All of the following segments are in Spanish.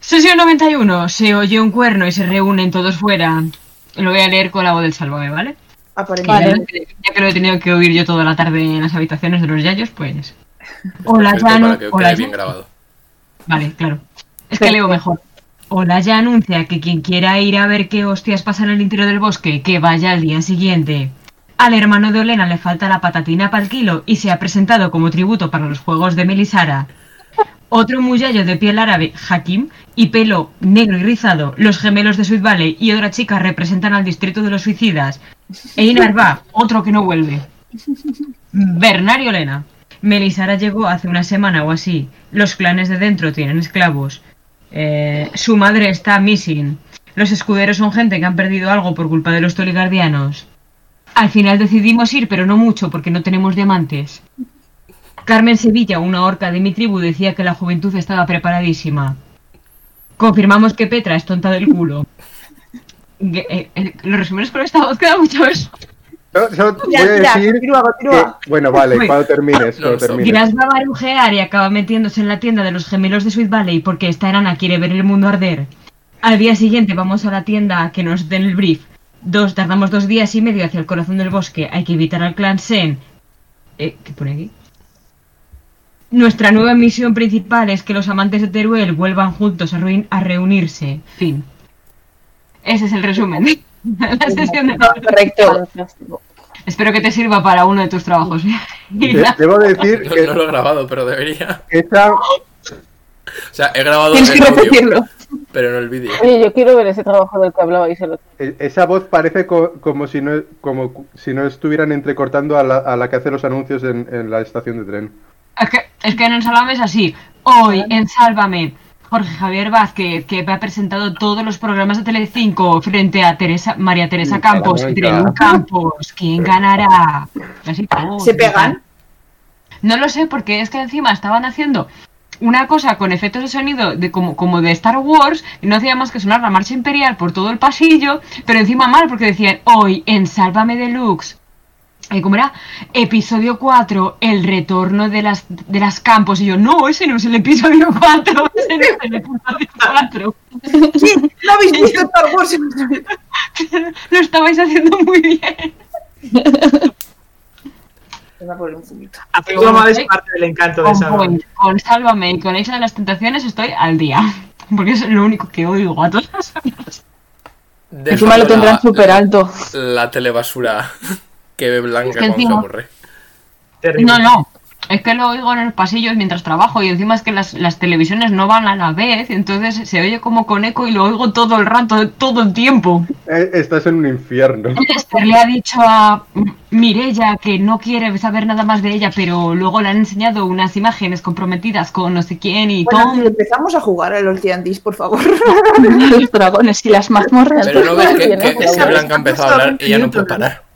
Sesión 91. Se oye un cuerno y se reúnen todos fuera. Lo voy a leer con la voz del salvaje, ¿vale? Aparentemente. Ya que- Ya que lo he tenido que oír yo toda la tarde en las habitaciones de los yayos, pues. Hola, Perfecto, Jano. Para que Hola, quede bien Jano. grabado. Vale, claro. Es que leo mejor. Hola ya anuncia que quien quiera ir a ver qué hostias pasa en el interior del bosque, que vaya al día siguiente. Al hermano de Olena le falta la patatina para el kilo y se ha presentado como tributo para los juegos de Melisara. Otro muyayo de piel árabe, Hakim, y pelo negro y rizado, los gemelos de Sweet Valley y otra chica representan al distrito de los suicidas. Einar va, otro que no vuelve. Bernario Olena. Melisara llegó hace una semana o así. Los clanes de dentro tienen esclavos. Eh, su madre está missing. Los escuderos son gente que han perdido algo por culpa de los toligardianos. Al final decidimos ir, pero no mucho, porque no tenemos diamantes. Carmen Sevilla, una orca de mi tribu, decía que la juventud estaba preparadísima. Confirmamos que Petra es tonta del culo. Gue- eh, eh, los resúmenes con esta voz quedan muchos. Yo, yo voy Mira, a mira, decir continúa, que, continúa. bueno, vale, Uy. cuando termines, cuando No, no, termines. Gras va a barujear y acaba metiéndose en la tienda de los gemelos de Sweet Valley porque esta enana quiere ver el mundo arder. Al día siguiente vamos a la tienda a que nos den el brief. Dos, tardamos dos días y medio hacia el corazón del bosque. Hay que evitar al clan Sen. Eh, ¿Qué pone aquí? Nuestra nueva misión principal es que los amantes de Teruel vuelvan juntos a, ruin- a reunirse. Fin. Ese es el resumen de la sesión de Correcto. Espero que te sirva para uno de tus trabajos. Y De- la- Debo decir No, que no lo he grabado, pero debería. esta, O sea, he grabado Tienes el que audio, repetirlo. pero no el vídeo. Oye, yo quiero ver ese trabajo del que hablabais el otro. e- esa voz parece co- como, si no, como cu- si no estuvieran entrecortando a la, a la que hace los anuncios en, en la estación de tren. Es que, es que en Sálvame es así. Hoy en Sálvame, Jorge Javier Vázquez, que me ha presentado todos los programas de Telecinco frente a Teresa, María Teresa Mm, Campos y Salamanca. Terelu Campos. ¿Quién ganará? Así, oh, ¿Se pegan? No lo sé, porque es que encima estaban haciendo una cosa con efectos de sonido de como, como de Star Wars, y no hacía más que sonar la marcha imperial por todo el pasillo, pero encima mal, porque decían, hoy en Sálvame Deluxe. eh, ¿Cómo era? Episodio 4, el retorno de las, de las campos. Y yo, no, ese no es el episodio 4, ese no es el episodio 4. Sí, no habéis visto Star Wars. Lo estabais haciendo muy bien. Me va a poner un fumito. Toma es parte del encanto de Con, esa Point, con Sálvame y con Isla de las Tentaciones estoy al día. Porque es lo único que oigo a todas las Encima lo Dejando tendrán la- súper alto. La telebasura que ve Blanca Es que cuando encima- se aburre. Terrible. eh, No, no. Es que lo oigo en los pasillos mientras trabajo y encima es que las, las televisiones no van a la vez, entonces se oye como con eco y lo oigo todo el rato, todo el tiempo. Eh, estás en un infierno. Esther le ha dicho a Mirella que no quiere saber nada más de ella, pero luego le han enseñado unas imágenes comprometidas con no sé quién y Bueno, Tom. si empezamos a jugar a los D&Ds, por favor. Los dragones y las mazmorras. Pero no ves que, Bien, que- ¿no? que si Blanca ha empezado a hablar y ya no puede parar.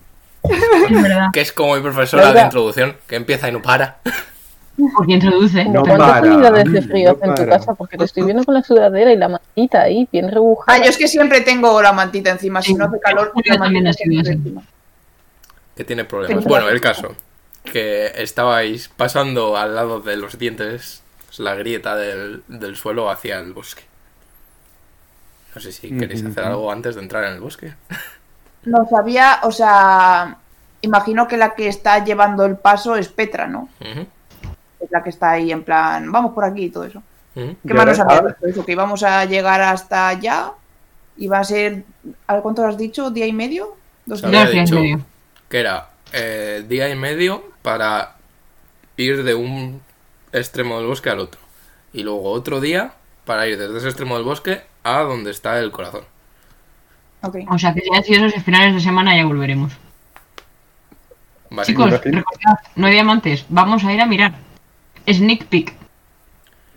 Es verdad, Que es como mi profesora de Blanca. introducción, que empieza y no para. porque introduce. No ¿Cuántas para, unidades de frío no hace en tu para. casa? Porque te estoy viendo con la sudadera y la mantita ahí, bien rebujada. Ah, yo es que siempre tengo la mantita encima. Si Sí. no hace calor, Julio la también mantita ha sido siempre así. encima. Que tiene problemas. Bueno, el caso. Que estabais pasando al lado de los dientes pues, la grieta del, del suelo hacia el bosque. No sé si queréis Ujú. hacer algo antes de entrar en el bosque. No sabía, o sea, imagino que la que está llevando el paso es Petra, ¿no? Ujú, Es la que está ahí en plan, vamos por aquí y todo eso. ujú. ¿Qué Y más ahora- nos habías dicho? Eso, que íbamos a llegar hasta allá y va a ser, ¿a ver, ¿cuánto has dicho? ¿Día y medio? ¿Dos Se días? había Gracias, dicho medio. que era eh, día y medio para ir de un extremo del bosque al otro. Y luego otro día para ir desde ese extremo del bosque a donde está el corazón. Ok. O sea que ya si esos finales de semana ya volveremos. Vale. Chicos, imagino. recordad, no hay diamantes, vamos a ir a mirar. Sneak peek.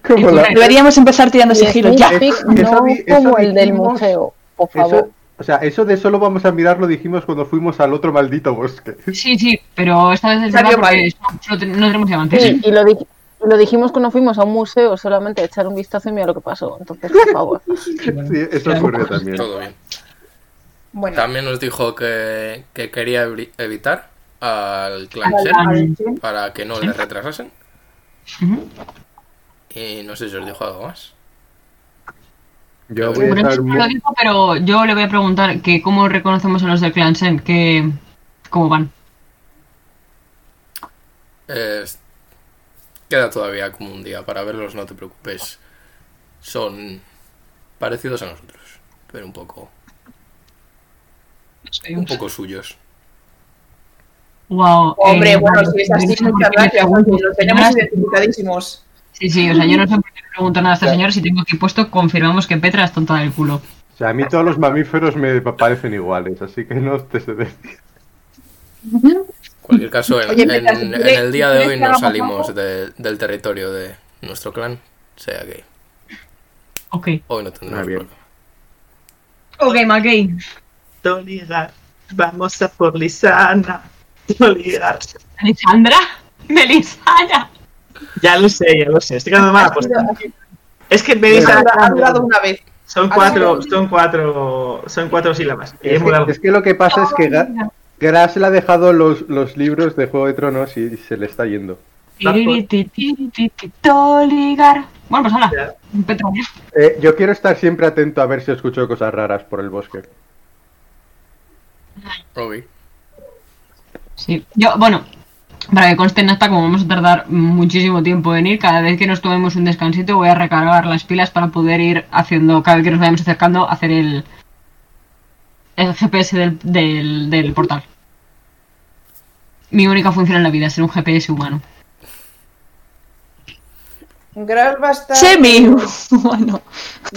Como la- Deberíamos empezar tirando Y sigilo Sneak ya. Peek Eso- no eso di- eso como el del dijimos- museo, por favor. eso- o sea, eso de solo vamos a mirar lo dijimos cuando fuimos al otro maldito bosque. Sí, sí, pero esta vez es verdad Salió porque mal. no- no, ten- no tenemos diamantes. Sí, y lo, di- y lo dijimos cuando fuimos a un museo solamente a echar un vistazo y mira lo que pasó. Entonces, por favor. Sí, eso ocurrió también. Todo bien. Bueno, También nos dijo que, que quería evi- evitar al clan vale, Shen vale, sí. para que no le retrasasen. Ujú. Y no sé si os dijo algo más. Yo voy a Bueno, estar eso no lo muy... dijo, pero yo le voy a preguntar que cómo reconocemos a los del Clan Sen, que cómo van. Eh, queda todavía como un día para verlos, no te preocupes. Son parecidos a nosotros, pero un poco, un poco suyos. Wow. Hombre, eh, bueno, vale, si es yo no así, sé muchas por qué me gracias. pregunto, Los tenemos señoras. identificadísimos. Sí, sí, o sea, yo no sé por qué le pregunto nada a esta Ya. señora si tengo aquí puesto, confirmamos que Petra es tonta del culo. O sea, a mí todos los mamíferos me pa- parecen iguales, así que no te sé decir. En cualquier caso, en, Oye, Petra, en- si en quieres- el día si de quieres hoy que no hagamos salimos algo. de- del territorio de nuestro clan, sea que Ok. hoy no tendremos Ah, bien. problema. Ok, McGay. Toligar. Vamos a por Lisana. Toligar. ¿Melisandra? ¡Melisandra! Ya lo sé, ya lo sé. Estoy quedando mal Ha sido- apuesta. Es que me ha dicen. durado- ha durado una vez. Son cuatro, son cuatro, son cuatro sílabas. Y Es es muy largo. que, es que lo que pasa es que Ga- Gras le ha dejado los, los libros de Juego de Tronos y, y se le está yendo. Toligar. Bueno, pues hola. Ya. Petra. Eh, yo quiero estar siempre atento a ver si escucho cosas raras por el bosque. Ok. Sí. Yo, bueno, para que conste en acta, como vamos a tardar muchísimo tiempo en ir, cada vez que nos tomemos un descansito voy a recargar las pilas para poder ir haciendo, cada vez que nos vayamos acercando, hacer el, el GPS del, del, del portal. Mi única función en la vida, ser un GPS humano. Gras va a estar, Semi. Bueno.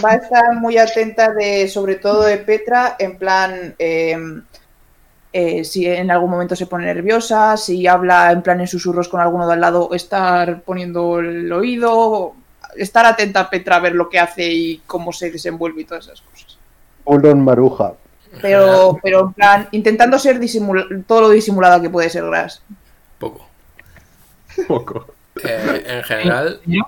va a estar muy atenta de, sobre todo de Petra, en plan eh, eh, si en algún momento se pone nerviosa, si habla en plan en susurros con alguno de al lado, estar poniendo el oído, estar atenta a Petra a ver lo que hace y cómo se desenvuelve y todas esas cosas. Olon Maruja. Pero, pero en plan, intentando ser disimula- todo lo disimulada que puede ser Gras. Poco. Poco. Eh, en general, ¿Yo?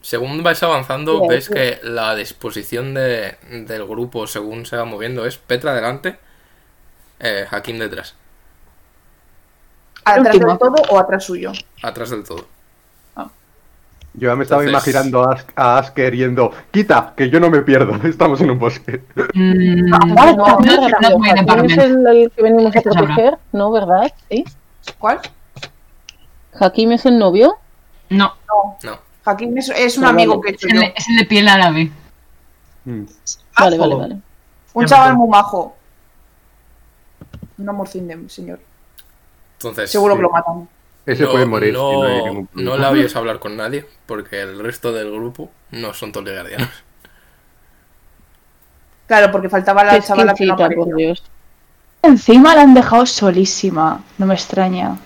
Según vais avanzando, Bien, ves que la disposición de- del grupo, según se va moviendo, es Petra delante, eh, Hakim detrás, ¿Atrás del Último. todo o atrás suyo? atrás del todo. Yo ya me estaba Entonces- imaginando a, Ask- a Asker yendo, quita, que yo no me pierdo, estamos en un bosque. Mm, Ah, no, no, no, no, no, muy de Hakim es Parmen. el, el que venimos a Esta es Laura. proteger, ¿no? ¿Verdad? Sí. ¿Cuál? Hakim es el novio. No, No, Joaquín es, es un Pero amigo vale, que he es hecho el, yo. de- es el de piel árabe. Mm. Ah, Vale, vale, oh. Ajo. vale. Un Ya chaval me muy majo. No morcindem, señor. entonces. Seguro sí. que lo matan. Ese no- puede morir. No, y no hay ningún problema. no la oyes hablar con nadie, porque el resto del grupo no son tolegardianos. Claro, porque faltaba la Qué chavala que no exquisita, apareció. por Dios. Encima la han dejado solísima. No me extraña.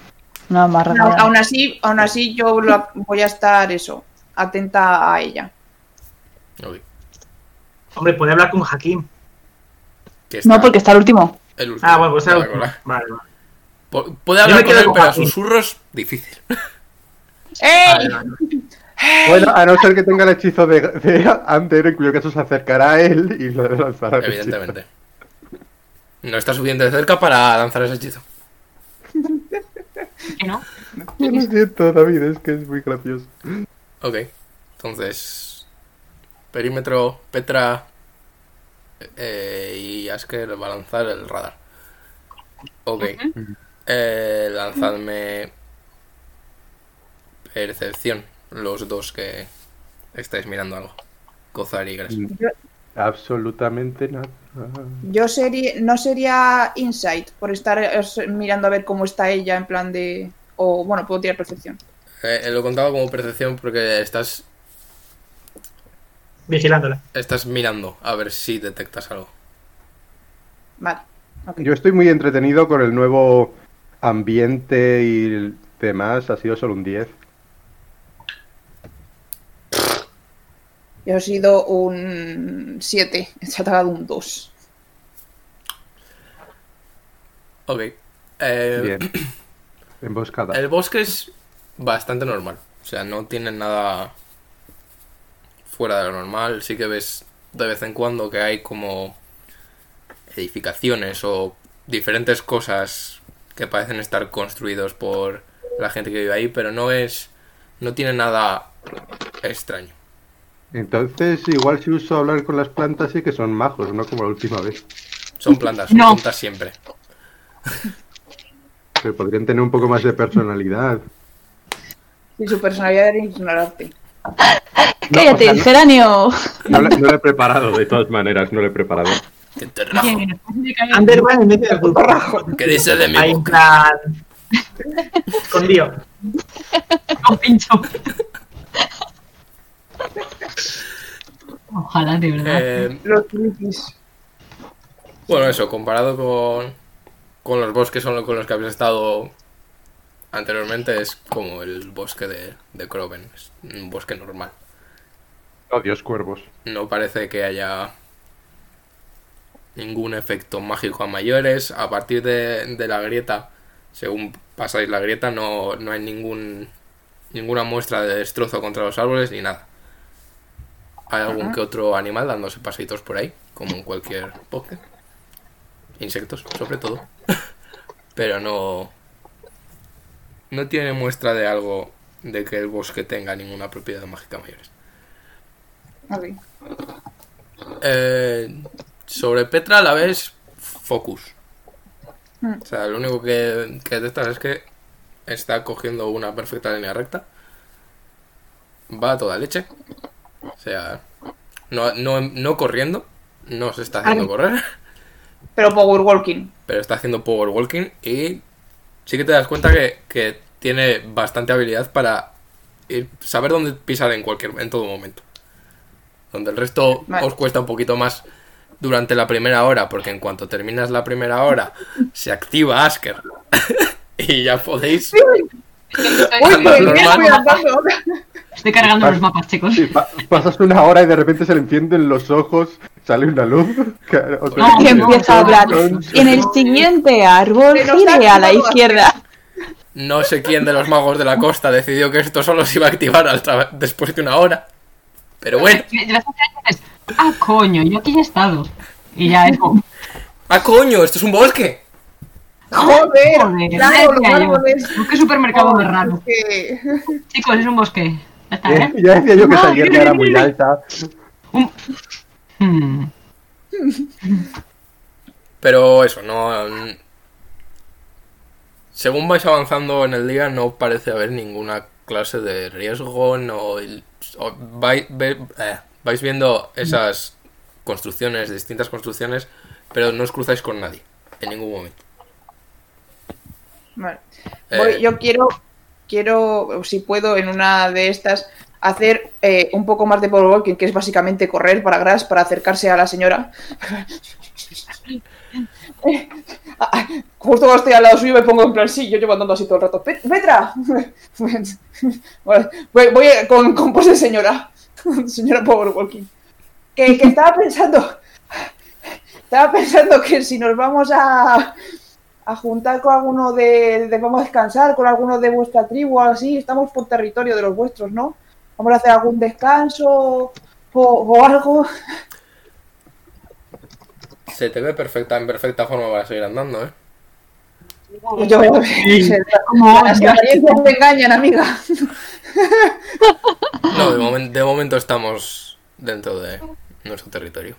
No, Una amargada. aún así, aún así yo la- voy a estar eso, atenta a ella. Ok, Hombre, puede hablar con Hakim. que está No, porque está el último. el último. Ah, bueno, pues de la algo. Vale, cola. vale. Po- Puede Yo hablar me con quedo él, con pero a Hakim. susurros, difícil. ¡Ey! Vale, vale. Bueno, a no ser que tenga el hechizo de, de Ander, en cuyo caso se acercará a él y lo lanzará. el hechizo. Evidentemente. No está subiendo de cerca para lanzar ese hechizo. ¿Que no? Yo Lo siento, David, es que es muy gracioso. Ok, entonces. Perímetro, Petra eh, y Asker va a lanzar el radar. Ok, eh, lanzadme. Percepción, los dos que estáis mirando algo. Gozar y Gras. Absolutamente nada. Yo sería, no sería insight por estar eh, mirando a ver cómo está ella en plan de... O bueno, puedo tirar percepción. Eh, eh, lo he contado como percepción porque estás, Vigilándola. estás mirando a ver si detectas algo. Vale. ok. Yo estoy muy entretenido con el nuevo ambiente y demás. Ha sido solo un 10. Yo he sido un 7, se ha tragado un 2. Ok, eh, Bien. Emboscada. El bosque es bastante normal. O sea, no tiene nada fuera de lo normal. Sí que ves de vez en cuando que hay como edificaciones o diferentes cosas que parecen estar construidos por la gente que vive ahí, pero no es... no tiene nada extraño. Entonces, igual si uso hablar con las plantas sí que son majos, no como la última vez. Son plantas, son No. tontas siempre. Pero podrían tener un poco más de personalidad. Y su personalidad era ignorarte. Cállate, o sea, geranio. No, le, no le he preparado, de todas maneras, no le he preparado. Te enterrajo. Oye, después de caer- Ander va en medio del grupo. ¿Qué dices de mi Ahí en boca? plan. Escondido. Con pincho. Ojalá, de verdad. Eh, Los flipis. Bueno, eso, comparado con, con los bosques son- con los que habéis estado anteriormente, es como el bosque de, de Kroven, es un bosque normal. Oh, Dios, cuervos. No parece que haya ningún efecto mágico a mayores. A partir de, de la grieta, según pasáis la grieta, no, no hay ningún, ninguna muestra de destrozo contra los árboles ni nada. Hay algún que otro animal dándose paseitos por ahí, como en cualquier bosque. Insectos, sobre todo. Pero no. No tiene muestra de algo de que el bosque tenga ninguna propiedad mágica a mayores. Ok. Eh, sobre Petra la ves focus. O sea, lo único que, que detectas es que está cogiendo una perfecta línea recta. Va a toda leche. O sea, no, no, no corriendo. No se está haciendo correr. Pero power walking. Pero está haciendo power walking. Y sí que te das cuenta que, que tiene bastante habilidad para ir- saber dónde pisar en cualquier en todo momento. Donde el resto Vale. os cuesta un poquito más durante la primera hora, porque en cuanto terminas la primera hora, se activa Asker. y ya podéis. Uy, Anda, pues mira, normal. voy andando ahora. Estoy cargando los mapas, chicos. Sí, pa- pasas una hora y de repente se le encienden los ojos, sale una luz. Claro, o sea, No, Y empieza a hablar. Son- En el siguiente árbol, Que nos gire ha a la quitado izquierda. No sé quién de los magos de la costa decidió que esto solo se iba a activar al tra- después de una hora. Pero bueno. Y las otras veces, Ah, coño, yo aquí he estado. Y ya es como, ¡Ah, coño! ¡Esto es un bosque! Joder, joder, claro, los ya yo. árboles. Qué supermercado más raro. Que- Chicos, es un bosque. Ya está, Eh, ¿eh? Ya decía yo que esa No, hierba mira, era mira, muy mira. alta. Un- Hmm. Pero eso, no. mm, Según vais avanzando en el día, no parece haber ninguna clase de riesgo. No, el- o vai- ve- eh, vais viendo esas construcciones, distintas construcciones, pero no os cruzáis con nadie en ningún momento. Vale. Eh, Voy- yo quiero, quiero, si puedo, en una de estas, hacer eh, un poco más de power walking, que es básicamente correr para atrás para acercarse a la señora. Ah, ah, Justo cuando estoy al lado suyo me pongo en plan, sí, yo llevo andando así todo el rato. "Pet- ¡Petra! Vale, voy voy con, con pose de señora. señora power walking. Que, que estaba pensando... Estaba pensando que si nos vamos a a juntar con alguno de, de- vamos a descansar con alguno de vuestra tribu o así, estamos por territorio de los vuestros, ¿no? Vamos a hacer algún descanso o, o algo. Se te ve perfecta, en perfecta forma para seguir andando, ¿eh? Y yo, Como las odio. apariencias te engañan, amiga. No, de, momen- de momento estamos dentro de nuestro territorio.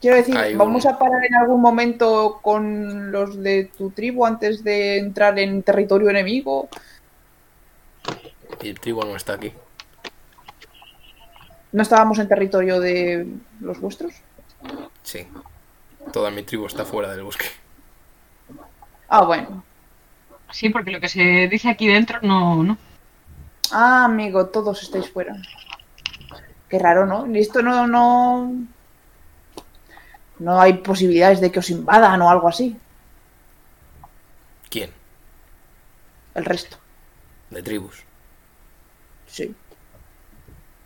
Quiero decir, Hay un- vamos a parar en algún momento con los de tu tribu antes de entrar en territorio enemigo. Y el tribu no está aquí. ¿No estábamos en territorio de los vuestros? Sí. Toda mi tribu está fuera del bosque. Ah, bueno. Sí, porque lo que se dice aquí dentro no, no. Ah, amigo, todos estáis fuera. Qué raro, ¿no? Esto no, no. No hay posibilidades de que os invadan o algo así. ¿Quién? El resto. De tribus. Sí.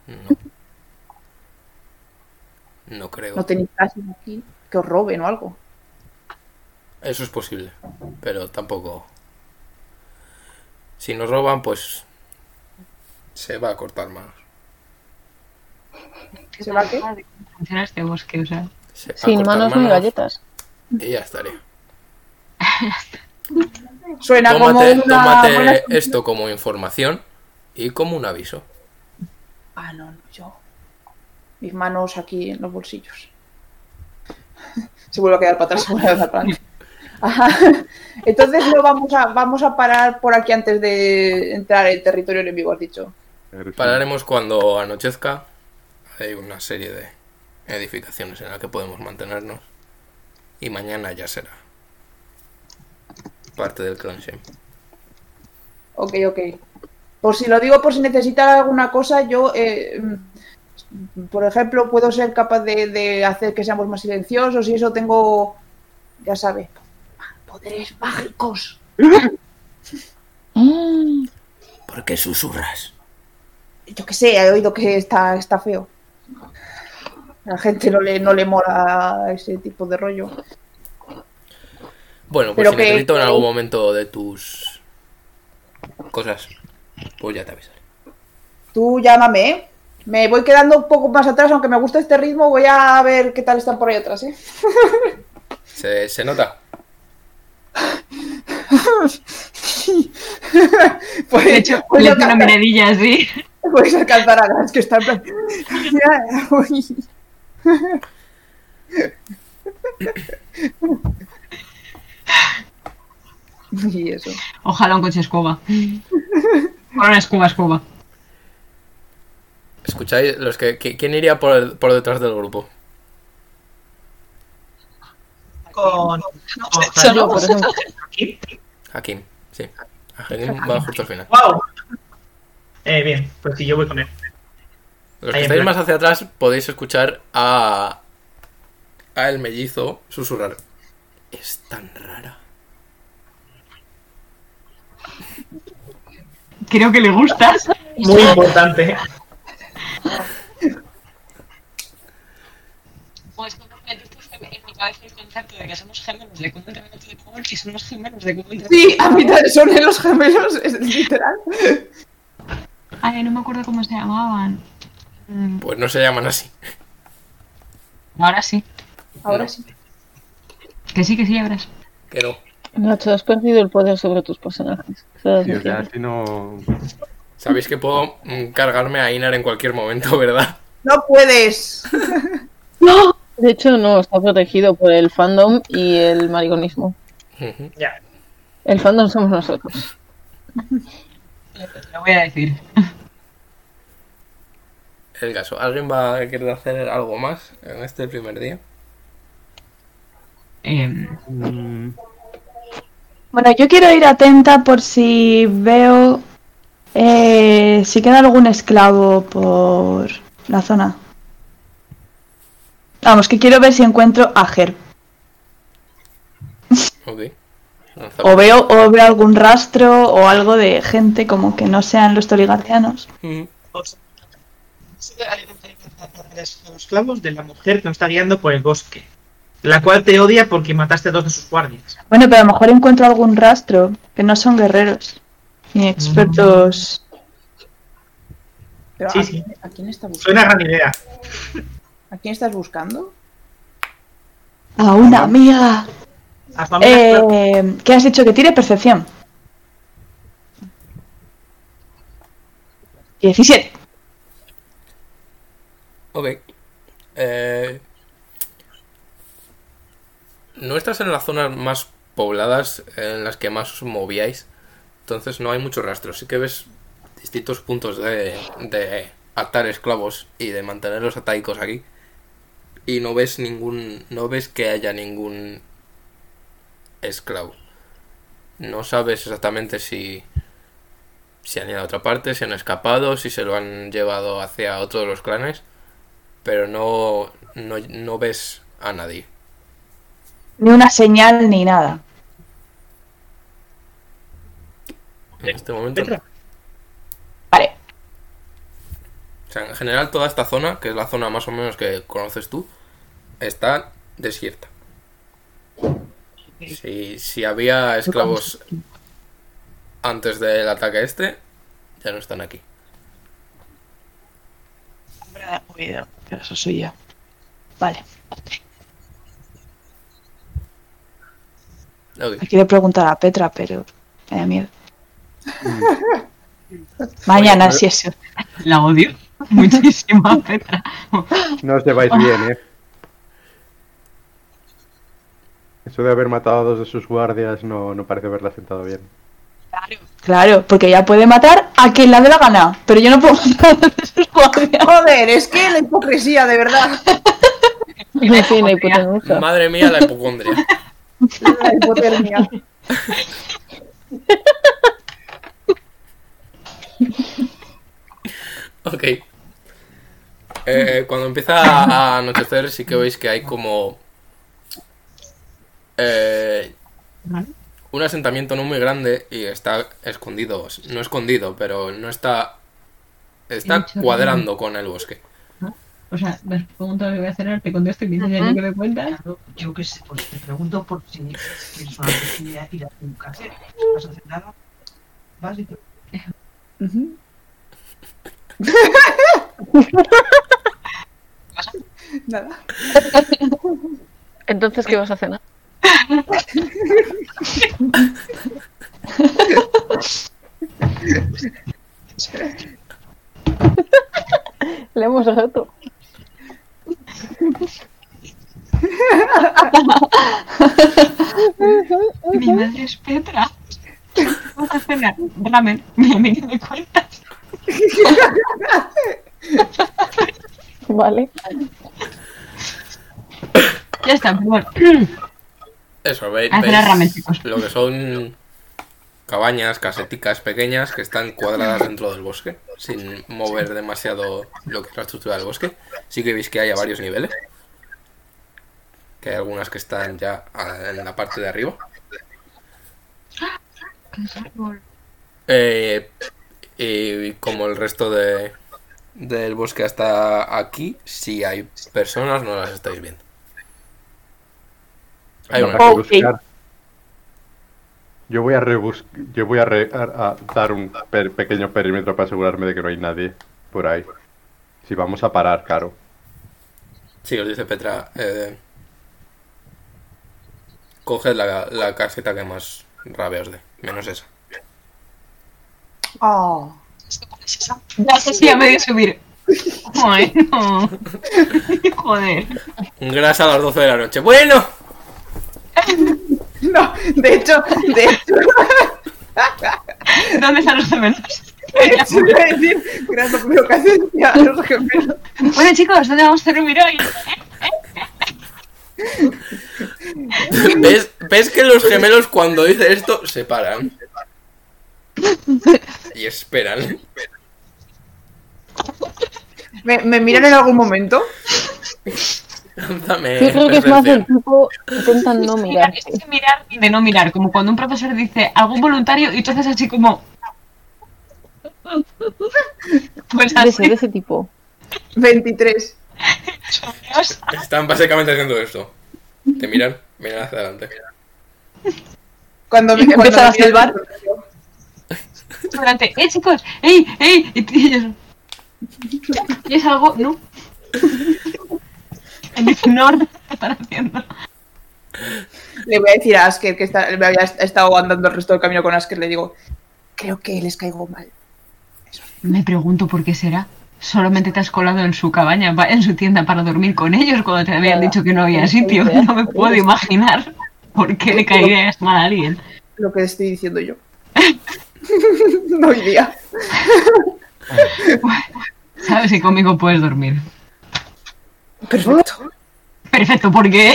No. No creo. No tenéis casi aquí que os roben o algo. Eso es posible, pero tampoco. Si nos roban, pues se va a cortar más. ¿Se va qué? De cómo Funciona este bosque, o sea. Se va a Sin cortar manos ni galletas. Y ya estaría. Suena Tómate, como una. tómate buena- esto como información y como un aviso. Ah, no, no, yo. mis manos aquí en los bolsillos. Se vuelve a quedar para atrás, se vuelve a quedar para adelante. Ajá. Entonces no vamos a, vamos a parar por aquí antes de entrar en territorio enemigo, has dicho. Eres un- Pararemos cuando anochezca. Hay una serie de edificaciones en las que podemos mantenernos. Y mañana ya será parte del clan Shame. Ok, ok. Por si lo digo, por si necesitan alguna cosa, yo, eh, mm, por ejemplo, puedo ser capaz de, de hacer que seamos más silenciosos y eso tengo, ya sabe, poderes mágicos. Mm, ¿Por qué susurras? Yo qué sé, he oído que está, está feo. A la gente no le, no le mola ese tipo de rollo. Bueno, pues Pero si que- necesito en algún momento de tus cosas, pues ya te avisaré. Tú llámame, ¿eh? Me voy quedando un poco más atrás, aunque me gusta este ritmo, voy a ver qué tal están por ahí atrás, ¿eh? ¿Se, se nota? Pues, De hecho, pues le yo hace una capto- miradilla así. Puedes alcanzar a las que están. Ya, uy. y eso. Ojalá un coche escoba. Con una escoba, escoba. ¿Escucháis? Los que, qui- ¿Quién iría por, el- por detrás del grupo? Con. Solo por eso. Hakim, sí. Hakim va justo al final. ¡Wow! Eh, bien, pues sí, yo voy con él. Los Ahí que en estáis plan. más hacia atrás podéis escuchar a. a el mellizo susurrar. Es tan rara. Creo que le gustas. Muy importante. Pues cuando me dices que en mi cabeza el concepto de que somos gemelos de cómo entrenar tu Power y somos gemelos de cómo entrenar Sí, a mitad son en los gemelos, es literal. Ay, no me acuerdo cómo se llamaban. Mm, Pues no se llaman así. Ahora sí. Ahora No. sí. Que sí, que sí, habrás. Que no. Nacho, has perdido el poder sobre tus personajes. Eso es Sí, o sea, mentira. si no. Sabéis que puedo mm, cargarme a Inar en cualquier momento, ¿verdad? No puedes. ¡No! De hecho, no, está protegido por el fandom y el marigonismo. Ujú. Ya. El fandom somos nosotros. Te lo voy a decir. El caso. ¿Alguien va a querer hacer algo más en este primer día? Eh, Mm, Bueno, yo quiero ir atenta por si veo eh, si queda algún esclavo por la zona. Vamos, que quiero ver si encuentro a Ger. Ok. Lanza- O veo, o veo algún rastro o algo de gente como que no sean los toligarcianos. Ujú. Los clavos de la mujer que nos está guiando por el bosque. La cual te odia porque mataste a dos de sus guardias. Bueno, pero a lo mejor encuentro algún rastro, que no son guerreros, Mm. ni expertos. Pero, Sí, ¿a, sí. ¿A quién estás buscando? Suena gran idea. ¿A quién estás buscando? A una amiga. A familia Eh, ¿Qué has dicho que tire? Percepción. 17. Ok. Eh, no estás en las zonas más pobladas en las que más os movíais, entonces no hay mucho rastro. Sí que ves distintos puntos de, de atar esclavos y de mantenerlos ataicos aquí. Y no ves ningún. No ves que haya ningún esclavo. No sabes exactamente si. Si han ido a otra parte, si han escapado, si se lo han llevado hacia otro de los clanes pero no, no, no ves a nadie. Ni una señal ni nada. En este momento. Petra. Vale. O sea, en general toda esta zona, que es la zona más o menos que conoces tú, está desierta. Si, si había esclavos antes del ataque este, ya no están aquí. Habrá huido. Pero eso soy yo. Vale. Ok. Quiero preguntar a Petra, pero me da miedo. Mañana, Mm. Oye, si eso. la odio. Muchísima Petra. No os lleváis bien, ¿eh? Eso de haber matado a dos de sus guardias no, no parece haberla sentado bien. Claro. Claro, porque ella puede matar a quien la dé la gana, pero yo no puedo matar a sus guardias. Joder, es que la hipocresía, de verdad. No tiene hipotenusa. Madre mía, la hipocondria. La hipotermia. Ok. Eh, cuando empieza a anochecer sí que veis que hay como... eh, un asentamiento no muy grande y está escondido. No escondido, pero no está... Está Mucho cuadrando con el bosque. O sea, me has preguntado que voy a cenar, te contesto y me dices ya ni que me cuentas. Claro, Yo qué sé, pues te pregunto por si tienes una oportunidad de ir a tu casa. ¿Vas a hacer nada? Vas y te- Nada. Entonces, ¿qué vas a cenar? Le hemos roto. Mi madre es Petra. Vamos a cenar ramen. Mi amiga me cuenta. Vale. Ya está, perdón. Eso, ve- Hacer veis ramen, chicos. lo que son cabañas, caseticas pequeñas que están cuadradas dentro del bosque, sin mover demasiado lo que es la estructura del bosque. Sí que veis que hay a varios niveles. Que hay algunas que están ya a- en la parte de arriba. Eh, y como el resto de, del bosque hasta aquí, si hay personas, no las estáis viendo. Hay No, una. para Ok. rebuscar. Yo voy a rebus- yo voy a, re- a- a dar un per- pequeño perímetro para asegurarme de que no hay nadie por ahí. Si vamos a parar, claro. Sí, os dice Petra. Eh, coged la, la caseta que más rabia os dé, menos esa. Ah. Ya sé si ya me voy a subir. Joder, no. Joder. Grasa a las 12 de la noche. Bueno, No, de hecho, de hecho, ¿Dónde están los gemelos? de hecho, iba a decir, gran provocación a los gemelos. Bueno, chicos, ¿dónde vamos a dormir hoy? ¿ves, ves que los gemelos cuando dice esto se paran. Y esperan. ¿Me, me miran en algún momento? Eh, Lánzame Yo creo que es más percepción. el tipo intentan no mirar. Es que mirar de no mirar, como cuando un profesor dice algún voluntario y tú haces así como. Pues De ese, de así. ese tipo. 23. Dios, Están básicamente haciendo esto. Te miran, miran hacia adelante. Cuando me cuando Empiezan a me miran- silbar. Durante, ¡eh, chicos! ¡Ey, ey! Y t- Y ellos, ¿Y es algo, ¿no? En Ignor, ¿qué están haciendo? Le voy a decir a Asker, que está- me había estado andando el resto del camino con Asker, le digo, creo que les caigo mal. Me pregunto por qué será. Solamente te has colado en su cabaña, va- en su tienda para dormir con ellos cuando te habían Nada, dicho que no había no sitio. idea. No me puedo imaginar por qué le caerías mal a alguien. Lo que estoy diciendo yo. no hoy día. ¿Sabes? Y conmigo puedes dormir. Perfecto. Perfecto, porque.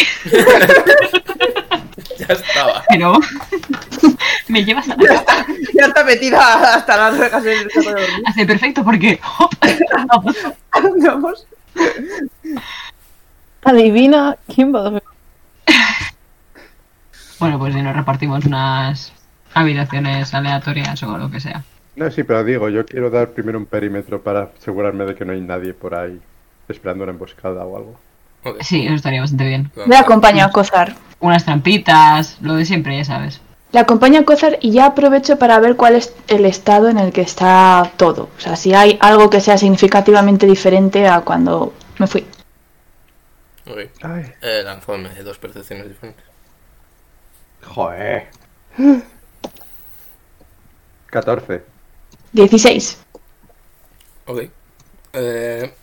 Ya estaba. Pero. me llevas a la Ya cama. está, ya está metida hasta las rejas en el saco de dormir. Hace perfecto porque. ¿A dónde vamos? Adivina quién va a dormir. bueno, pues si nos repartimos unas habitaciones aleatorias o lo que sea. No, sí, pero digo, yo quiero dar primero un perímetro para asegurarme de que no hay nadie por ahí esperando una emboscada o algo. Ok. Sí, eso estaría bastante bien. Le acompaño a Cozar. Unas trampitas, lo de siempre, ya sabes. Le acompaño a Cozar y ya aprovecho para ver cuál es el estado en el que está todo. O sea, si hay algo que sea significativamente diferente a cuando me fui. Ok. Ay, Eh, lanzadme dos percepciones diferentes. joder. 14. 16. Ok. Eh,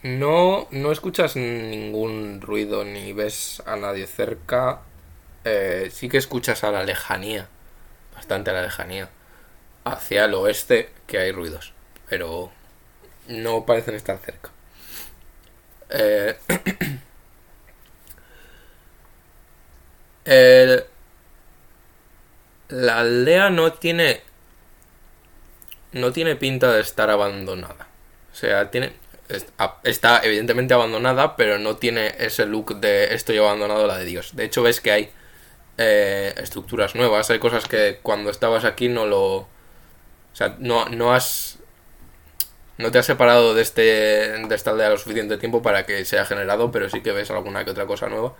No, no escuchas ningún ruido ni ves a nadie cerca. Eh, sí que escuchas a la lejanía, bastante a la lejanía, hacia el oeste que hay ruidos, pero no parecen estar cerca. Eh, el- la aldea no tiene no tiene pinta de estar abandonada. O sea, tiene es- a- está evidentemente abandonada, pero no tiene ese look de estoy abandonado la de Dios. De hecho, ves que hay eh, estructuras nuevas, hay cosas que cuando estabas aquí no lo... O sea, no, no has... No te has separado de, este, de esta aldea lo suficiente tiempo para que sea generado, pero sí que ves alguna que otra cosa nueva.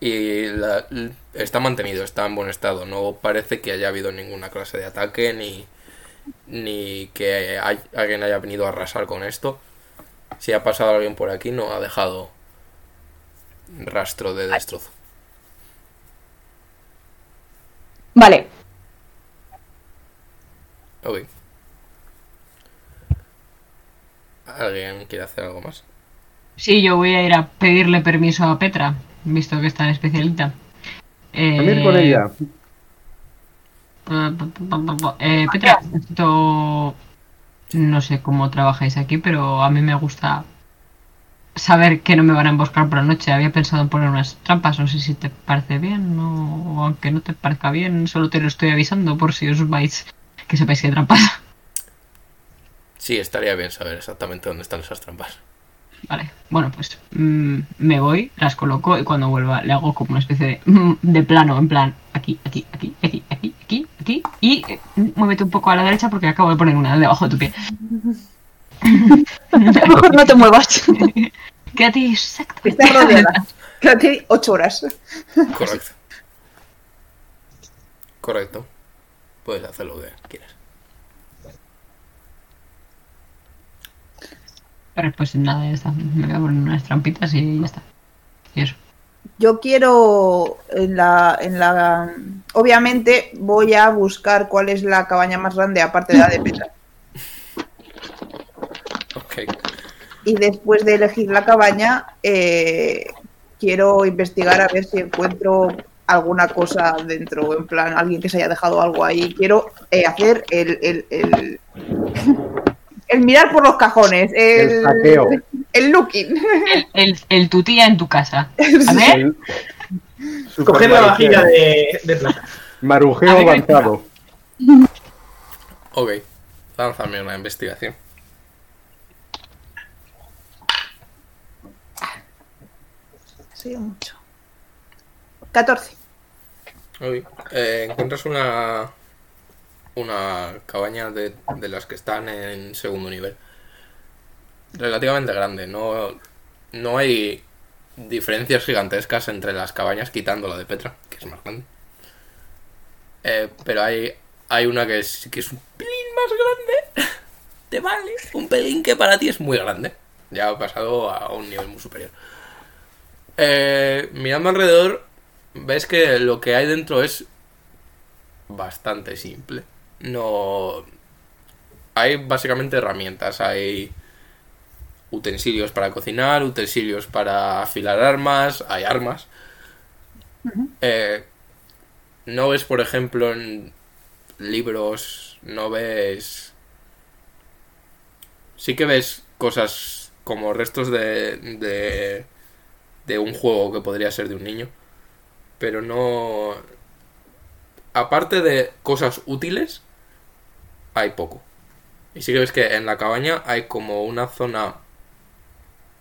Y la- l- está mantenido, está en buen estado. No parece que haya habido ninguna clase de ataque ni, ni que hay- alguien haya venido a arrasar con esto. Si ha pasado alguien por aquí, no ha dejado rastro de destrozo. Vale, Ok. ¿Alguien quiere hacer algo más? Sí, yo voy a ir a pedirle permiso a Petra, visto que es tan especialita. Eh, A mí con ella. pa, pa, pa, pa, pa. Eh, Petra, esto no sé cómo trabajáis aquí, pero a mí me gusta saber que no me van a emboscar por la noche. Había pensado en poner unas trampas, no sé si te parece bien no- o aunque no te parezca bien, solo te lo estoy avisando por si os vais, que sepáis que hay trampas. Sí, estaría bien saber exactamente dónde están esas trampas. Vale, bueno, pues mm, me voy, las coloco y cuando vuelva le hago como una especie de, mm, de plano, en plan, aquí, aquí, aquí, aquí, aquí, aquí, aquí, y eh, muévete un poco a la derecha porque acabo de poner una debajo de tu pie. a lo mejor no te muevas. Quédate exactamente. Está rodeada. Quédate ocho horas. Correcto. Correcto. Puedes hacer lo que quieras. Pero pues nada, ya está. Me voy a poner unas trampitas y ya está. Y eso. Yo quiero en la, en la obviamente voy a buscar cuál es la cabaña más grande aparte de la de Petra. Ok. Y después de elegir la cabaña, eh, quiero investigar a ver si encuentro alguna cosa dentro, en plan, alguien que se haya dejado algo ahí. Quiero eh, hacer el, el, el, el mirar por los cajones, el, El saqueo. el looking. El, el, el tu tía en tu casa. A ver, El- Super Coger la marujeo. vajilla de, Eh, de plata. Marujeo A ver, avanzado. Ok. Lánzame una investigación. Sí, mucho. 14. Uy, eh, encuentras una una cabaña de, de las que están en segundo nivel. Relativamente grande, no, no hay diferencias gigantescas entre las cabañas, quitando la de Petra, que es más grande. Eh, pero hay, hay una que es, que es un pelín más grande. Te vale. Un pelín que para ti es muy grande. Ya ha pasado a un nivel muy superior. Eh, mirando alrededor, ves que lo que hay dentro es bastante simple. No. Hay básicamente herramientas. Hay utensilios para cocinar, utensilios para afilar armas, hay armas. Eh, no ves, por ejemplo, en libros, no ves. Sí que ves cosas como restos de, de, de un juego que podría ser de un niño, pero no. Aparte de cosas útiles, hay poco. Y sí que ves que en la cabaña hay como una zona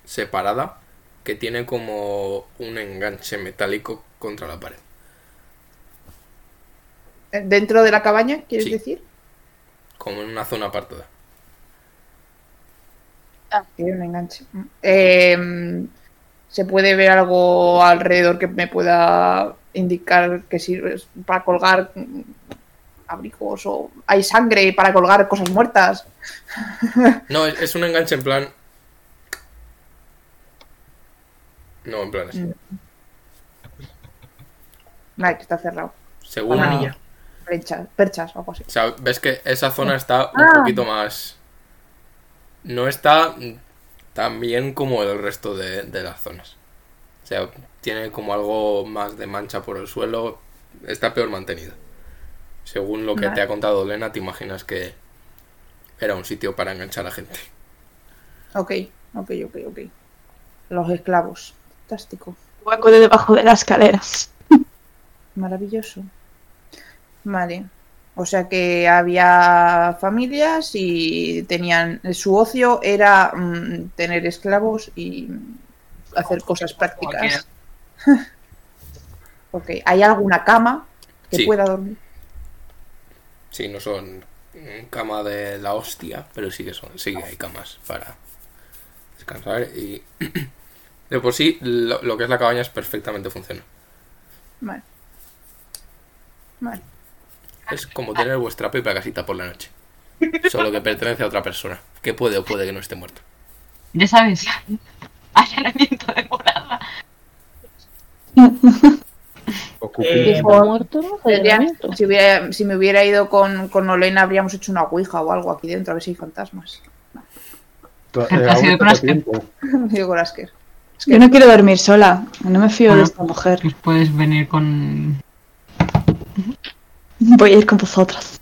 separada que tiene como un enganche metálico contra la pared. Eh, ¿Dentro de la cabaña, quieres Sí. decir? como en una zona apartada. Tiene un enganche. Eh, ¿Se puede ver algo alrededor que me pueda indicar que sirve para colgar mm, abrigos o hay sangre para colgar cosas muertas? No, es, es un enganche en plan. No, en plan así. Nada, que está cerrado. Según, Una anilla. perchas, perchas o algo así. O sea, ves que esa zona está un poquito más. No está tan bien como el resto de, de las zonas. O sea, tiene como algo más de mancha por el suelo. Está peor mantenida. Según lo que te ha contado Lena, te imaginas que era un sitio para enganchar a gente. Ok, ok, ok, ok. Los esclavos. Fantástico. Hueco de debajo de las escaleras. Maravilloso. Vale. O sea que había familias y tenían. Su ocio era mm, tener esclavos y hacer cosas prácticas. ok. ¿Hay alguna cama que Sí. pueda dormir? Sí, no son mm, cama de la hostia, pero sí que son, sí que hay camas para descansar y de por sí lo, lo que es la cabaña es perfectamente funciona. Vale. Vale. Es como tener vuestra propia casita por la noche. Solo que pertenece a otra persona, que puede o puede que no esté muerto. Ya sabes, allanamiento de morada. Ocupe- Eh, ¿Está muerto? Tendría- allanamiento. si, hubiera- si me hubiera ido con, con Olena, habríamos hecho una ouija o algo aquí dentro, a ver si hay fantasmas. to- Ha eh, sido aún con está las- tiempo. Digo Lasker. Yo no quiero dormir sola. No me fío de esta mujer. Pues puedes venir con. Voy a ir con vosotras.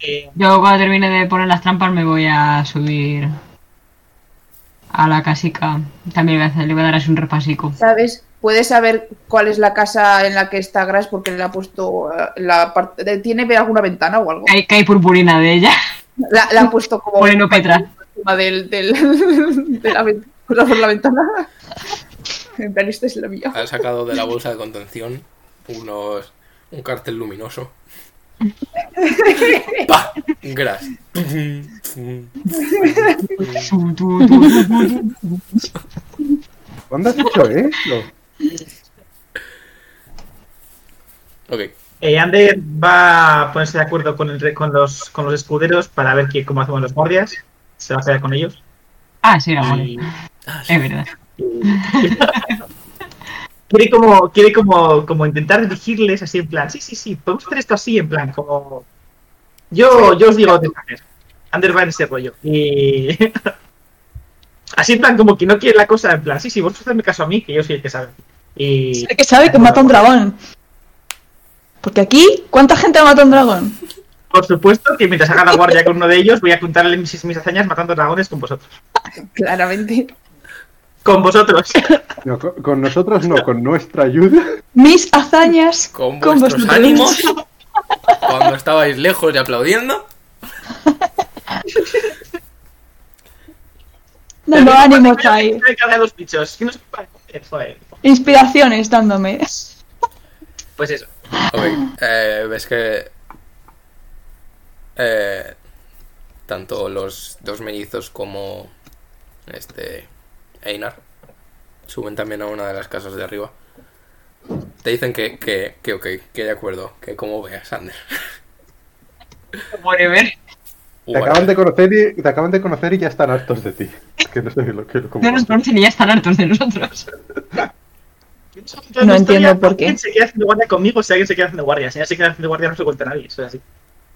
eh, Yo cuando termine de poner las trampas me voy a subir a la casica. También voy a hacer- le voy a dar así un repasico. ¿Sabes? Puedes saber cuál es la casa en la que está Gras porque le ha puesto eh, la parte. ¿Tiene alguna ventana o algo? Que hay, que hay purpurina de ella. La, la ha puesto como Bueno, Petra. encima del, del- de la, ven- por la ventana. En plan, esta es la mía. Ha sacado de la bolsa de contención unos un cartel luminoso. ¡Pah! Gras. Tu, tu, tu, tu, tu. ¿Dónde has hecho eso? Ok. eh, Ander va a ponerse de acuerdo con, el, re- con, los, con los escuderos para ver qué, cómo hacemos los guardias. Se va a quedar con ellos. Ah, sí, era vale. Y- Es verdad. quiere como, quiere como, como intentar dirigirles así en plan, sí, sí, sí, podemos hacer esto así en plan, como yo, yo os digo lo que hacer. Ander va en ese rollo. Y así en plan como que no quiere la cosa, en plan, sí, sí, vosotros hacerme caso a mí, que yo soy el que sabe. Y El que sabe que mata a un dragón. Porque aquí, ¿cuánta gente mata a un dragón? por supuesto que mientras haga la guardia con uno de ellos, voy a contarle mis, mis hazañas matando dragones con vosotros. Claramente. Con vosotros. No, con, con nosotros no, con nuestra ayuda. Mis hazañas Con con vuestros vosotros. ánimos, cuando estabais lejos y aplaudiendo, Dando ánimos ahí. Me cagan los bichos. que no se puede hacer, joder. Inspiraciones dándome. Pues eso. Ok, eh, ves que eh, tanto los dos mellizos como este Einar suben también a una de las casas de arriba. Te dicen que, que, que ok, que de acuerdo, que como veas, Ander. Whatever. Te acaban de conocer y, te acaban de conocer y ya están hartos de ti. Es que no sé lo que lo No nos conocen y ya están hartos de nosotros. No entiendo por qué. Alguien se queda haciendo guardia conmigo si alguien se queda haciendo guardia. Si alguien se queda haciendo guardia, no se cuenta a nadie. Eso es así.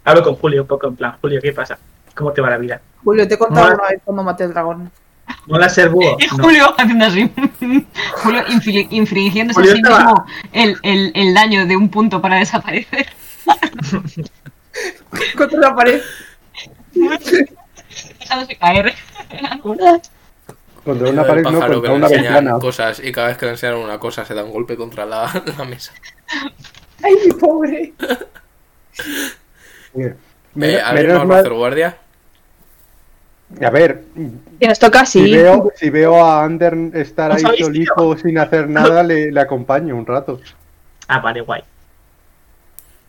Hablo con Julio un poco en plan, Julio, ¿qué pasa? ¿Cómo te va la vida? Julio, te he contado Mola. una vez cuando maté al dragón. ¿Mola ser búho? Y No. Julio haciendo así. Julio infli- infringiéndose a Julio sí estaba- mismo el, el, el daño de un punto para desaparecer. Contra la pared. Dejándose caer. Contra una pared, no, pájaro que le contra una enseñan ventana. cosas y cada vez que le enseñan una cosa se da un golpe contra la, la mesa. Ay, mi pobre. Eh, Eh, men- ¿Alguien menos más va a mal- hacer guardia? A ver, Que nos toca así. si, veo, si veo a Ander estar ¿No ahí sabéis, solito sin hacer nada, le, le acompaño un rato. Ah, vale, guay.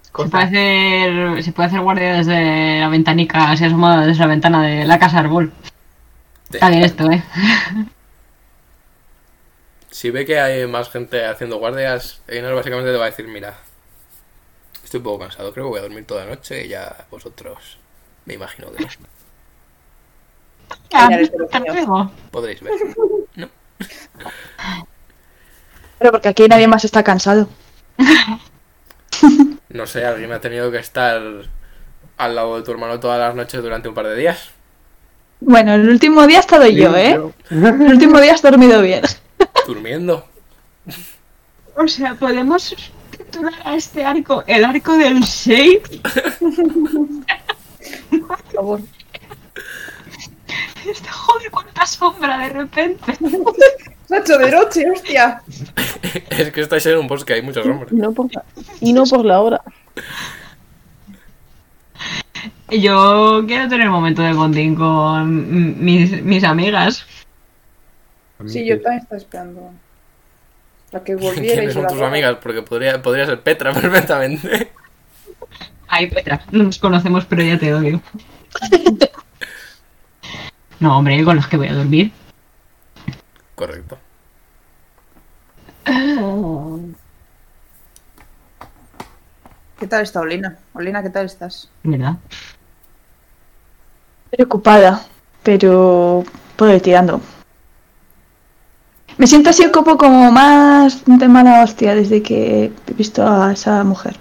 Se puede, Corta. hacer, se puede hacer guardia desde la ventanica, se ha asomado desde la ventana de la casa árbol. Está bien esto, ¿eh? Si ve que hay más gente haciendo guardias, Einar básicamente te va a decir, mira, estoy un poco cansado, creo que voy a dormir toda la noche y ya vosotros, me imagino que Ya, Mira, desde los Ah, hasta míos. luego. podréis ver. Pero porque aquí nadie más está cansado. No sé, alguien ha tenido que estar al lado de tu hermano todas las noches durante un par de días. Bueno, el último día he estado yo, ¿eh? El último día has dormido bien. Durmiendo. O sea, podemos titular a este arco el arco del Shape. Por favor. Está joder, cuánta sombra de repente. Nacho de noche, hostia. Es que estáis en un bosque, hay muchos hombres. Y no por la, y no por la hora. Yo quiero tener un momento de bonding con mis, mis amigas. Sí, yo también estaba esperando. La que volviera y ¿Quiénes se son la tus daba. amigas? Porque podría, podría ser Petra perfectamente. Ay, Petra, no nos conocemos, pero ya te odio. No, hombre, con las que voy a dormir. Correcto. ¿Qué tal está Olina? Olina, ¿qué tal estás? ¿Verdad? Preocupada, pero puedo ir tirando. Me siento así un poco como más de mala hostia desde que he visto a esa mujer.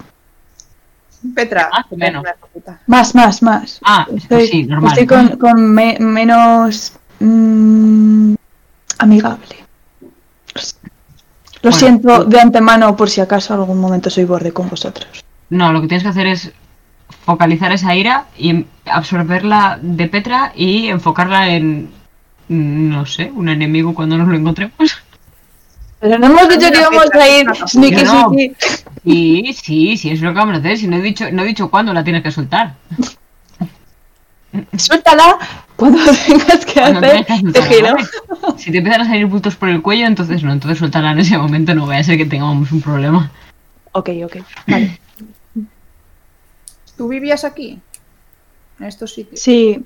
Petra. Más o menos. Petra, puta. Más, más, más. Ah, Estoy, sí, normal. estoy con, con me- menos mm, amigable. Lo Bueno, pues- siento de antemano por si acaso algún momento soy borde con vosotros. No, lo que tienes que hacer es focalizar esa ira y em-, absorberla de Petra y enfocarla en, mm, no sé, un enemigo cuando nos lo encontremos. Pero no hemos dicho que íbamos a ir sneaky No. sneaky. Sí, sí, sí, es lo que vamos a hacer. Si no he dicho, no he dicho cuándo la tienes que soltar. Suéltala cuando tengas que Cuando hacer. tengas que Te soltarla, giro. ¿vale? Si te empiezan a salir bultos por el cuello, entonces no, entonces suéltala en ese momento, no vaya a ser que tengamos un problema. Ok, ok. Vale. ¿Tú vivías aquí? En estos sitios. Sí.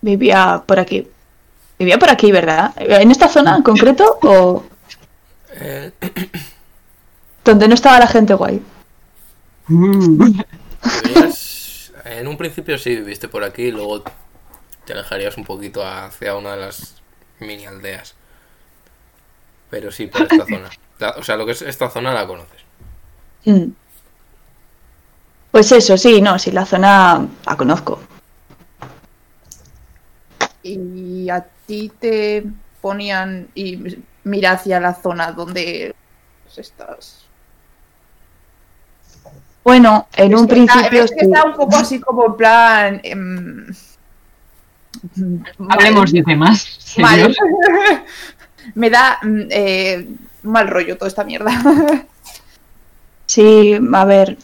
Vivía por aquí. Vivía por aquí, ¿verdad? ¿En esta zona en concreto o Eh, donde no estaba la gente guay? podrías- en un principio sí viviste por aquí, luego te alejarías un poquito hacia una de las mini aldeas. Pero sí, por esta zona. La- o sea, lo que es esta zona la conoces. Mm. Pues eso, sí, no, sí, la zona la conozco. Y a ti te ponían y mira hacia la zona donde pues, estás. Bueno, en Es un que está- principio es que sí. está un poco así como en plan. em, Hablemos de temas. Mal. serios. Me da mm, eh, mal rollo toda esta mierda. Sí, a ver.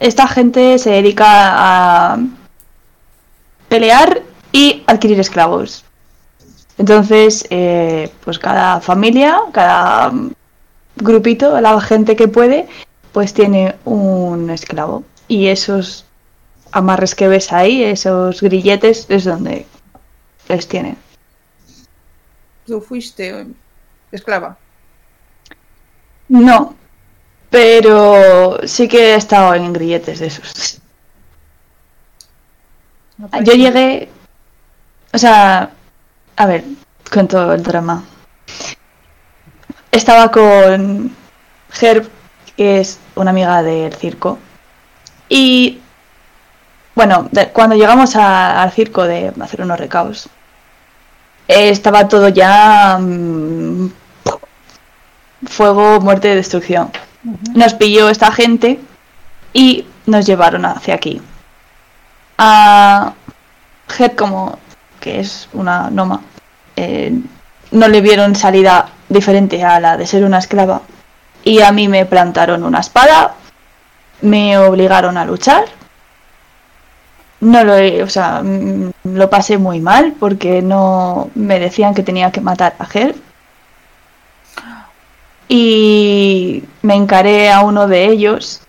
Esta gente se dedica a pelear y adquirir esclavos. Entonces, eh, pues cada familia, cada mm, grupito, la gente que puede, pues tiene un esclavo. Y esos amarres que ves ahí, esos grilletes, es donde les tienen. Tú fuiste eh, esclava. No, pero sí que he estado en grilletes de esos. No Ah, Yo parece- llegué. O sea. A ver, cuento el drama. Estaba con Herb, que es una amiga del circo. Y. Bueno, de- cuando llegamos a- al circo de hacer unos recaos, eh, estaba todo ya. mm, fuego, muerte, destrucción. Nos pilló esta gente y nos llevaron hacia aquí. A Head como que es una noma, eh, no le vieron salida diferente a la de ser una esclava. Y a mí me plantaron una espada, me obligaron a luchar. No lo, he- o sea, mm, lo pasé muy mal porque no me decían que tenía que matar a Head. Y me encaré a uno de ellos.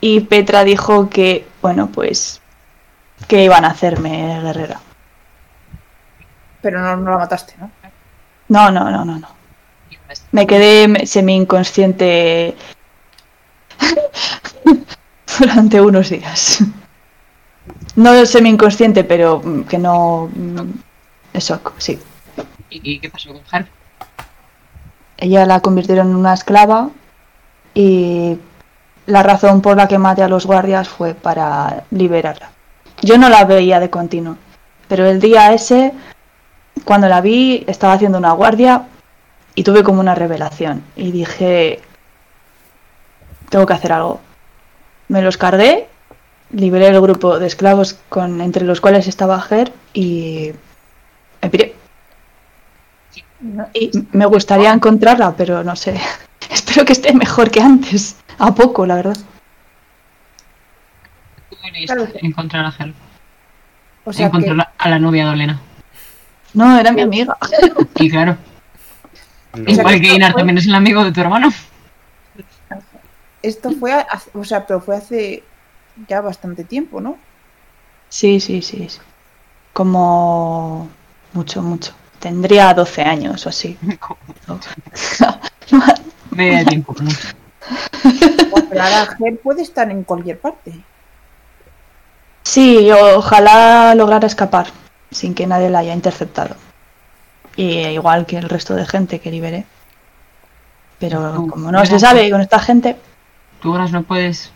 Y Petra dijo que, bueno, pues que iban a hacerme eh, guerrera. Pero no, no la mataste, ¿no? No, no, no, no, no. Me quedé me- semi-inconsciente durante unos días. No semi-inconsciente, pero mm, que no... mm, Eso, sí. ¿Y y qué pasó con Harp? Ella la convirtieron en una esclava y la razón por la que maté a los guardias fue para liberarla. Yo no la veía de continuo, pero el día ese, cuando la vi, estaba haciendo una guardia y tuve como una revelación y dije, tengo que hacer algo. Me los cargué, liberé el grupo de esclavos con, entre los cuales estaba Ger y me piré. Y me gustaría encontrarla, pero no sé. Espero que esté mejor que antes. A poco, la verdad. Bueno, y está, encontrar a Hel. O sea encontrar que- a la novia de Olena. No, era mi amiga. Y claro, No. igual que Inar pues- también es el amigo de tu hermano. Esto fue, hace- o sea, pero fue hace ya bastante tiempo, ¿no? Sí, sí, sí. sí. Como mucho, mucho. Tendría 12 años o así. Media de tiempo, mucho. Pues, pero ahora Ger puede estar en cualquier parte. Sí, ojalá lograra escapar sin que nadie la haya interceptado. Y igual que el resto de gente que liberé. Pero Tú, como no se verás. sabe con esta gente, Tú, Gras, no puedes.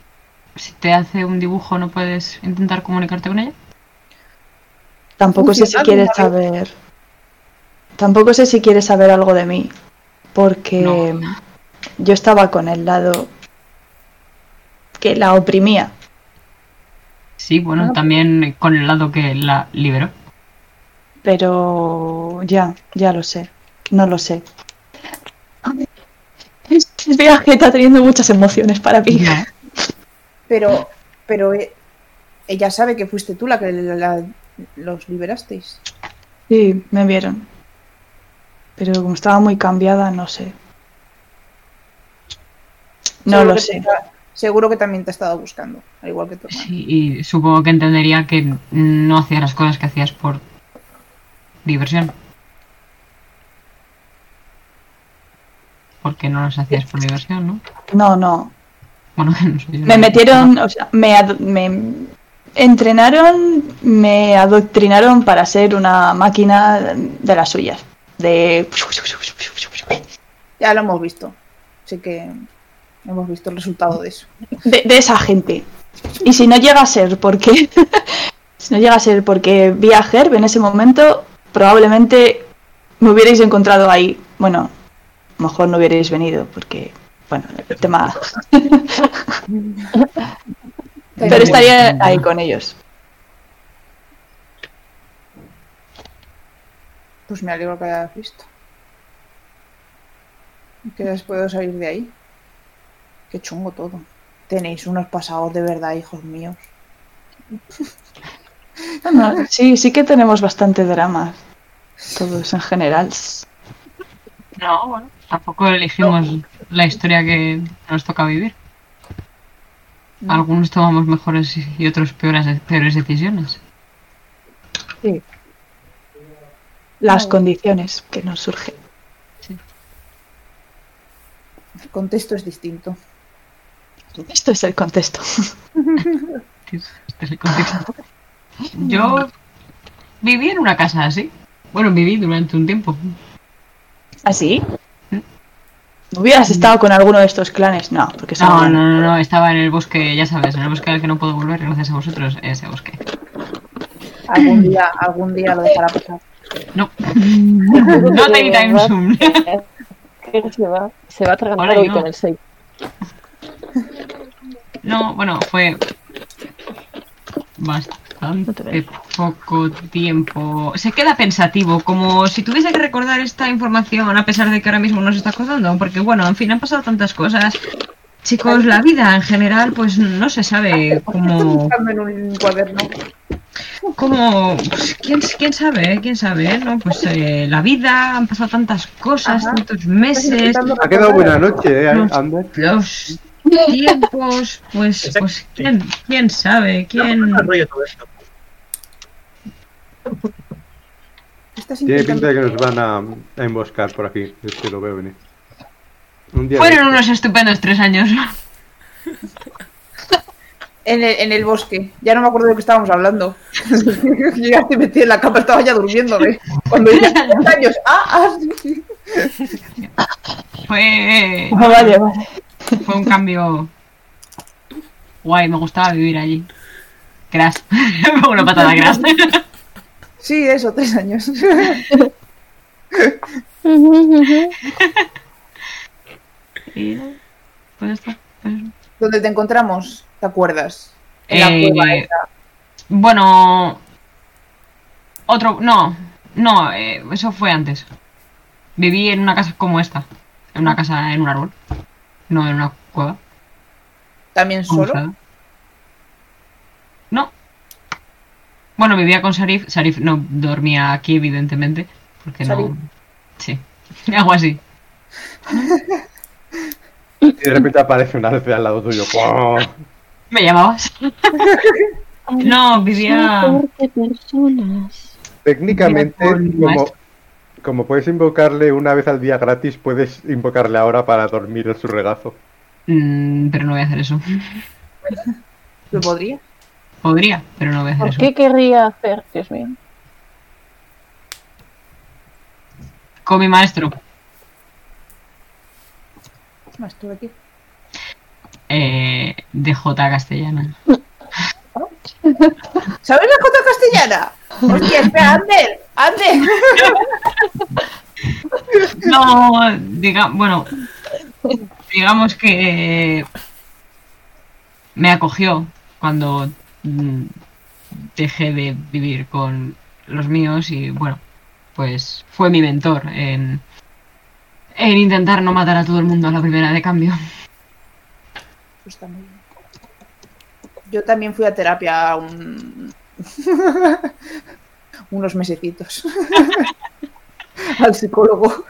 Si te hace un dibujo, no puedes intentar comunicarte con ella. Tampoco sé si Funcionando quieres una saber. Tampoco sé si quieres saber algo de mí. Porque Eh, No. yo estaba con el lado que la oprimía. Sí, bueno, también con el lado que la liberó. Pero ya, ya lo sé. No lo sé. Este viaje está teniendo muchas emociones para mí. Ya. Pero, pero eh, ella sabe que fuiste tú la que la- la- los liberasteis. Sí, me vieron. Pero como estaba muy cambiada, no sé. No Seguro lo que sé. te está- seguro que también te ha estado buscando, al igual que tu hermano. Sí, y supongo que entendería que no hacías las cosas que hacías por diversión. Porque no las hacías por diversión, ¿no? No, no. Bueno, que no sé yo. Me metieron, o sea, me, ado- me entrenaron, me adoctrinaron para ser una máquina de las suyas. De. Ya lo hemos visto. Así que hemos visto el resultado de eso. de, de esa gente. Y si no llega a ser porque. si no llega a ser porque vi a Herb en ese momento, probablemente me hubierais encontrado ahí. Bueno, a lo mejor no hubierais venido porque. Bueno, el tema. Pero estaría ahí con ellos. Pues me alegro que lo hayas visto. Y Que hayas podido salir de ahí. Qué chungo todo. Tenéis unos pasados de verdad, hijos míos. Bueno, Ah, sí, sí que tenemos bastante drama. Todos en general. No, bueno, tampoco elegimos la historia que nos toca vivir. Algunos tomamos mejores y otros peores, peores decisiones. Las condiciones que nos surgen. El contexto es distinto. Esto es el contexto. Este es el contexto. Yo viví en una casa así. Bueno, viví durante un tiempo. ¿Así? ¿Ah, ¿Hubieras estado con alguno de estos clanes? No, porque son No, no, no, no, estaba en el bosque, ya sabes, en el bosque al que no puedo volver gracias a vosotros, ese bosque. Algún día, algún día lo dejará pasar. No, no te time zoom. Que se va, se va a tragar Ahora hoy no. con el 6. No, bueno, fue bastante poco tiempo. Se queda pensativo, como si tuviese que recordar esta información a pesar de que ahora mismo nos está acordando, porque bueno, en fin, han pasado tantas cosas. Chicos, la vida en general, pues no se sabe Estoy cómo buscando en un cuaderno. como pues, quién quién sabe eh? quién sabe eh? no pues eh, la vida han pasado tantas cosas Ajá. tantos Estoy meses intentando Ha quedado recordar. buena noche, eh, Ander. los tiempos pues Exacto. pues quién quién sabe No, quién no, no, rollo todo esto. Estás Tiene intentando- pinta de que nos van a, a emboscar por aquí. Es que lo veo venir. Un día. fueron de unos estupendos tres años En el, en el bosque. Ya no me acuerdo de lo que estábamos hablando. Yo ya estoy metida en la cama, estaba ya durmiéndome. Cuando ya años. Ah, ah, sí, sí. Fue, Vale, vale. fue un cambio guay, me gustaba vivir allí. Crash. Pongo una patada Crash. Sí, eso, tres años. Y ya, pues ya está. Pues- ¿Dónde te encontramos? ¿Te acuerdas? En la Eh, cueva esa. Bueno, otro, no, no, eh, eso fue antes. Viví en una casa como esta, en una casa en un árbol, no en una cueva. ¿También solo? camuflada. No. Bueno, vivía con Sarif, Sarif no dormía aquí evidentemente, porque Sarif. no. Sí, algo así. Y de repente aparece un alce al lado tuyo. ¡Pum! Me llamabas. no, vivía. de personas. Técnicamente, Mira, con como, maestro. como puedes invocarle una vez al día gratis, puedes invocarle ahora para dormir en su regazo. Mm, pero no voy a hacer eso. ¿Lo podría? Podría, pero no voy a hacer ¿Por eso. qué querría hacer? Dios mío. Con mi maestro. Más tú aquí. eh, de J castellana. ¿Sabes la Jota castellana? Hostia, espera, Ander, Ander. No, diga, bueno, digamos que eh, me acogió cuando mm, dejé de vivir con los míos y bueno, pues fue mi mentor en, en intentar no matar a todo el mundo a la primera de cambio. Pues está muy bien. Yo también fui a terapia un- unos mesecitos. Al psicólogo.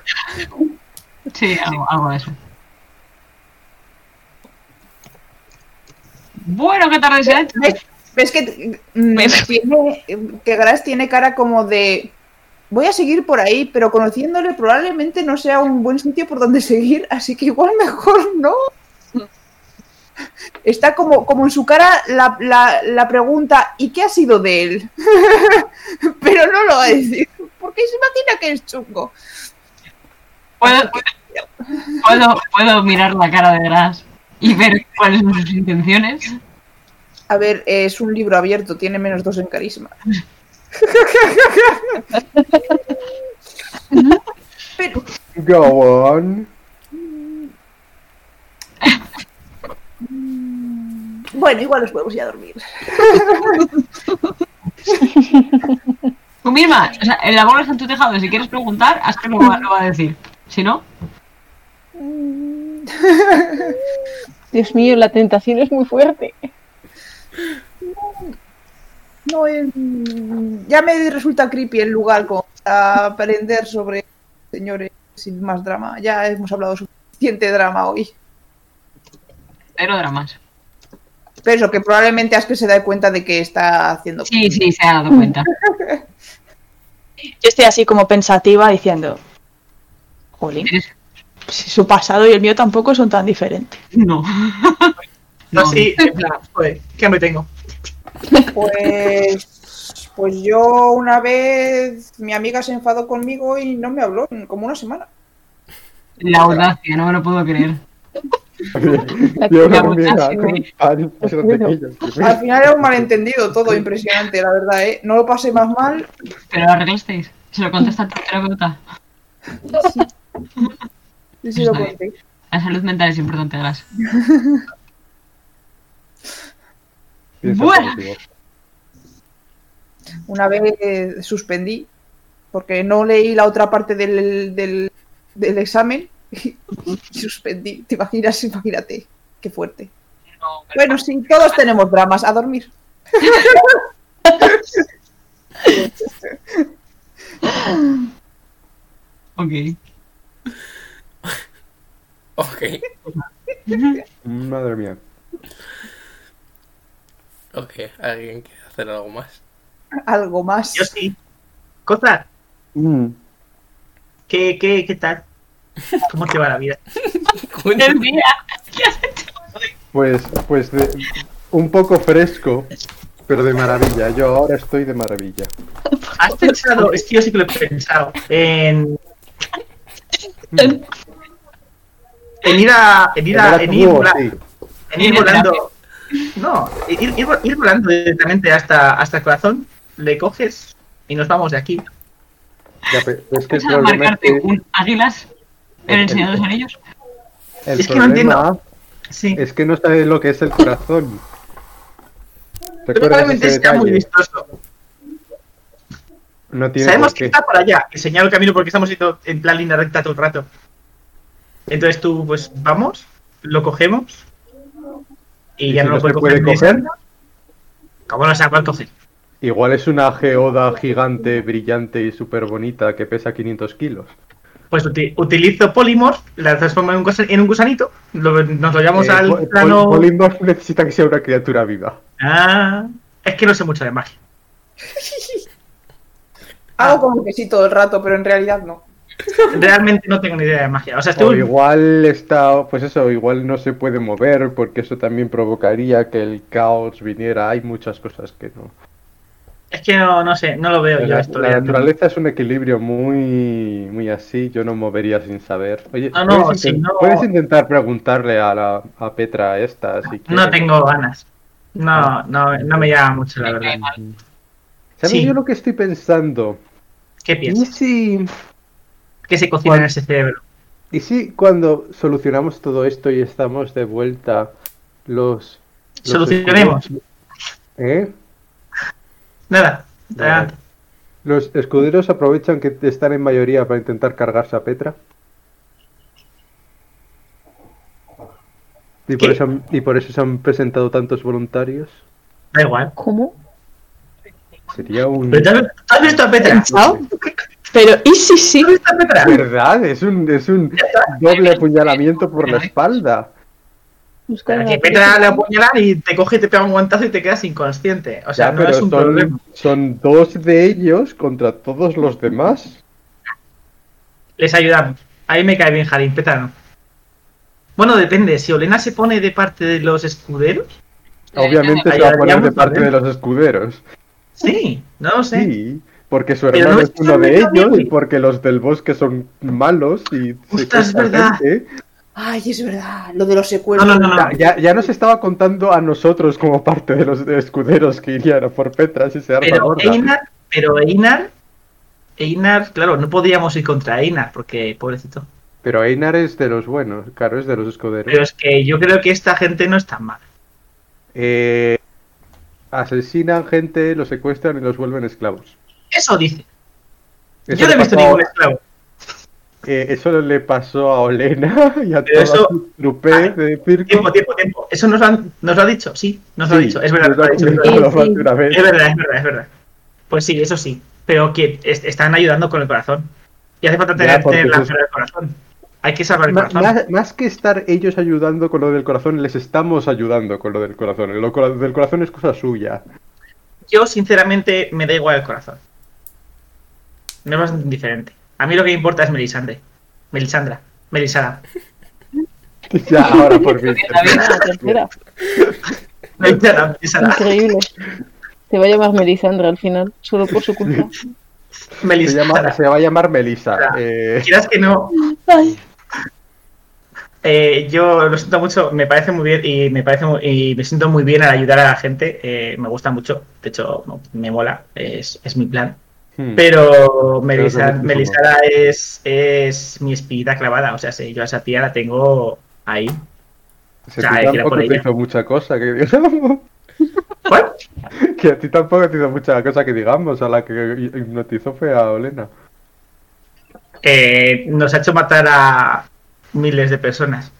Sí, algo, algo de eso. Bueno, qué tarde se ha hecho. ¿Ves, ves que mm, tiene, que Gras tiene cara como de voy a seguir por ahí, pero conociéndole probablemente no sea un buen sitio por donde seguir, así que igual mejor no. Está como, como en su cara la, la- la pregunta ¿y qué ha sido de él? pero no lo va a decir, porque se imagina que es chungo. Puedo, puedo, puedo mirar la cara de Gras y ver cuáles son sus intenciones. A ver, es un libro abierto, tiene menos dos en carisma. pero, Go on. Bueno, igual nos podemos ir a dormir. Tú misma, o sea, el labor está en tu tejado. Si quieres preguntar, Asker lo va, lo va a decir. Si no, Dios mío, la tentación es muy fuerte. No, eh, ya me resulta creepy el lugar como para aprender sobre señores sin más drama. Ya hemos hablado suficiente drama hoy. cero dramas. Pero eso, que probablemente Asker se da cuenta de que está haciendo... Sí, sí, se ha dado cuenta. Yo estoy así como pensativa diciendo. Jolín, Eres- si su pasado y el mío tampoco son tan diferentes. No. No. Así, en plan, joder, ¿qué hambre tengo? Pues, pues yo una vez mi amiga se enfadó conmigo y no me habló en como una semana. La audacia, no me lo puedo creer. Yo La no me boca iba se con ve. un pan, eso no te quillo. Al final era un malentendido, todo impresionante, la verdad, ¿eh? No lo pasé más mal. Pero lo arreglasteis. Se lo contesta tu terapeuta. y sí lo conté. La salud mental es importante, Gras. Piensa Buah. positivo. Una vez eh, suspendí porque no leí la otra parte del, del, del examen y suspendí. ¿Te imaginas? Imagínate. Qué fuerte. No, pero- Bueno, sí, todos tenemos dramas. A dormir. Ok. Ok, Madre mía. ok. ¿Alguien quiere hacer algo más? Algo más. Yo sí. Cosa, Mm, ¿qué, qué, qué tal? ¿Cómo te va la vida? El día. ¿Qué has hecho? Pues, pues de- un poco fresco, pero de maravilla. Yo ahora estoy de maravilla. ¿Has pensado, es que yo sí que lo he pensado, en Mm, En ir a. En ir a. Era En ir, como, vola- sí. en ir volando. No, ir, ir, ir volando directamente hasta, hasta el corazón, le coges y nos vamos de aquí. Ya, pe- es que el ¿Vas a problema es marcarte que- un águilas en el Señor de los Anillos? el Es que no problema Sí. es que no sabe lo que es el corazón. ¿Recuerdas Probablemente ese sea muy detalle? vistoso. No tiene Sabemos por que qué. está para allá. Y señalo el camino porque estamos yendo en plan línea recta todo el rato. Entonces tú, pues vamos, lo cogemos. Y, ¿Y ya si no lo no se puede puede coger. ni coger? Sandra. ¿Cómo no se la puede coger? Igual es una geoda gigante, brillante y súper bonita que pesa 500 kilos. Pues uti- utilizo Polymorph, la transformo en un, gusa- en un gusanito, lo- nos lo llevamos Eh, al Pol- Pol- plano. Polymorph necesita que sea una criatura viva. Ah, es que no sé mucho de magia. Hago como que sí todo el rato, pero en realidad no. Realmente no tengo ni idea de magia. O sea, O estoy. igual está, pues eso, igual no se puede mover porque eso también provocaría que el caos viniera. Hay muchas cosas que no. Es que no, no sé, no lo veo yo La, esto. la de- naturaleza es un equilibrio muy, muy así, yo no movería sin saber. Oye, No, Ah, no, puedes, si inten- no- puedes intentar preguntarle a, la, a Petra esta, si No quieres. tengo ganas. No, no, no me llama mucho, la verdad. ¿Sabes sí. yo lo que estoy pensando? ¿Qué ¿Y piensas? si, ¿Qué se cocina en ese cerebro? ¿Y si cuando solucionamos todo esto y estamos de vuelta, los... los Solucionemos. escuderos- ¿Eh? Nada. Ah, Vale. adelante. Los escuderos aprovechan que están en mayoría para intentar cargarse a Petra. Y por, ¿Qué? eso, han- y por eso se han presentado tantos voluntarios. Da igual. ¿Cómo? Sería un... Pero ¿tú, has- tú has visto a Petra? ¿Chao? Pero, ¿y sí, sí? Eh, ¿Tú has visto a Petra? ¿Verdad? Es un, es un doble apuñalamiento por la espalda. Buscar Pero Que Petra le apuñalan y te coge y te pega un guantazo y te quedas inconsciente. O sea, Ya, no es un problema. son, son dos de ellos contra todos los demás. Les ayudamos. A mí me cae bien Harim, Petra no. Bueno, depende. Si Olena se pone de parte de los escuderos, Obviamente se va a poner de parte de los escuderos. sí, no lo sé. Sí, porque su Pero hermano no es es uno de solamente ellos Billy. y porque los del bosque son malos y secuestran Ostras, es verdad. Ah. gente. Ay, es verdad, lo de los No, secuestros. no, no, no. Ya, ya- ya nos estaba contando a nosotros como parte de los escuderos que irían a por Petra si se arma Pero gorda. Einar, pero Einar, Einar, claro, no podíamos ir contra Einar, porque pobrecito. Pero Einar es de los buenos, claro, es de los escuderos. Pero es que yo creo que esta gente no es tan mala. Eh, asesinan gente, los secuestran y los vuelven esclavos. Eso dice. Eso yo no le he visto pasó a- ningún esclavo. eh, eso le pasó a Olena y a Pero toda eso- Ah, su trupe de circo. Tiempo, tiempo, tiempo. Eso nos lo, han- nos lo ha dicho, sí, nos lo ha Sí, dicho. Es verdad, nos nos lo ha dicho. Es comentado verdad, Sí, sí. una vez. es verdad, es verdad, es verdad. Pues sí, eso sí. Pero que es- están ayudando con el corazón. Y hace falta Ya, tener, porque tener la eso es- fe del corazón. Hay que salvar el Ma- corazón. Más, más que estar ellos ayudando con lo del corazón, les estamos ayudando con lo del corazón. Lo cora- del corazón es cosa suya. Yo, sinceramente, me da igual el corazón. Me es bastante indiferente. A mí lo que me importa es Melisandre. Melisandra. Melisada. Ya, ahora por fin. la tercera. Melisandra, Melisada. Increíble. Se va a llamar Melisandra al final, solo por su culpa. Se, llama- Melisandra. se va a llamar Melissa. Eh, Quieras que no, Ay, Eh, yo lo siento mucho, me parece muy bien y me parece muy- y me siento muy bien al ayudar a la gente, eh, me gusta mucho, de hecho no, me mola, es, es mi plan. hmm. Pero Melisa- es muy Melisada es, es mi espinita clavada, o sea, sí, yo a esa tía la tengo ahí. Se- ya, tú eh, que la tampoco por te ella. hizo mucha cosa que digamos. ¿Cuál? Que a ti tampoco te hizo mucha cosa que digamos. A la que hipnotizó fue a Olena. Eh, nos ha hecho matar a miles de personas.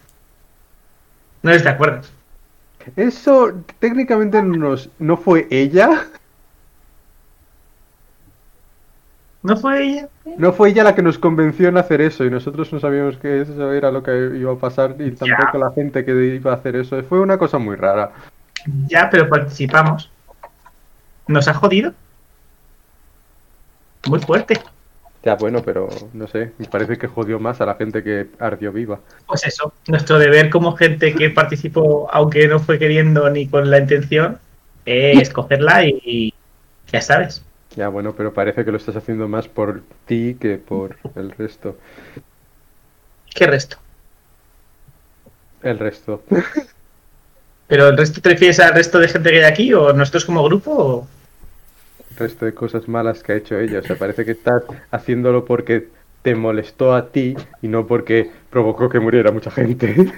No sé si te acuerdas. Eso técnicamente no, nos- no fue ella. ¿No fue ella? No fue ella la que nos convenció en hacer eso y nosotros no sabíamos que eso era lo que iba a pasar y tampoco la gente que iba a hacer eso. Fue una cosa muy rara. Ya, pero participamos. Nos ha jodido. Muy fuerte. Ya, bueno, pero no sé, me parece que jodió más a la gente que ardió viva. Pues eso, nuestro deber como gente que participó, aunque no fue queriendo ni con la intención, es cogerla y, y ya sabes. Ya, bueno, pero parece que lo estás haciendo más por ti que por el resto. ¿Qué resto? El resto. ¿Pero el resto te refieres al resto de gente que hay aquí o nosotros como grupo? o- El resto de cosas malas que ha hecho ella. O sea, parece que estás haciéndolo porque te molestó a ti y no porque provocó que muriera mucha gente.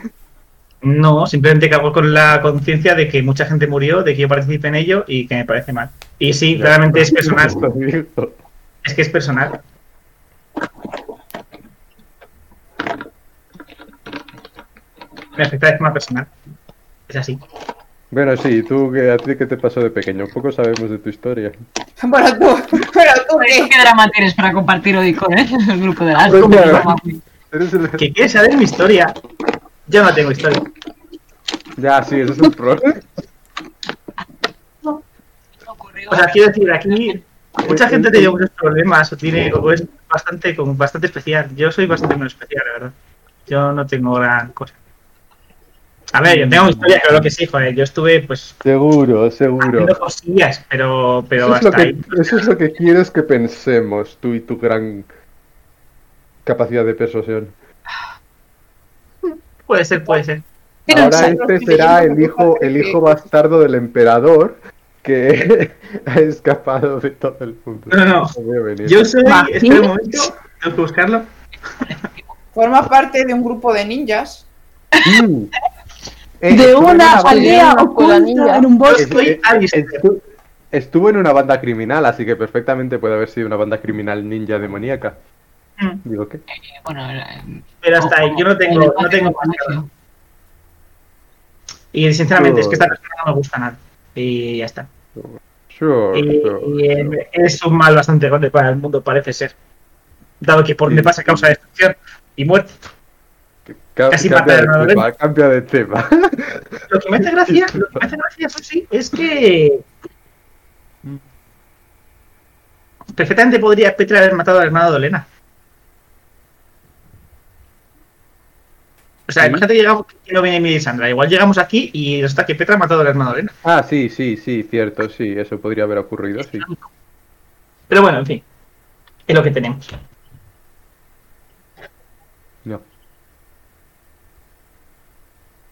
No, simplemente que hago con la conciencia de que mucha gente murió, de que yo participé en ello y que me parece mal. Y sí, claramente es personal. Es que es personal. Me afecta de forma personal. Es así. Bueno, sí, ¿tú qué- a ti qué te pasó de pequeño? Poco sabemos de tu historia. Bueno, tú, pero tú ¿Qué qué. drama tienes para compartir hoy con el grupo de las Pues mira, Eres ¿Que el- quieres saber mi historia? Yo no tengo historia. Ya, sí, ese es el problema. ocurrió. O sea, quiero decir, aquí mucha gente tiene muchos problemas o tiene o es bastante, como bastante especial. Yo soy bastante menos especial, la verdad. Yo no tengo gran cosa. A ver, yo tengo mi historia, claro que sí, joder. Yo estuve, pues, Seguro, seguro. haciendo cosillas, pero, pero Eso es, lo hasta que, ahí. ¿eh? eso es lo que quieres que pensemos, tú y tu gran capacidad de persuasión. Puede ser, puede ser. Pero, o Ahora sea, este será el hijo, el hijo bastardo del emperador que ha escapado de todo el mundo. No, no, no. voy a venir. Yo soy. Martín. Espera un momento, tengo que buscarlo. Forma parte de un grupo de ninjas. Mm. Eh, de estuvo en una banda- aldea una escuela ninja. oculta en un bosque. Estoy eh, Alistair. estu- Estuvo en una banda criminal, así que perfectamente puede haber sido una banda criminal ninja demoníaca. Mm. Digo, ¿qué? Eh, bueno, eh, Pero hasta ahí, yo no tengo, no tengo conexión. Y sinceramente, es que Yo- esta persona no me gusta nada. Y ya está. Sure, Y, sure, Eh, y sure. es- es un mal bastante grande para el mundo, parece ser. Dado que Sí. por donde pasa causa destrucción y muerte. Ca- casi cambia, mata de a tema, cambia de tema. Lo que me hace gracia, lo que me hace gracia, pues sí, es que. Mm. Perfectamente podría Petra haber matado al hermano de Olena. O sea, Sí. imagínate que llegamos que no viene Melisandra. Igual llegamos aquí y resulta que Petra ha matado al hermano de Olena. Ah, sí, sí, sí, cierto, sí, eso podría haber ocurrido, sí. Pero bueno, en fin. Es lo que tenemos. No.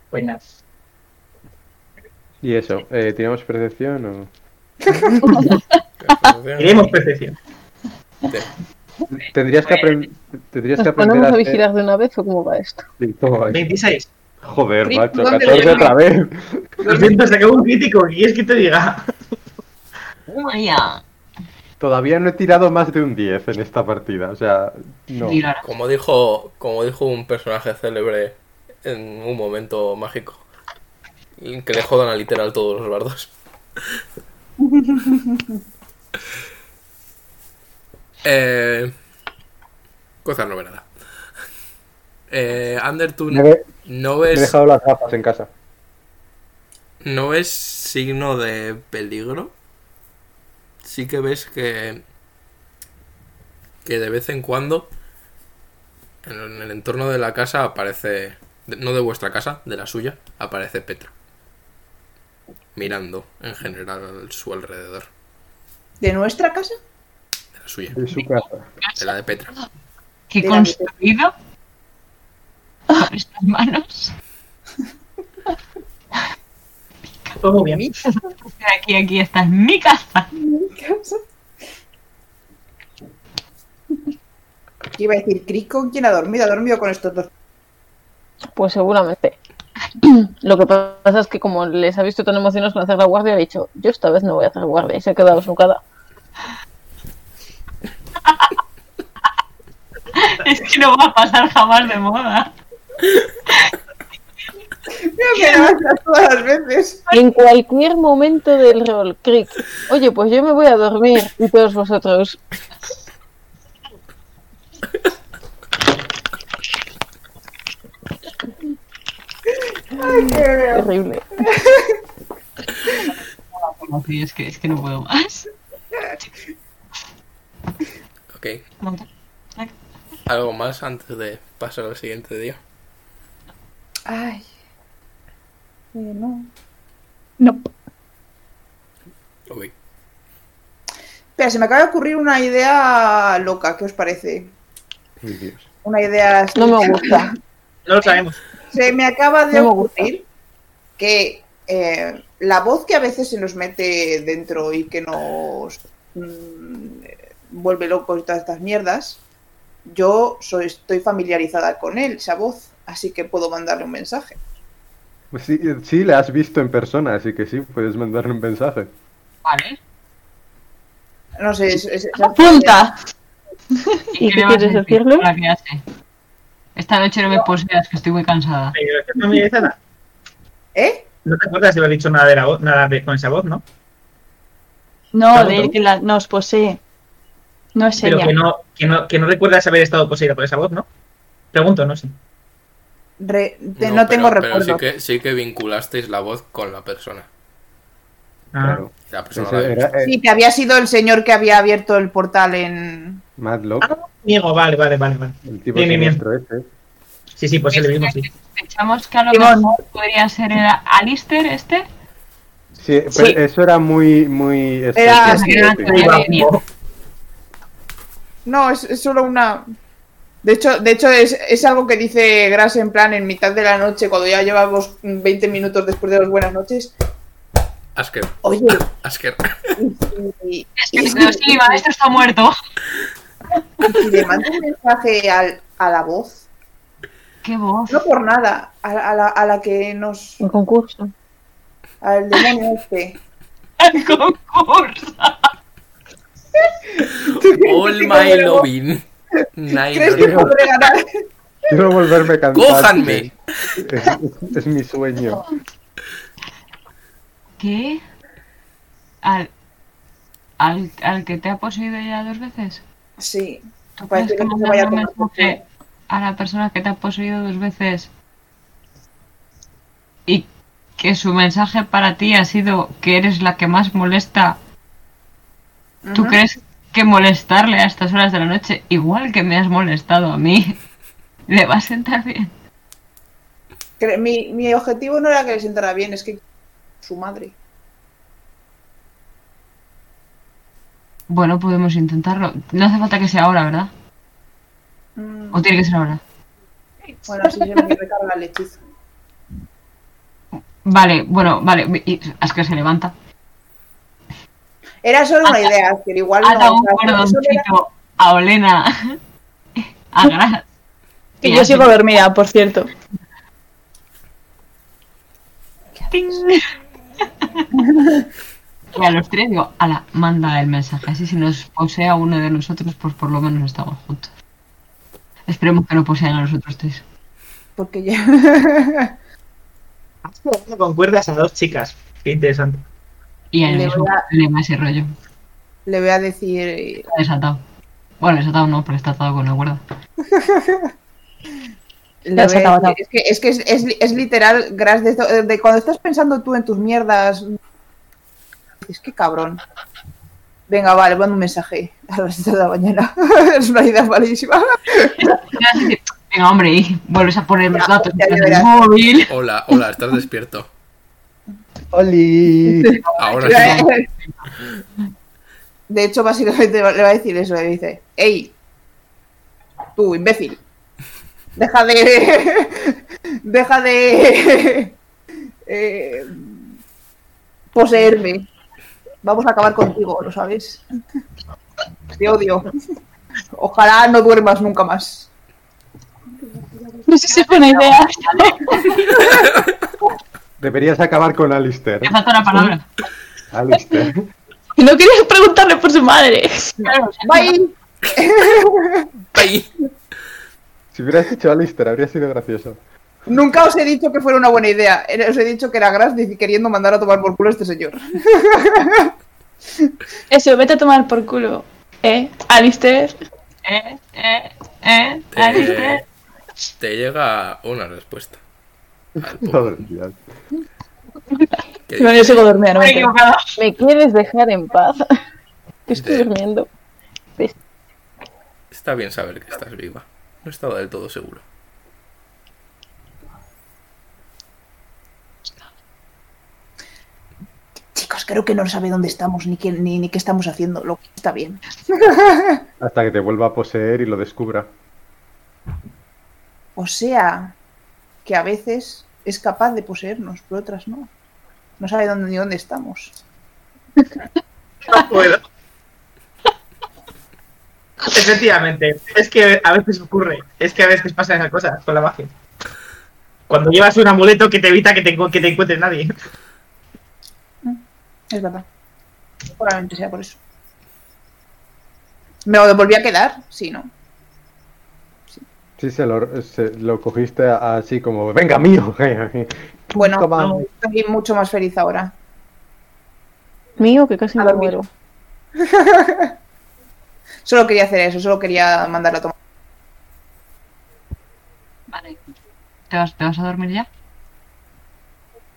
Pues nada. Y eso, eh, ¿teníamos percepción o...? Ah, Queremos percepción. Tendrías que, apren- tendrías que ¿Nos aprender ponemos a hacer- eh. vigilar de una vez o cómo va esto? Sí, toma ahí. 26. Joder, Rip, macho, ¿dónde 14 lo otra vez. Lo siento, se acabó un crítico. ¿Qué es que te diga? Vaya, Todavía no he tirado más de un 10 en esta partida, o sea, no. dirá. Como dijo, como dijo un personaje célebre en un momento mágico, que le jodan a literal todos los bardos. eh, cosas no ve nada. Eh, Ander, tú Me he, no me he ves, dejado las gafas en casa. no ves signo de peligro. Sí que ves que que de vez en cuando en en el entorno de la casa aparece, de- no de vuestra casa, de la suya, aparece Petra. Mirando en general su alrededor, ¿De nuestra casa? de la suya, De su casa. de la de Petra. ¿Qué Mira, construido? Con estas manos. Todo muy bien. ¿Mi Aquí, aquí, esta es mi casa. casa? ¿Qué iba a decir? ¿Cri con quién ha dormido? Ha dormido con estos dos. Pues seguramente. Lo que pasa es que como les ha visto tan emocionados con hacer la guardia, ha dicho, yo esta vez no voy a hacer guardia y se ha quedado socada. Es que no va a pasar jamás de moda. Mira que me vas todas las veces. En cualquier momento del rol, cric, oye, pues yo me voy a dormir y todos vosotros. Terrible. Bueno, sí, Es que, es que no puedo más. Ok, ¿algo más antes de pasar al siguiente día? Ay. Eh, no. No. Ok, Espera, se me acaba de ocurrir una idea loca, ¿qué os parece? Uy, Dios. una idea. así. No me gusta. No lo sabemos. Se me acaba de No me gusta. ocurrir que eh, la voz que a veces se nos mete dentro y que nos mm, eh, vuelve locos y todas estas mierdas, yo soy, estoy familiarizada con él, esa voz, así que puedo mandarle un mensaje. Pues Sí, sí, la has visto en persona, así que sí, puedes mandarle un mensaje. Vale. No sé, es, es- es- ¡Apunta! ¿Y qué le vas a quieres decir? decirle? Hola, ¿qué hace? Esta noche no me poseas, que estoy muy cansada. Pero es que no me dice nada. ¿Eh? No te acuerdas de haber dicho nada de la voz, nada de- con esa voz, ¿no? No, de él que la- nos posee. No es Pero ella. que no, que no, que no recuerdas haber estado poseída por esa voz, ¿no? Pregunto, no sé. re- te- no, tengo pero, recuerdo. Pero sí que, sí que vinculasteis la voz con la persona. Ah, Claro. La persona la Ese había era visto. eh, Sí, que había sido el señor que había abierto el portal en... Matlock, Ah, Diego, vale, vale, vale, vale. el tipo bien, bien, bien. siniestro ese. Sí, sí, pues sí, le vimos, sí. Pensamos que a lo Simón. mejor podría ser el Alistair este. Sí, pero Sí. eso era muy, muy... Era- estético, era- sí. Ahí va. Bien. No, es, es solo una... De hecho, de hecho es, es algo que dice Gras en plan en mitad de la noche, cuando ya llevamos 20 minutos después de las buenas noches. Asker, Oye, Asker. y- Pero sí, mi maestro está muerto. y le mando un mensaje al- a la voz. Qué voz. No por nada, a, a la, a la que nos... En concurso. al demonio este. El concurso. All my loving. Nine ¿Crees que Rings. podré ganar? Quiero volverme cantante. ¡Cójanme! Es, es- es mi sueño. ¿Qué? ¿Al, al, al que te ha poseído ya dos veces? Sí. ¿Tú Parece crees que que Pues no se mandar vaya a un tomar por mensaje a la persona que te ha poseído dos veces y que su mensaje para ti ha sido que eres la que más molesta? ¿Tú Ujú. crees que molestarle a estas horas de la noche, igual que me has molestado a mí, le va a sentar bien? Cre- Mi, mi objetivo no era que le sentara bien, es que su madre. Bueno, podemos intentarlo. No hace falta que sea ahora, ¿verdad? Mm, ¿O tiene que ser ahora? Bueno, así se me recarga el hechizo. Vale, bueno, vale. Y Asker se levanta. Era solo una Ata- idea, pero igual Ata Ah, no. un o sea, eso era- cordoncito a Olena. A Gras. Que yo sigo dormida, por cierto. Y a los tres digo, ala, manda el mensaje. Así si nos posea uno de nosotros, pues por lo menos estamos juntos. Esperemos que no posean a los otros tres. Porque ya. Has probado con cuerdas a dos chicas. Qué interesante. Y a él Le mismo voy a- le va ese rollo. Le voy a decir. eh, Está desatado. Bueno, desatado no, pero está atado con la cuerda. le Ya voy se a acaba, decir- Es que, es, que es, es li- es literal, Gras, de, esto- eh, de cuando estás pensando tú en tus mierdas. Es que cabrón. Venga, vale, mando un mensaje a las 7 de la mañana. es una idea malísima. Venga, hombre, y vuelves a poner los Ya, datos ya, ya en el verás. móvil. Hola, hola, estás despierto. ¡Oli! Ahora sí. De hecho, básicamente le va a decir eso, le dice, ¡Ey! Tú, imbécil. Deja de... Deja de... eh, poseerme. Vamos a acabar contigo, ¿lo sabes? Te odio. Ojalá no duermas nunca más. No sé si es buena idea. Deberías acabar con Alistair. Te falta una palabra. Alistair. No querías preguntarle por su madre. Claro, o sea, Bye. Ahí. Si hubieras dicho Alistair, habría sido gracioso. Nunca os he dicho que fuera una buena idea. Era- Os he dicho que era Gras dic- queriendo mandar a tomar por culo a este señor. Eso, vete a tomar por culo. ¿Eh? Alistair. eh, eh, eh, Alistair. Te, te llega una respuesta. Al Todo poco. el día. Que No, yo sigo dormida, no me entero. ¿Me quieres dejar en paz? Que estoy Sí. durmiendo. Está bien saber que estás viva. No estaba del todo seguro. Chicos, creo que no sabe dónde estamos ni qué, ni, ni qué estamos haciendo, lo que está bien. Hasta que te vuelva a poseer y lo descubra. O sea, que a veces es capaz de poseernos, pero otras no. No sabe dónde ni dónde estamos. No puedo. Efectivamente, es que a veces ocurre, es que a veces pasan esas cosas con la magia. Cuando llevas un amuleto que te evita que te, encu- que te encuentre nadie. Es verdad. Probablemente sea por eso. ¿Me lo volví a quedar? Sí, ¿no? Sí, se lo, se lo cogiste a- así como, venga mío. Bueno, Toma. no, estoy mucho más feliz ahora. Mío, que casi A me dormir. muero. Solo quería hacer eso, solo quería mandarla a tomar. Vale. ¿Te vas, te vas a dormir ya?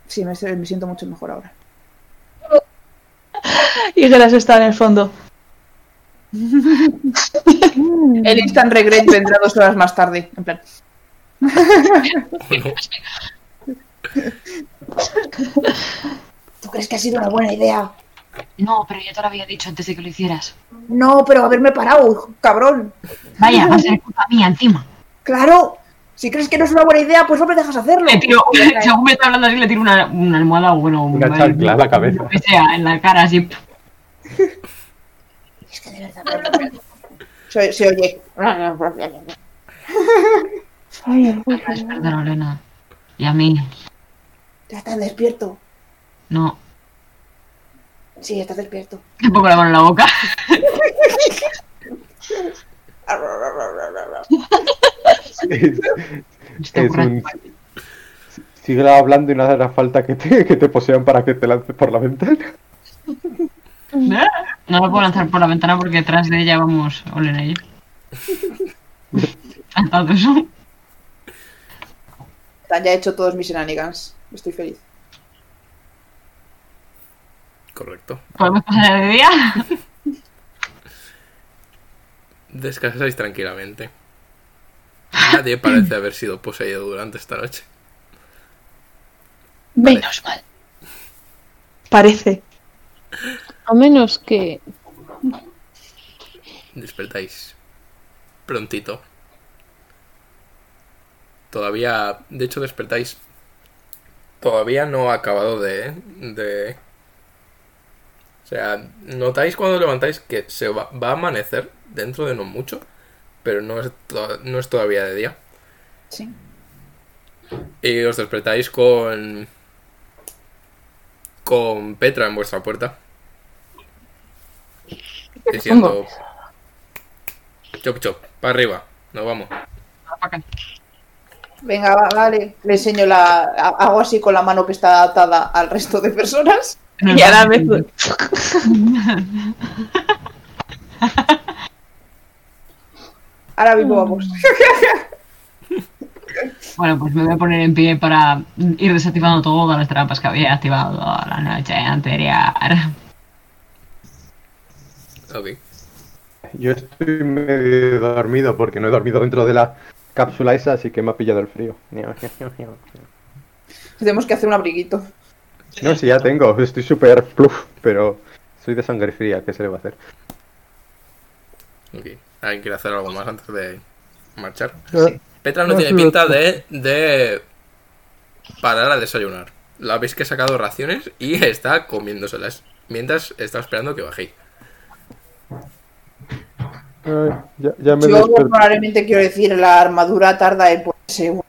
Sí, me, me siento mucho mejor ahora. Y Geras está en el fondo. El instant regret vendrá dos horas más tarde. En plan, ¿Tú crees que ha sido una buena idea? No, pero ya te lo había dicho antes de que lo hicieras. No, pero haberme parado, cabrón. Vaya, va a ser culpa mía encima. Claro, si crees que no es una buena idea, pues no me dejas hacerlo. Eh, Le tiro, según me está hablando así, le tiro una, una almohada o bueno, un- Una chancla a la cabeza. Lo que sea, en la cara así. Es que de verdad, de verdad. se, se oye. Es verdad, Lorena. Y a mí, ya estás despierto. no. Sí, estás despierto. Un poco la mano en la boca. Es, Está es ocurriendo. un... Sigue hablando y no hará falta que te, que te posean para que te lances por la ventana. No la puedo lanzar por la ventana porque detrás de ella vamos Olena y yo. Hasta eso. Están ya hecho todos mis enanigans. Estoy feliz. Correcto. ¿Podemos pasar de día? Descansáis tranquilamente. Nadie parece haber sido poseído durante esta noche. Menos mal. Parece. A menos que Despertáis prontito. Todavía, de hecho, despertáis. Todavía no ha acabado de, de- O sea, notáis cuando levantáis que se va, va a amanecer dentro de no mucho, pero no es, to- no es todavía de día. Sí. Y eh, os despertáis con. con Petra en vuestra puerta. Diciendo. Chop chop, para arriba, nos vamos. Venga, va- vale. Le enseño la. ha- Hago así con la mano que está atada al resto de personas. Y a la vez. Ahora mismo vamos. Bueno, pues me voy a poner en pie para ir desactivando todas las trampas que había activado la noche anterior. Ok. Yo estoy medio dormido porque no he dormido dentro de la cápsula esa, así que me ha pillado el frío. Tenemos que hacer un abriguito. No, sí, ya tengo. Estoy súper pluf, pero soy de sangre fría. ¿Qué se le va a hacer? Ok. ¿Alguien quiere hacer algo más antes de marchar? Sí. Petra no No, tiene sí, pinta doctor. de, de parar a desayunar. La veis que ha sacado raciones y está comiéndoselas. Mientras está esperando que bajéis. Ay, Ah, ya, ya me Yo desperté. probablemente quiero decir, la armadura tarda en ponerse. un-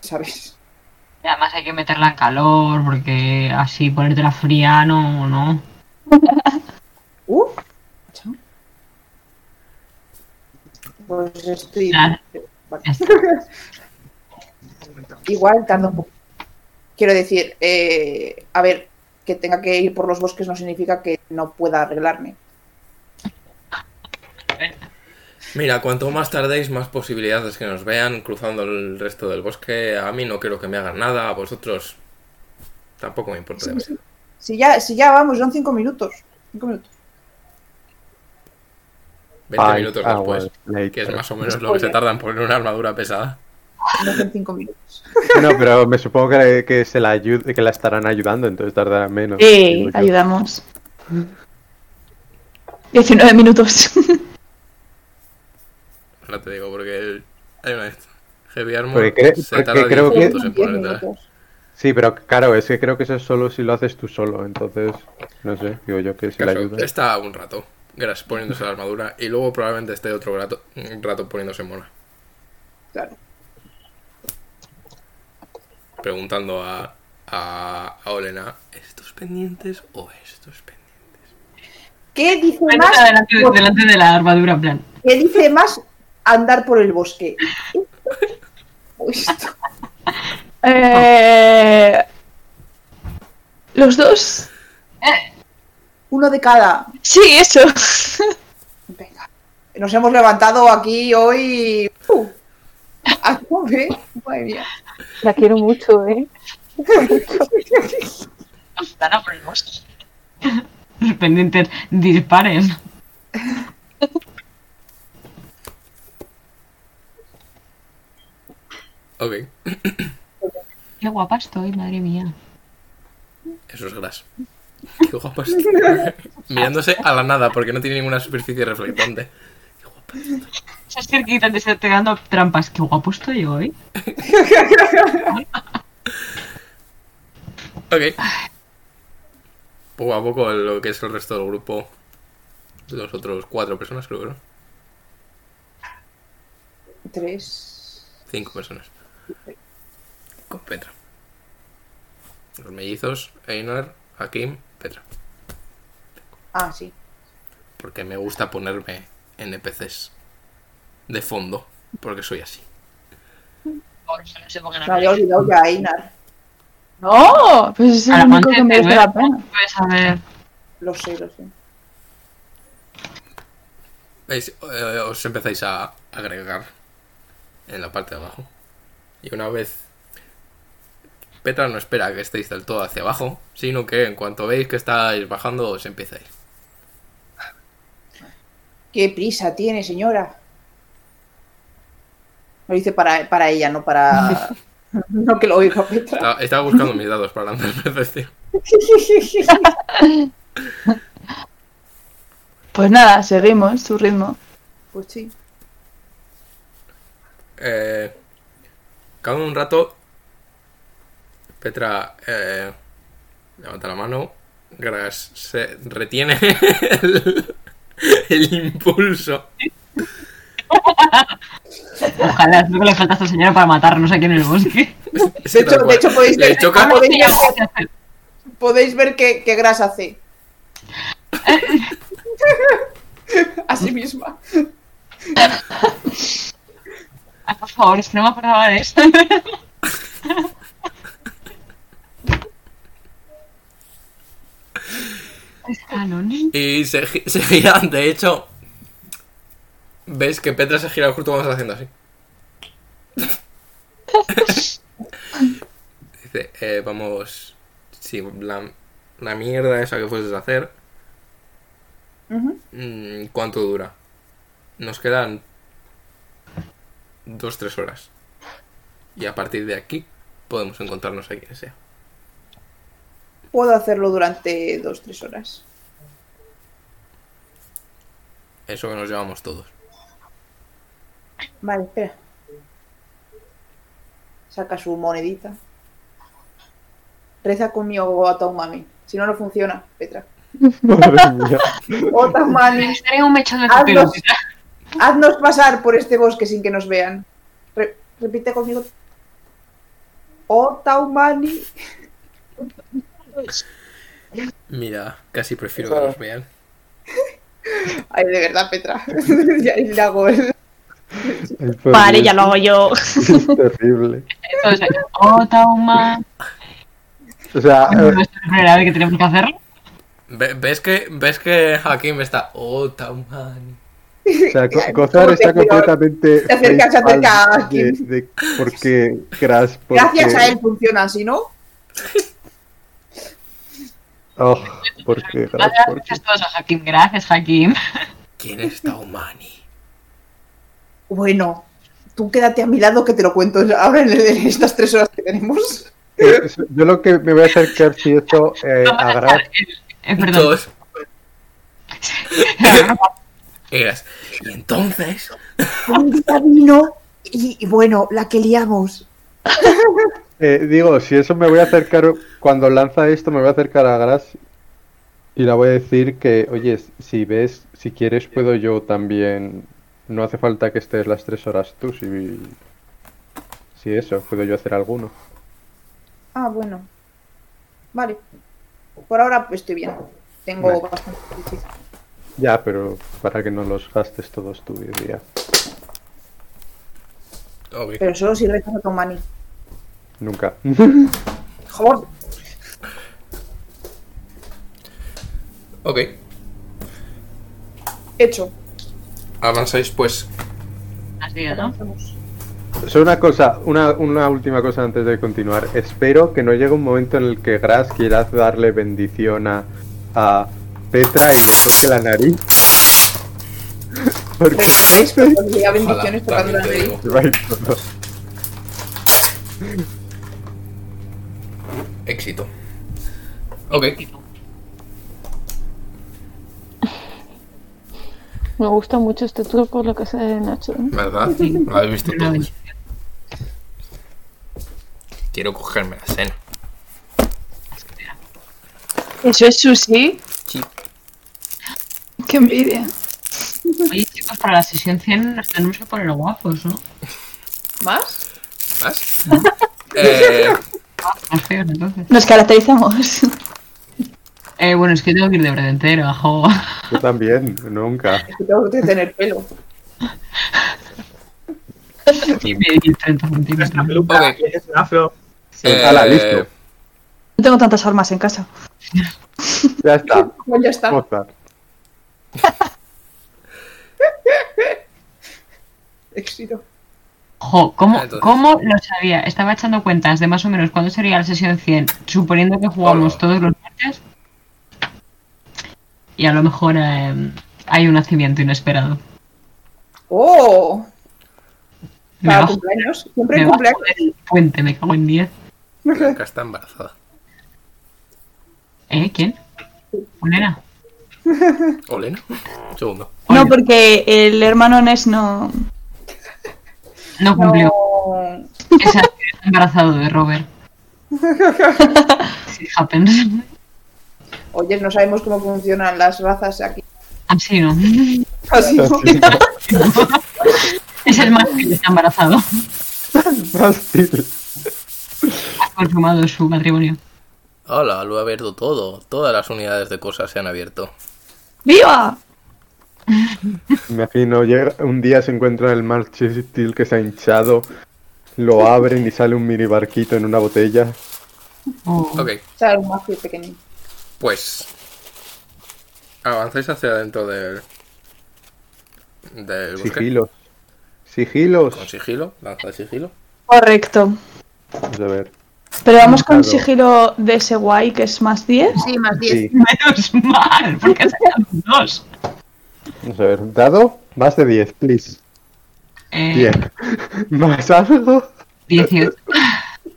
¿Sabes? Y además hay que meterla en calor porque así ponértela fría no, no. Uh. Pues estoy. Claro. Vale. Ya está. Igual tarda un poco. Quiero decir, eh, a ver, que tenga que ir por los bosques no significa que no pueda arreglarme. Mira, cuanto más tardéis, más posibilidades que nos vean cruzando el resto del bosque. A mí no quiero que me hagan nada, a vosotros tampoco me importa. demasiado. Si ya, si ya vamos, son cinco minutos. Cinco minutos. 20 Five minutos después, hours later. que es más o menos lo que se Spoiler. tarda en poner una armadura pesada. No son cinco minutos. No, pero me supongo que, que se la ayud- que la estarán ayudando, entonces tardará menos. Sí, digo yo. ayudamos. 19 minutos. Ahora te digo, porque el- hay una vez. Heavy Armor Porque cre- se tarda porque 10 creo que- minutos en poner detrás. Sí, pero claro, es que creo que eso es solo si lo haces tú solo, entonces, no sé, digo yo que si le Caso, ayuda. está un rato Gras poniéndose la armadura y luego probablemente esté otro rato, rato poniéndose mona. Claro. Preguntando a, a, a Olena, ¿estos pendientes o estos pendientes? ¿Qué dice Bueno, más? delante, delante de la armadura, en plan. ¿Qué dice más andar por el bosque? ¿O esto? Eh, Los dos. Uno de cada. Sí, eso. Nos hemos levantado aquí hoy. ¡uh! a tope. Madre mía. La quiero mucho, ¿eh? Dana por el bosque. Los pendientes disparen. Ok, Qué guapa estoy, madre mía. eso es Gras. Qué guapa estoy. Mirándose a la nada porque no tiene ninguna superficie reflectante. Esas cerquitas de estarte dando trampas. Qué guapo estoy hoy. Ok. Poco a poco lo que es el resto del grupo, los otros cuatro personas creo que ¿no? Tres. Cinco personas. Con Petra. Los mellizos, Einar, Hakim, Petra. Ah, sí. Porque me gusta ponerme NPCs de fondo, porque soy así. Por eso no sé por qué no. Me había olvidado ya, Einar. No, pues es el único Alamante, que merece ¿eh? la pena. Pues a ver. Lo sé, lo sé. ¿Veis? Eh, os empezáis a agregar en la parte de abajo. Y una vez Petra no espera a que estéis del todo hacia abajo, sino que en cuanto veis que estáis bajando os empieza a ir. ¿Qué prisa tiene, señora? Lo dice para, para ella, no para. no que lo oiga Petra. Estaba, estaba buscando mis dados para lanzar percepción. Pues nada, seguimos su ritmo. pues sí. Eh, cada un rato, Petra eh, levanta la mano, Gras se retiene el, el impulso. Ojalá, no le falta a esta señora para matarnos aquí en el bosque. Es que hecho- tal de cual. hecho podéis Le ver- choca- ¿Cómo veis? Podéis ver qué, qué grasa hace. A sí misma. Ay, por favor, es que no me acordaba de esto. Escalones. Y se, gi- se gira, de hecho. Ves que Petra se gira justo cuando está haciendo así. Dice, eh, vamos. Si la, la mierda esa que fueses a hacer. Ujú. mm, ¿Cuánto dura? Nos quedan. Dos, tres horas. Y a partir de aquí podemos encontrarnos a quien sea. Puedo hacerlo durante dos, tres horas. Eso que nos llevamos todos. Vale, espera. Saca su monedita. Reza conmigo o a Taumami. Si no, no funciona, Petra. Madre mía. O Taumami, Necesitaré un mechón de Ah, tu pelo. haznos, haznos pasar por este bosque sin que nos vean. Re- repite conmigo. O Taumani. Mira, casi prefiero que nos vean. Ay, de verdad, Petra. ya le hago el- Ay, por Vale, Dios, ya lo hago yo. es Terrible. Entonces, oh, Tauma. O sea, eh, No es la primera vez que tenemos que hacerlo. Ve- ¿Ves que, ves que Hakim está. Oh, Taumani. O sea, Co- Ay, Cozar ¿cómo te está pido? completamente. Te acercas, te facepalm acercas, de- Kim. de- Porque Crash. Porque... Gracias a él funciona, si no. Oh, porque Crash. Porque... Gracias a todos a Hakim. Gracias, Hakim. ¿Quién es Taumani? Bueno, tú quédate a mi lado que te lo cuento ahora en, en estas tres horas que tenemos. Eh, Yo lo que me voy a acercar si esto eh, a Gras. Eh, perdón. Todos. Y eras, Y entonces, Un día vino Y, y bueno, la que liamos. Eh, digo, si eso me voy a acercar, cuando lanza esto me voy a acercar a Gras y la voy a decir que, oye, si ves, si quieres puedo yo también, no hace falta que estés las tres horas tú, si, si eso, puedo yo hacer alguno. Ah, bueno. Vale. Por ahora pues, estoy bien. Tengo Vale. bastante difícil. Ya, pero para que no los gastes todos tú, diría. Ok. Pero solo si rezas con Mani. Nunca. Joder. Ok. Hecho. Avanzáis pues. Has dicho, ¿no? Solo una cosa, una, una última cosa antes de continuar. Espero que no llegue un momento en el que Gras quiera darle bendición a, a Petra y le toque la nariz. Porque ¿Recordáis que os Ojalá, leía bendiciones tocando la también te nariz? digo. se va a ir todo. Éxito. Ok. Me gusta mucho este tour por lo que sé de Nacho. ¿eh? ¿Verdad? Lo habéis visto Una todos. bendición. Quiero cogerme la cena. Eso es sushi. Sí. Qué envidia. Oye, chicos, para la sesión 100 nos tenemos que poner guapos, ¿no? ¿Más? ¿Más? Eh, Más feos, entonces. Nos caracterizamos. Eh, bueno, es que tengo que ir de verde entero, ajo. Yo también, nunca. Que tengo que tener pelo. Y medir 30 Es una centímetros. peluca, Ok. es un afro. eh, Hala, Ah, listo. No tengo tantas armas en casa. Ya está. Pues Bueno, ya está. Oh. Mozart. Éxito. Jo, ¿cómo, Ah, Entonces- ¿cómo lo sabía? Estaba echando cuentas de más o menos cuándo sería la sesión 100, suponiendo que jugamos Hola. todos los martes. Y a lo mejor eh, hay un nacimiento inesperado. ¡Oh! Ah, Me Cada bajo, cumpleaños. Siempre me hay bajo cumpleaños. del puente, me cago en 10. Blanca está embarazada. ¿Eh? ¿Quién? ¿Ulena? ¿Olena? Un segundo. No, pues, porque el hermano Nes no. No cumplió. No. Esa está embarazado de Robert. It happens. Oye, no sabemos cómo funcionan las razas aquí. Así no. Ah, Así ¿no? Es el más que está embarazado. Fácil. Ha consumado su matrimonio. Hola, lo he abierto todo. Todas las unidades de cosas se han abierto. ¡Viva! Imagino, llega, un día se encuentra el marchitil que se ha hinchado, lo abren y sale un mini barquito en una botella. Oh. Ok, O sea, un más pequeño. pues. Avanzáis hacia adentro del. del bosque. Sigilos. Sigilos. Con sigilo, lanza de sigilo. Correcto. Vamos a ver. Pero vamos con Claro. sigilo de ese guay que es más 10. Sí, más 10. Sí, Menos mal, porque sacamos dos. vamos a ver. Dado, más de 10, please. Eh, 10. Más algo. 18.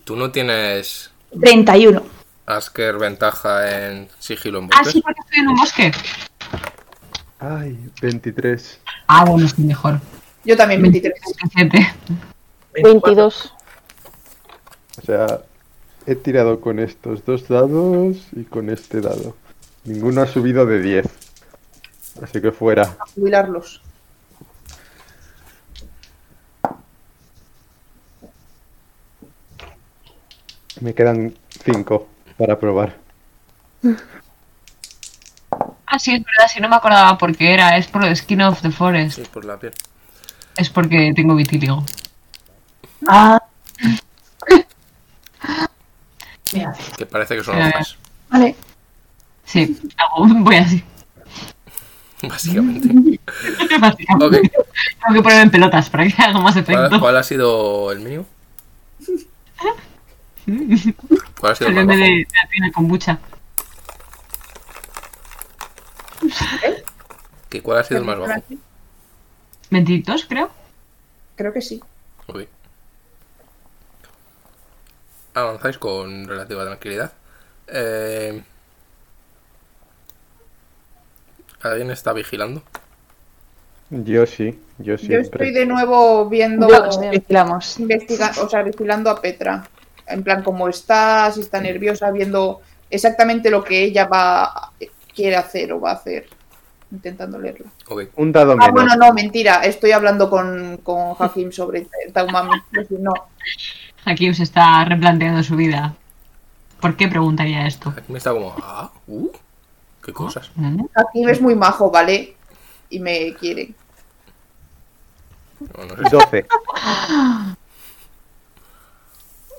Tú no tienes. 31. Asker ventaja en sigilo en Ah, bosque. sí, porque estoy en un bosque. Ay, 23. Ah, bueno, estoy mejor. Yo también 23. 27. 22. O sea, he tirado con estos dos dados y con este dado. Ninguno ha subido de 10. Así que fuera. A jubilarlos. Me quedan 5 para probar. Ah, sí, es verdad, si no me acordaba por qué era. Es por lo de Skin of the Forest. Sí, por la piel. Es porque tengo vitíligo. Ah, Que parece que son Eh. hojas, vale. Sí, hago- voy así. básicamente. Tengo Ok, que ponerme en pelotas para que haga más ¿cuál, efecto. cuál ha sido el mínimo? ¿Cuál ha sido el más Saliéndome de, bajo? de la tienda con mucha. ¿Que ¿Cuál ha sido el más bajo? ¿22, creo? Creo que sí. Ok. Avanzáis con relativa tranquilidad. Eh, ¿Alguien está vigilando? Yo sí, yo Yo siempre. estoy de nuevo viendo, eh, Yo- Vigilamos. investiga- o sea, vigilando a Petra. En plan, cómo está, si está nerviosa, viendo exactamente lo que ella va quiere hacer o va a hacer. Intentando leerlo. Ok. Un dado Ah, menos. bueno, no, mentira. Estoy hablando con, con Hakim sobre Taumami. No, Aquí se está replanteando su vida. ¿Por qué preguntaría esto? Aquí me está como, ah, uh, qué cosas. ¿Mm? Hakim es muy majo, ¿vale? Y me quiere. No, no sé.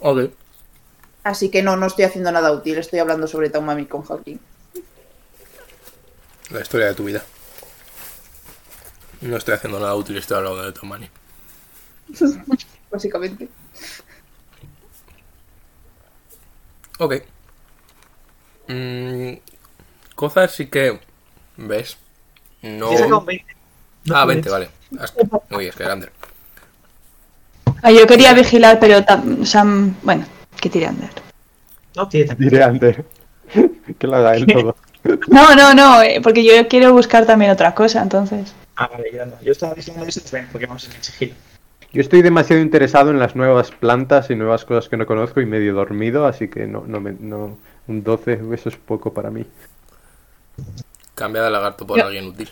12. Ok. Así que no, no estoy haciendo nada útil. Estoy hablando sobre Taumami con Hakim. La historia de tu vida. No estoy haciendo nada útil, estoy hablando de Tomani. Básicamente. Ok. Mm, cosas sí que. ¿Ves? No. Yo saco un 20. No ah, puedes. 20, vale. Has- Uy, es que grande. Ah, Yo quería vigilar, pero tam- Sam, bueno, que tire Ander. No tiene también. Diré antes. que lo haga él todo. No, no, no, eh, porque yo quiero buscar también otra cosa, entonces. Ah, vale, yo no. Yo estaba vigilando eso, ven, porque vamos a exigir. Yo estoy demasiado interesado en las nuevas plantas y nuevas cosas que no conozco y medio dormido, así que no, no, me, no un 12, eso es poco para mí. Cambia de lagarto por alguien útil.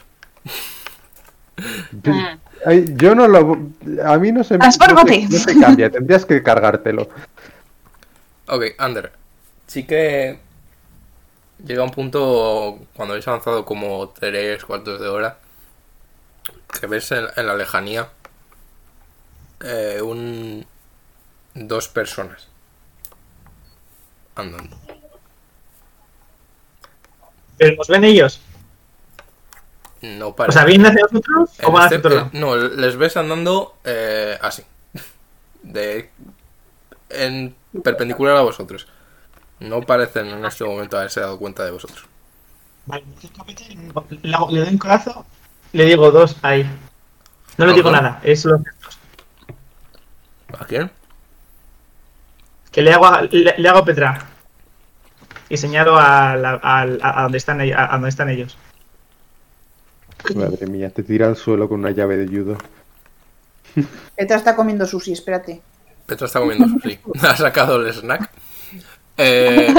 Ah. Mm. Ay, yo no lo... A mí no se... no se- Transfórmate. no se cambia, tendrías que cargártelo. Ok, Ander. Sí que. Llega un punto cuando habéis avanzado como tres cuartos de hora. Que ves en, en la lejanía. eh, un. Dos personas. Andando. Pero nos ven ellos. No para. O sea, ¿vienen hacia nosotros o En van este- hacia otro lado? eh, no, les ves andando eh, así. De, en perpendicular a vosotros. No parecen en este momento haberse dado cuenta de vosotros. Vale, me acerco a Peter y le, hago- le doy un codazo, le digo dos ahí. No le digo Ajá. nada, es lo ¿A quién? que le hago a, le, le hago a Petra. Y señalo a, la- al- a- a donde están, ell- a, a donde están ellos. Madre mía, te tira al suelo con una llave de judo. Petra está comiendo sushi, espérate. Petra está comiendo sushi. ha sacado el snack. Eh,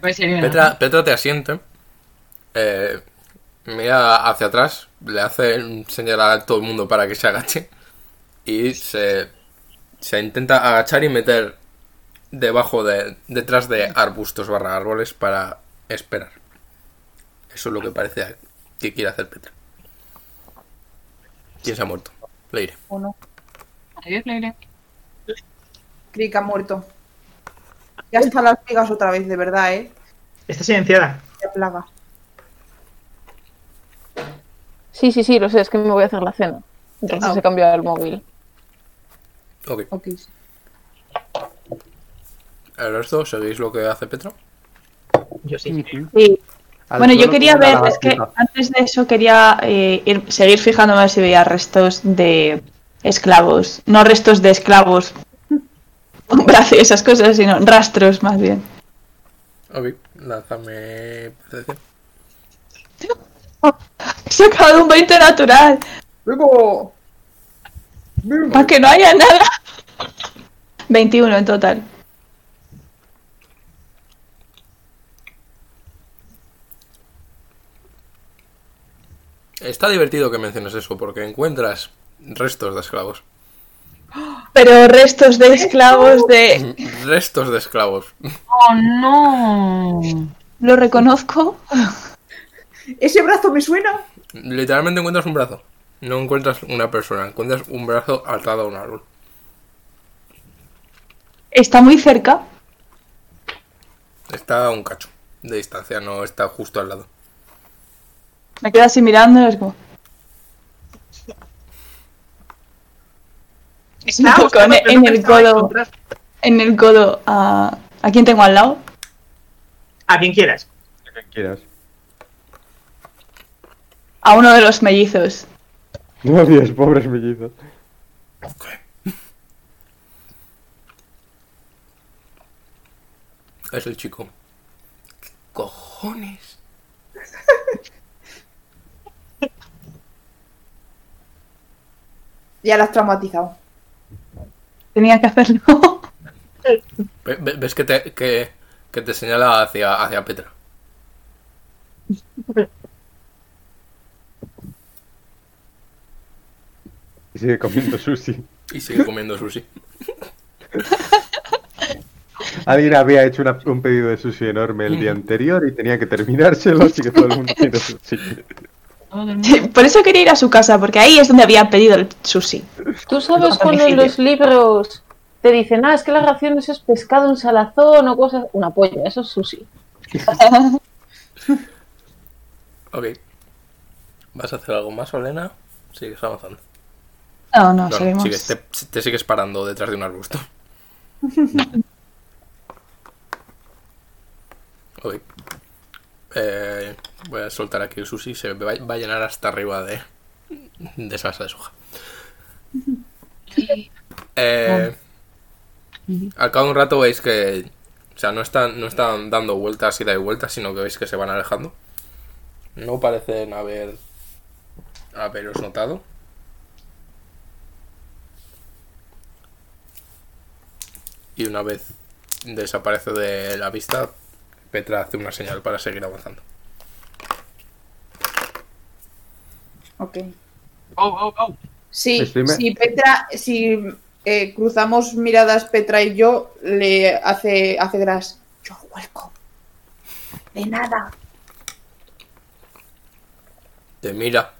Pues sería- Petra, Petra te asiente. eh, mira hacia atrás. Le hace señalar a todo el mundo para que se agache. Y se, se intenta agachar y meter debajo de. detrás de arbustos barra árboles para esperar. Eso es lo que parece que quiere hacer Petra. ¿Quién se ha muerto? Le iré. ¿O no? Adiós, Leire. Crick ha muerto. Ya están las ligas otra vez, de verdad, ¿eh? Está silenciada. Ya plaga. Sí, sí, sí, lo sé, es que me voy a hacer la cena. Entonces Ah. se cambió el móvil. Ok. Ok. ¿El resto seguís lo que hace Petra? Yo sí. Sí. Al Bueno, yo suelo quería con una ver, es que lagartija. antes de eso quería eh, ir- seguir fijándome a ver si veía restos de esclavos. No restos de esclavos, brazos y esas cosas, sino rastros más bien. Ok. Lánzame. percepción. He sacado un 20 natural, Luego. para que no haya nada. 21 en total. Está divertido que menciones eso porque encuentras restos de esclavos. Pero restos de esclavos de... Restos de esclavos. ¡Oh, no! Lo reconozco. Ese brazo me suena. Literalmente encuentras un brazo. No encuentras una persona, encuentras un brazo atado a un árbol. Está muy cerca. Está a un cacho de distancia, no está justo al lado. Me quedo así mirando y es como... Estaba Con- buscando en personas el que estaba codo. encontrar- En el codo a... ¿A quién tengo al lado? A quien quieras. Quieras. A uno de los mellizos. No, Dios, pobres mellizos. Es el chico. ¿Qué cojones? Ya la has traumatizado. Tenía que hacerlo. Ve- ve- ¿Ves que te, que, que te señala hacia, hacia Petra? Y sigue comiendo sushi. Y sigue comiendo sushi. Alguien había hecho una- un pedido de sushi enorme el día anterior y tenía que terminárselo, así que todo el mundo tiene sushi. Todo el mundo. Sí, Por eso quería ir a su casa, porque ahí es donde había pedido el sushi. Pues Tú sabes No, cuando en homicidio. los libros te dicen, ah, es que las raciones es pescado en salazón o cosas. Una polla, eso es sushi. Ok. ¿Vas a hacer algo más, Olena? Sigues avanzando. No, no, No, no, seguimos. este sigues- te, te sigues parando detrás de un arbusto. ok. Eh, voy a soltar aquí el sushi. Se va, va a llenar hasta arriba de, de salsa de soja. Eh, al cabo de un rato veis que. O sea, no están, no están dando vueltas ida y vueltas, sino que veis que se van alejando. No parecen haber. haberos notado. Y una vez desaparece de la vista, Petra hace una señal para seguir avanzando. Ok. Oh, oh, oh. Sí, Pues dime. si Petra, si eh, cruzamos miradas Petra y yo, le hace, hace gras. Yo welcome. De nada. Te mira,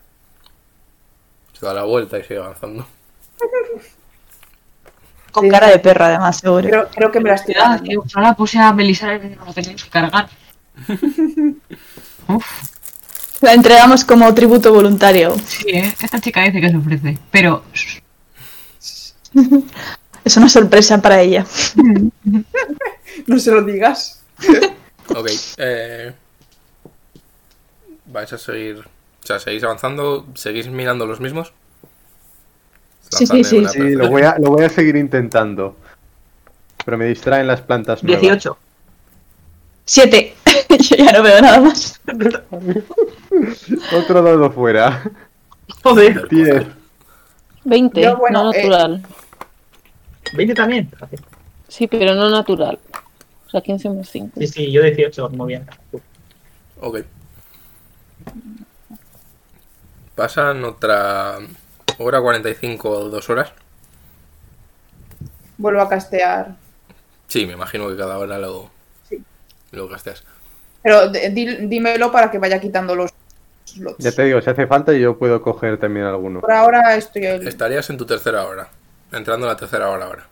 se da la vuelta y sigue avanzando. Con cara de perro, además, seguro. Creo, creo que me la estoy Ah, dando. tío, ojalá puse a Melissa en lo que teníamos que cargar. La entregamos como tributo voluntario. Sí, ¿eh? esta chica dice que se ofrece. Pero shh, Es una sorpresa para ella. No se lo digas. Ok, eh, vais a seguir, o sea, seguís avanzando, seguís mirando los mismos. Sí, sí, Lanzadme sí. una Sí, lo voy, a, lo voy a seguir intentando. Pero me distraen las plantas nuevas. 18. Siete. Yo ya no veo nada más. Otro dado fuera. Joder, Diez. 20, Yo, bueno, no eh, natural. 20 también. Sí, pero no natural. O sea, 15 más 5. Sí, sí, yo 18, muy bien. Ok. Pasan otra hora 45 o dos horas. Vuelvo a castear. Sí, me imagino que cada hora lo, Sí. lo gasteas. Pero de- di- dímelo para que vaya quitando los slots. Ya te digo, si hace falta yo puedo coger también alguno. Por ahora estoy. Estarías en tu tercera hora. Entrando en la tercera hora ahora.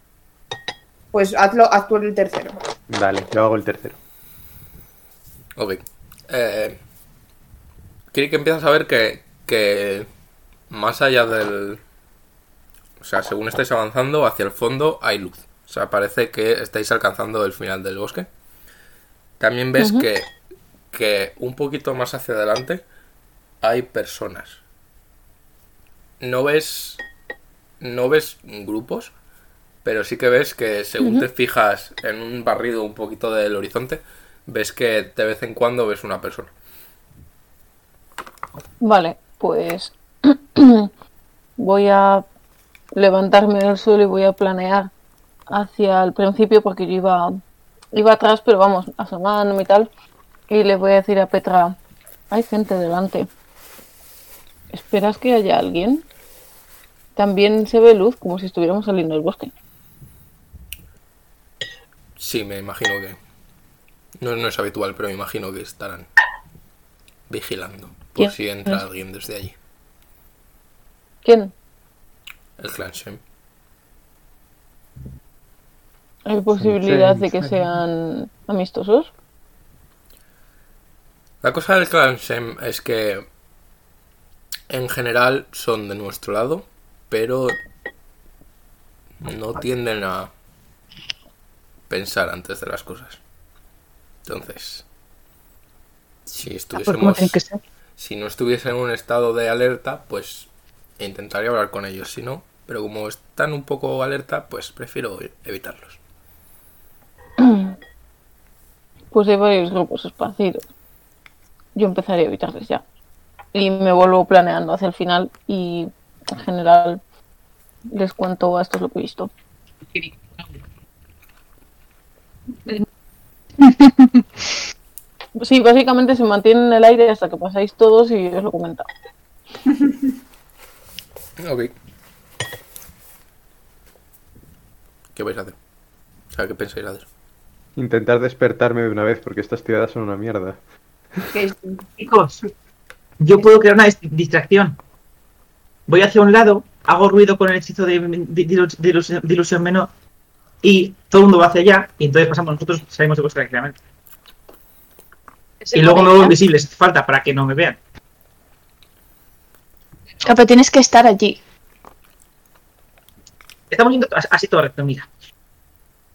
Pues hazlo, haz tú el tercero. Dale, yo hago el tercero. Ok. Eh, quiere que empiezas a ver que, que más allá del... O sea, según estáis avanzando, hacia el fondo hay luz. O sea, parece que estáis alcanzando el final del bosque. También ves que, que un poquito más hacia adelante hay personas. No ves... No ves grupos, pero sí que ves que según te fijas en un barrido un poquito del horizonte, ves que de vez en cuando ves una persona. Vale, pues voy a levantarme del suelo y voy a planear hacia el principio porque yo iba, iba atrás, pero vamos, asomándome y tal. Y le voy a decir a Petra, hay gente delante. ¿Esperas que haya alguien? También se ve luz como si estuviéramos saliendo del bosque. Sí, me imagino que. No, no es habitual, pero me imagino que estarán vigilando por ¿Quién si entra es? alguien desde allí. ¿Quién? El clan Shem. ¿Hay posibilidad de que sean amistosos? La cosa del clan Shem es que. En general son de nuestro lado, pero. No tienden a. Pensar antes de las cosas. Entonces. Si Pues estuviésemos. ser? si no estuviese en un estado de alerta, pues intentaría hablar con ellos. Si no, pero como están un poco alerta, pues prefiero evitarlos. Pues hay varios grupos esparcidos. Yo empezaré a evitarles ya. Y me vuelvo planeando hacia el final y en general les cuento a estos lo que he visto. Sí, básicamente se mantiene en el aire hasta que pasáis todos y os lo comento. Ok. ¿Qué vais a hacer? O sea, ¿qué pensáis hacer? Intentar despertarme de una vez porque estas tiradas son una mierda. Chicos, yo puedo crear una dis- distracción. Voy hacia un lado, hago ruido con el hechizo de, de- de ilus- de ilus- de ilusión menor y todo el mundo va hacia allá y entonces pasamos nosotros salimos de vuestra tranquilamente. Y luego me vuelvo invisible, si hace falta, para que no me vean. Ah, Pero tienes que estar allí. Estamos yendo as- así todo recto, mira.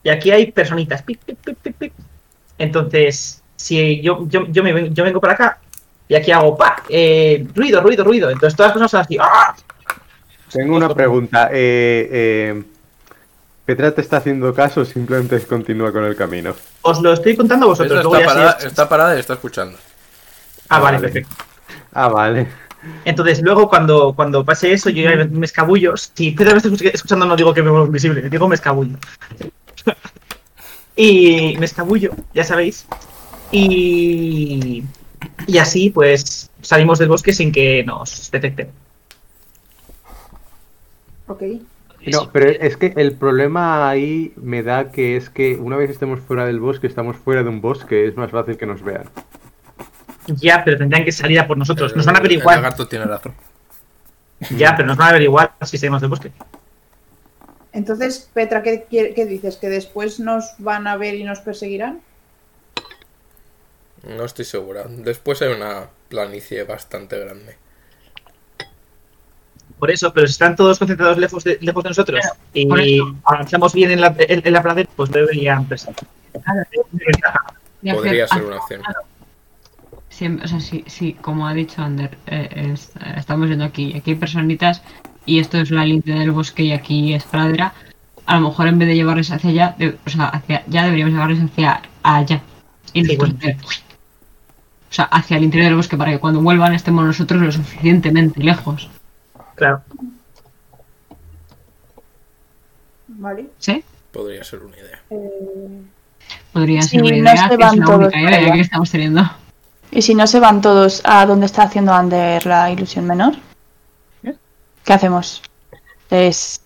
Y aquí hay personitas. pic, pic, pic, pic, pic. Entonces, si yo, yo, yo, me, ven- yo vengo para acá y aquí hago pa, eh, ruido, ruido, ruido. Entonces todas las personas son así. ¡ah! Tengo una pregunta. Eh, eh, ¿Petra te está haciendo caso o simplemente continúa con el camino? Os lo estoy contando a Esa vosotros. Luego está, ya si parada, es- está parada y está escuchando. Ah, vale, Vale. perfecto. Ah, vale. Entonces luego cuando, cuando pase eso yo ya me- me escabullo. Si Pedro me está escuch- escuchando no digo que me vuelvo invisible, digo me escabullo. y me escabullo, ya sabéis. Y, y así pues salimos del bosque sin que nos detecten. Ok. No, pero es que el problema ahí me da que es que una vez estemos fuera del bosque, estamos fuera de un bosque, es más fácil que nos vean. Ya, pero tendrían que salir a por nosotros. Nos van a El- Eh, El averiguar. lagarto tiene razón. Ya, pero nos van a averiguar si salimos del bosque. Entonces, Petra, ¿qué, quiere- qué dices? ¿Que después nos van a ver y nos perseguirán? No estoy segura. Después hay una planicie bastante grande. Por eso, pero si están todos concentrados lejos de, lejos de nosotros por y eso. avanzamos bien en la, en, en la pradera, pues no deberían pensar. Y hacer- Podría ser hacer- una opción. Siempre- o sea, ah, sí, sí, como ha dicho Ander, eh, es- eh, estamos viendo aquí, aquí hay personitas y esto es la límite del bosque y aquí es pradera. A lo mejor en vez de llevarles hacia allá, de- o sea, hacia allá deberíamos llevarles hacia allá. Y Sí, nosotros hacer- o sea, hacia el interior del bosque para que cuando vuelvan estemos nosotros lo suficientemente lejos. Claro. ¿Vale? ¿Sí? Podría ser una idea. Eh, Podría Sí, ser una no idea, se que es van la todos única para idea allá. que estamos teniendo. ¿Y si no se van todos a donde está haciendo Ander la ilusión menor? ¿Eh? ¿Qué hacemos? ¿Es...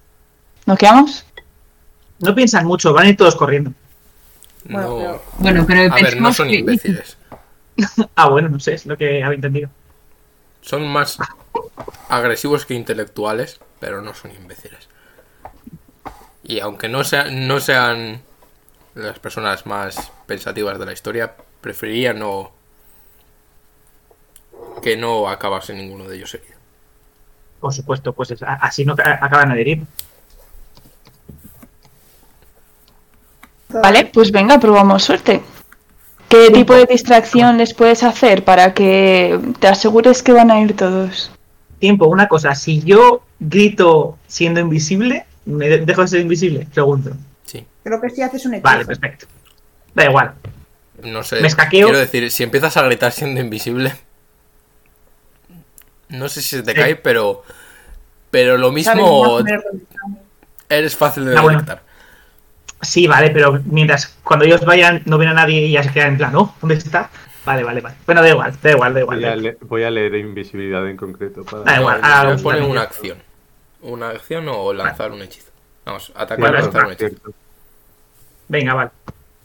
¿Nos quedamos? No piensan mucho, van a ir todos corriendo. No, Bueno, Bueno, pero a ver, no pensemos son que- imbéciles. Ah, bueno, no sé, es lo que había entendido. Son más agresivos que intelectuales, pero no son imbéciles. Y aunque no, sea- no sean las personas más pensativas de la historia, preferiría no que no acabase ninguno de ellos herido. Por supuesto, pues es- a- así no a- acaban de herir. Vale, pues venga, probamos suerte. ¿Qué tipo de distracción les puedes hacer para que te asegures que van a ir todos? Tiempo, una cosa, si yo grito siendo invisible, ¿me de- dejo de ser invisible? Pregunto. Sí. Creo que sí haces un hechizo. Vale, perfecto. Da igual. No sé. Me escaqueo. Quiero decir, si empiezas a gritar siendo invisible, no sé si se te Sí. cae, pero pero lo Sabes más mismo o menos dónde estamos. eres fácil de Ah, bueno. detectar. Sí, vale, pero mientras cuando ellos vayan, no ven a nadie y ya se quedan en plan, oh, ¿dónde está? Vale, vale, vale. Bueno, da igual, da igual, da igual. Voy da a, igual. le- voy a leer invisibilidad en concreto. Da Para... Ah, igual, No, ah, me pone vale. una acción. Una acción o lanzar un hechizo. Vamos, atacar Bueno, o es lanzar un una hechizo. Venga, vale.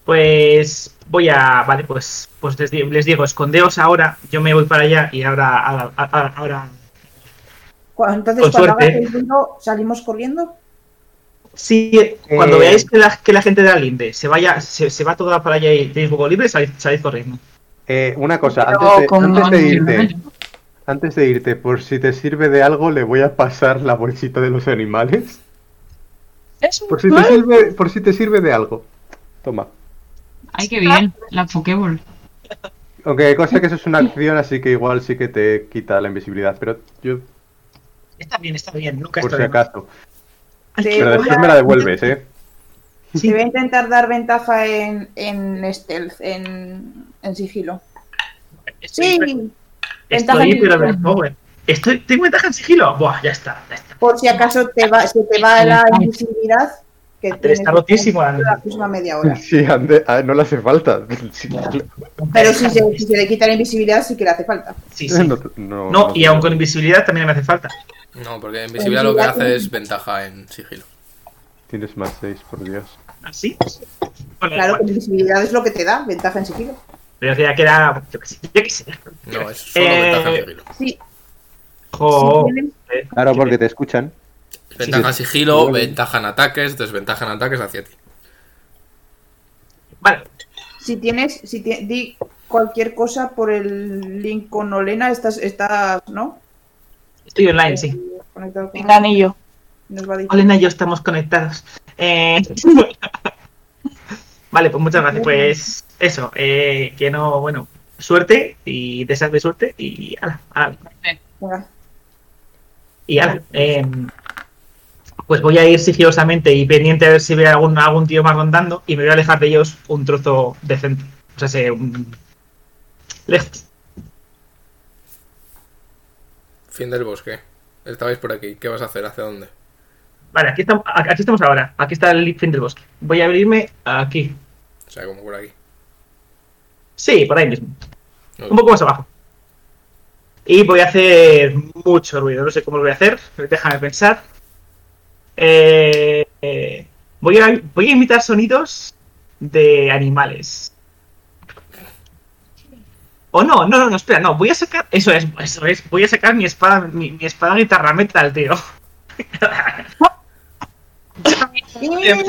Pues voy a. Vale, pues, pues les, di- les digo, escondeos ahora, yo me voy para allá y ahora. Ahora. ahora- ahora- Cu- Entonces, Con cuando suerte. ¿eh? hagas el ruido, salimos corriendo. Sí, cuando Eh. veáis que la, que la gente de la Linde se vaya, se, se va toda para allá y tenéis huevo libre, salid, salid corriendo. Eh, una cosa, Pero antes de, con- antes de irte, Bueno, antes de irte, por si te sirve de algo, le voy a pasar la bolsita de los animales. Es Pues Por si te sirve, por si te sirve de algo. Toma. Ay, qué bien, la Pokéball. Aunque cosa que eso es una acción, así que igual sí que te quita la invisibilidad, pero yo Está bien, está bien, nunca por está si bien. acaso. Te Eh, Pero voy después a- me la devuelves, ¿eh? Te voy a intentar dar ventaja en, en stealth, en, en sigilo. Estoy- Sí, estoy, pero ventaja de- no, bueno. Estoy, ¿Tengo ventaja en sigilo? Buah, ya está. Ya está. Por si acaso te va, se te va la invisibilidad. Que Ander está tienes rotísimo. Ander. La próxima media hora. Sí, ande- ah, no le hace falta. Sí, Pero si se, si se le quita la invisibilidad, sí que le hace falta. Sí, sí. No, No, no- y aun con invisibilidad también me hace falta. No, porque invisibilidad lo que hace es ventaja en sigilo. Tienes más 6, por Dios. ¿Así? Claro, que la invisibilidad es lo que te da, ventaja en sigilo. Pero ya que era. Yo qué sé. Yo qué sé. No, es solo Eh, ventaja en sigilo. Sí, Jo. sí, tienen- eh, Claro, porque te escuchan. Ventaja en sí. sigilo, Vale. ventaja en ataques, desventaja en ataques hacia ti. Vale. si tienes, si ti- di cualquier cosa por el link con Olena, estás, estás ¿no? Estoy online, sí. Conectado con Vengan y yo. nos va a decir. Olena y yo estamos conectados. Eh, vale, pues muchas gracias. Pues eso. eh, que no, bueno. Suerte y deseas de suerte y ala, ala. Venga. Y ala, eh, pues voy a ir sigilosamente y pendiente a ver si veo algún, algún tío más rondando y me voy a alejar de ellos un trozo decente. O sea, se, un- lejos. Fin del bosque. Estabais por aquí. ¿Qué vas a hacer? ¿Hacia dónde? Vale, aquí estamos, aquí estamos ahora. Aquí está el fin del bosque. Voy a abrirme aquí. O sea, como por aquí. Sí, por ahí mismo. No, Un poco más abajo. Y voy a hacer mucho ruido. No sé cómo lo voy a hacer. Déjame pensar. Eh, eh, voy, a, voy a imitar sonidos de animales. O no, no, no, no, espera, no, voy a sacar. Eso es, eso es, voy a sacar mi espada, mi, mi espada guitarra metal, tío. ¡Eh,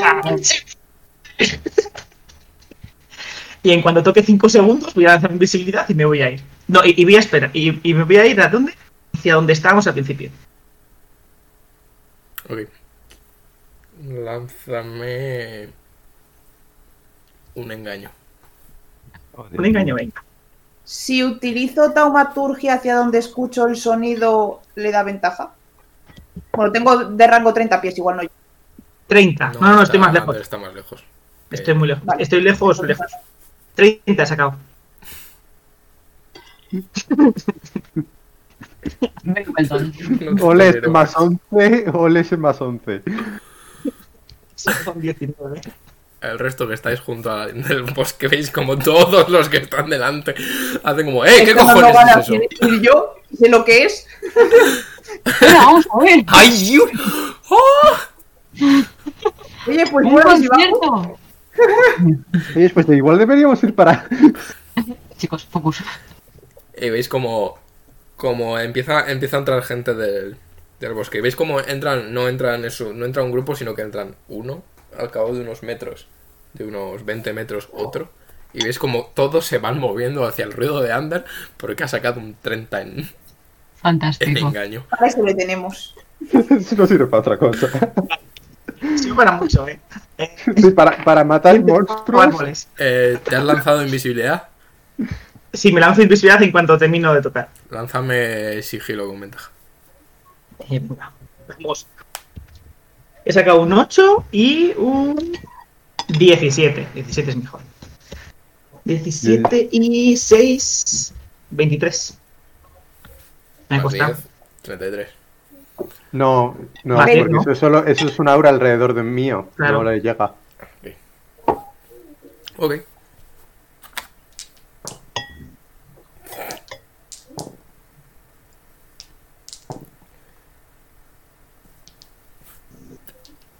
Y en cuanto toque 5 segundos, voy a lanzar invisibilidad y me voy a ir. No, y, y voy a esperar. Y, y me voy a ir a dónde? Hacia donde estábamos al principio. Ok. Lánzame. Un engaño. Un engaño, eh. venga. Si utilizo taumaturgia hacia donde escucho el sonido, ¿le da ventaja? Bueno, tengo de rango 30 pies, igual no. 30. No, no, no, estoy está- más lejos. Está más lejos. Estoy muy lejos. Vale. Estoy lejos, lejos. 30 he sacado. Me faltan. No te Ole ese tolero. más 11, ole ese más 11. Son 19. El resto que estáis junto al del bosque veis como todos los que están delante hacen como ¡Eh! ¿Qué Esto no lo cojones van a es eso? decir yo, sé lo que es. Venga, vamos a ver. ¡Ay, Dios! ¡Oh! Oye, pues ¡Un bueno, si vamos. concierto! Oye, pues igual deberíamos ir para. Chicos, focus. Y veis como, como empieza, empieza a entrar gente del, del bosque. Y veis como entran, no entran eso, no entra un grupo, sino que entran uno al cabo de unos metros, de unos 20 metros otro. Y veis como todos se van moviendo hacia el ruido de Ander porque ha sacado un 30 en, en Fantástico. engaño. Para eso le tenemos. Si no sirve para otra cosa. Sí, para mucho, eh. Eh, Sí, para, para matar monstruos. árboles. Eh, ¿Te has lanzado invisibilidad? Sí, me lanzo invisibilidad en cuanto termino de tocar. Lánzame sigilo con ventaja. Eh, venga, Vamos. He sacado un 8 y un 17. 17 es mejor. 17 y 6. 23. Me ha Más costado. 10, 33. No, no, Vale, porque ¿no? eso es solo, eso es un aura alrededor de mío. Claro. No le llega. Ok.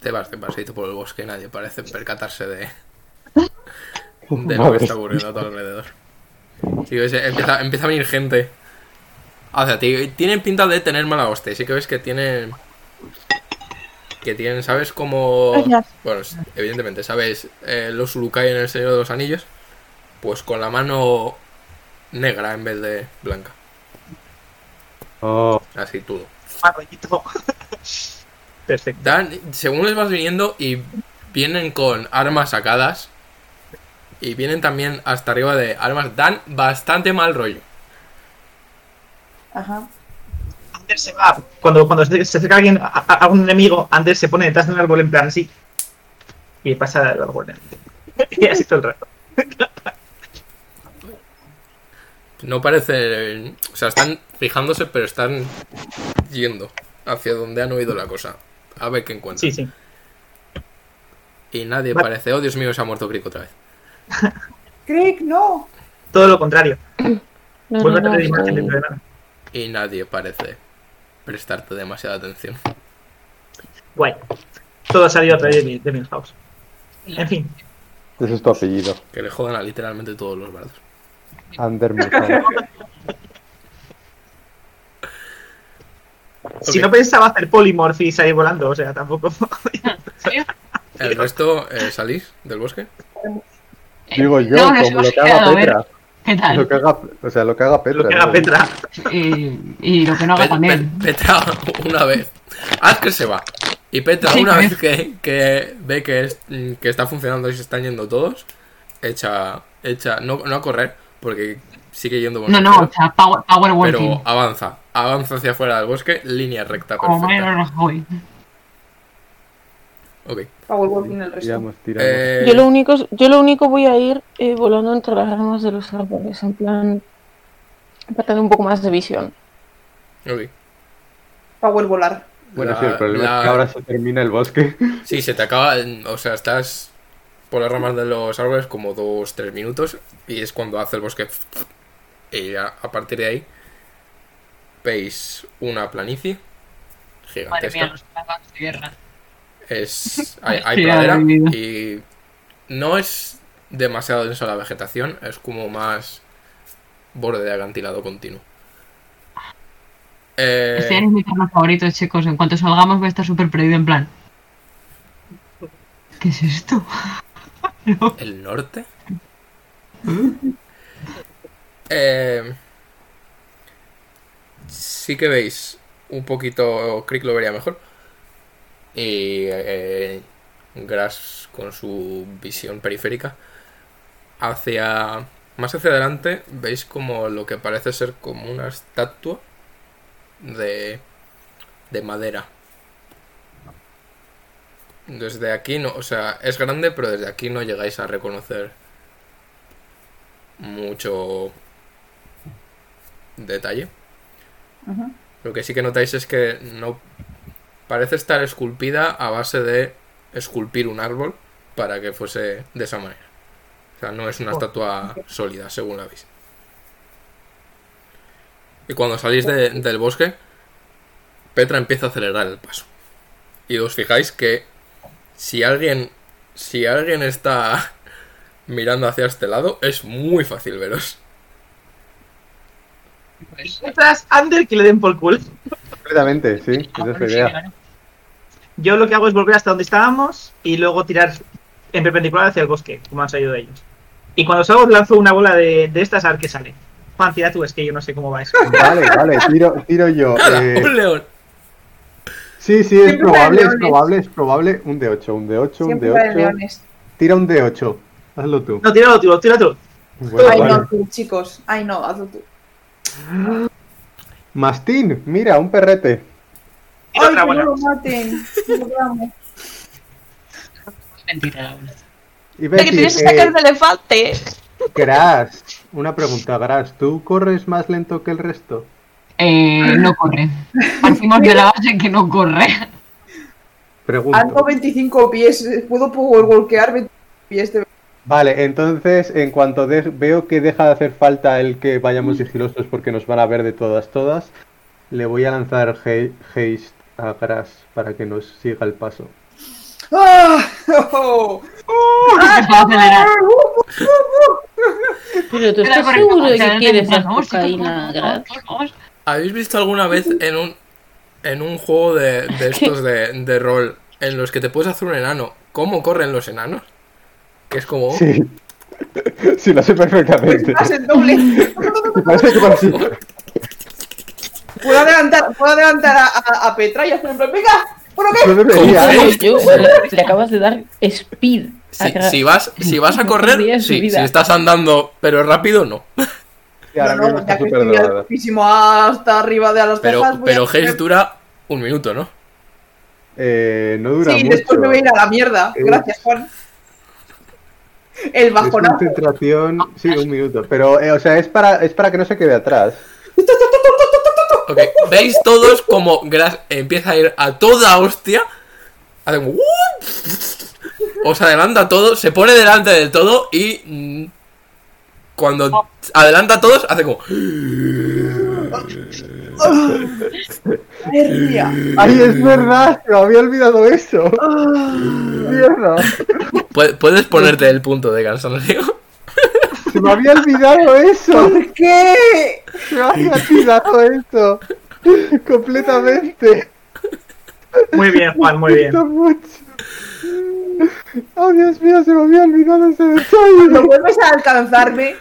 Te vas de paseito por el bosque, nadie parece percatarse de, de lo que Madre. está ocurriendo a tu alrededor. Sí, ves, eh, empieza, empieza a venir gente hacia Ah, ti. Tienen pinta de tener mala hostia, sí que ves que tienen... Que tienen, ¿sabes cómo...? Gracias. Bueno, s- evidentemente, ¿sabes? Eh, los Urukai en el Señor de los Anillos, pues con la mano negra en vez de blanca. Oh, Así todo. Más rollito. Perfecto. Dan, según les vas viniendo y vienen con armas sacadas y vienen también hasta arriba de armas, dan bastante mal rollo. Ajá. Ander se va. Cuando, cuando se se acerca alguien a, a- a un enemigo, Ander se pone detrás de un árbol en plan así. Y pasa el árbol. Y así todo el rato. No parece. O sea, están fijándose, pero están yendo hacia donde han oído la cosa. A ver qué encuentran. Sí, sí. Y nadie Vale. parece. Oh, Dios mío, se ha muerto Crick otra vez. Crick, no. Todo lo contrario. No, no, Vuelve a no, tener imagen estoy- dentro de nada. Y nadie parece prestarte demasiada atención. Guay. Todo ha salido a través de, mi, de Milhouse. En fin. Ese es tu apellido. Que le jodan a literalmente todos los brazos. Ander Milhouse. Si no pensaba hacer polymorph y salir volando, o sea, tampoco. ¿El resto eh, salís del bosque? Digo yo, No, nos como lo hemos que haga quedado, a ver. Petra. ¿Qué Lo tal? que haga, o sea, lo que haga Petra. Lo que haga ¿no? Petra. Y, Eh, y lo que no haga Pe- también. pe- Petra, una vez. Haz que se va. Y Petra, Sí, una a ver. vez que, que ve que, es- que está funcionando y se están yendo todos, echa. echa no, no a correr, porque sigue yendo No, bonito, no, o sea, power, power walking. Pero avanza. Avanza hacia afuera del bosque, línea recta Oh, Como perfecta. Mariano Rajoy. Ok. Power Walking el resto. Tiramos, tiramos. Eh, Yo lo único, yo lo único voy a ir eh, volando entre las ramas de los árboles, en plan para tener un poco más de visión. ok. Power volar. Bueno, la- sí, el problema la- es que ahora se termina el bosque. Sí, se te acaba. O sea, estás por las ramas de los árboles como dos, tres minutos. Y es cuando hace el bosque. Y a, a partir de ahí. Veis una planicie. Madre mía, Gigantesca. los plagas de guerra. Es, hay, hay Sí, pradera. madre mía. Y. No es demasiado densa la vegetación. Es como más. Borde de acantilado continuo. Eh, Este es mi tema favorito, chicos. En cuanto salgamos voy a estar súper perdido en plan. ¿Qué es esto? ¿El norte? Eh, sí que veis un poquito, Crick lo vería mejor. Y eh, Grass con su visión periférica. Hacia... Más hacia adelante veis como lo que parece ser como una estatua de, de madera. Desde aquí no, o sea, es grande, pero desde aquí no llegáis a reconocer mucho detalle. Lo que sí que notáis es que no parece estar esculpida a base de esculpir un árbol para que fuese de esa manera. O sea, no es una estatua sólida, según la veis. Y cuando salís de- del bosque, Petra empieza a acelerar el paso. Y os fijáis que si alguien si alguien está mirando hacia este lado es muy fácil veros Pues, Mientras Ander que le den por culo. Completamente, Ah, sí. Esa es la idea. Yo lo que hago es volver hasta donde estábamos y luego tirar en perpendicular hacia el bosque, como han salido ellos. Y cuando salgo lanzo una bola de, de estas a ver qué sale. Juan, tira tú, es que yo no sé cómo va eso. Vale, vale, tiro, tiro yo. ¡Hala! Eh, un león sí, sí, es Siempre probable, es leones. probable, es probable. Un D8, un D8, un Siempre de D8. leones. Tira un D8. Hazlo tú. No, tíralo tú, tíralo tú. Bueno, Ay, vale. no, tú, chicos. Ay, no, hazlo tú. Mastín, mira, un perrete. Tira Ay, otra que no bola. lo maten. Que lo veamos. Mentira, la verdad. Y De que Betty, tienes que eh, sacar un elefante. Gras, una pregunta, Gras, ¿tú corres más lento que el resto? Eh, no corre. Partimos de la base que no corre. Pregunto. Ando 25 pies. Puedo power walkear 25 pies. de- Vale, entonces, en cuanto de- veo que deja de hacer falta el que vayamos sigilosos porque nos van a ver de todas, todas, le voy a lanzar he- haste a Gras para que nos siga el paso. ¡Ah! ¡Oh! Ah, Se puede acelerar. Pero tú Espera, estás corre, seguro que corre, corre, quieres corre, la vamos, chicos, cocaína, vamos, Grat. Por favor, oh, habéis visto alguna vez en un en un juego de, de estos de, de rol en los que te puedes hacer un enano cómo corren los enanos que es como Sí, sí, lo sé Pues perfectamente. ¡Más el doble! Me parece que va así. Puedo adelantar, puedo adelantar a, a- a Petra y hacer en plan, ¡Venga! ¿Por qué? No debería, Con ¿eh? haste. Yo, le acabas de dar speed a si, Grat. si vas si vas a Corría correr en su sí, vida. si estás andando pero rápido no Sí, ahora no, mismo no, está ya que súper estoy drogada. altísimo hasta arriba de a las pero tejas, voy a pero hacer- Haze dura un minuto no Eh, no dura Sí, mucho. después me voy a ir a la mierda. Eh, Gracias, Juan. El Es bajonazo. concentración, sí, un minuto. Pero, eh, o sea, es para, es para que no se quede atrás. Ok, veis todos como Gras empieza a ir a toda hostia. Hace un "Uh". Os adelanta a todos, se pone delante del todo y. mm, Cuando adelanta a todos, hace como. Hernia. ¡Ay, es verdad! ¡Me había olvidado eso! ¡Mierda! "Pu- Puedes ponerte el punto de cansancio. ¡Se me había olvidado eso! ¿Por qué? ¡Se me había olvidado eso! ¡Completamente! Muy bien, Juan, muy bien. Siento mucho. ¡Oh, Dios mío! ¡Se me había olvidado ese detalle! Cuando vuelves a alcanzarme,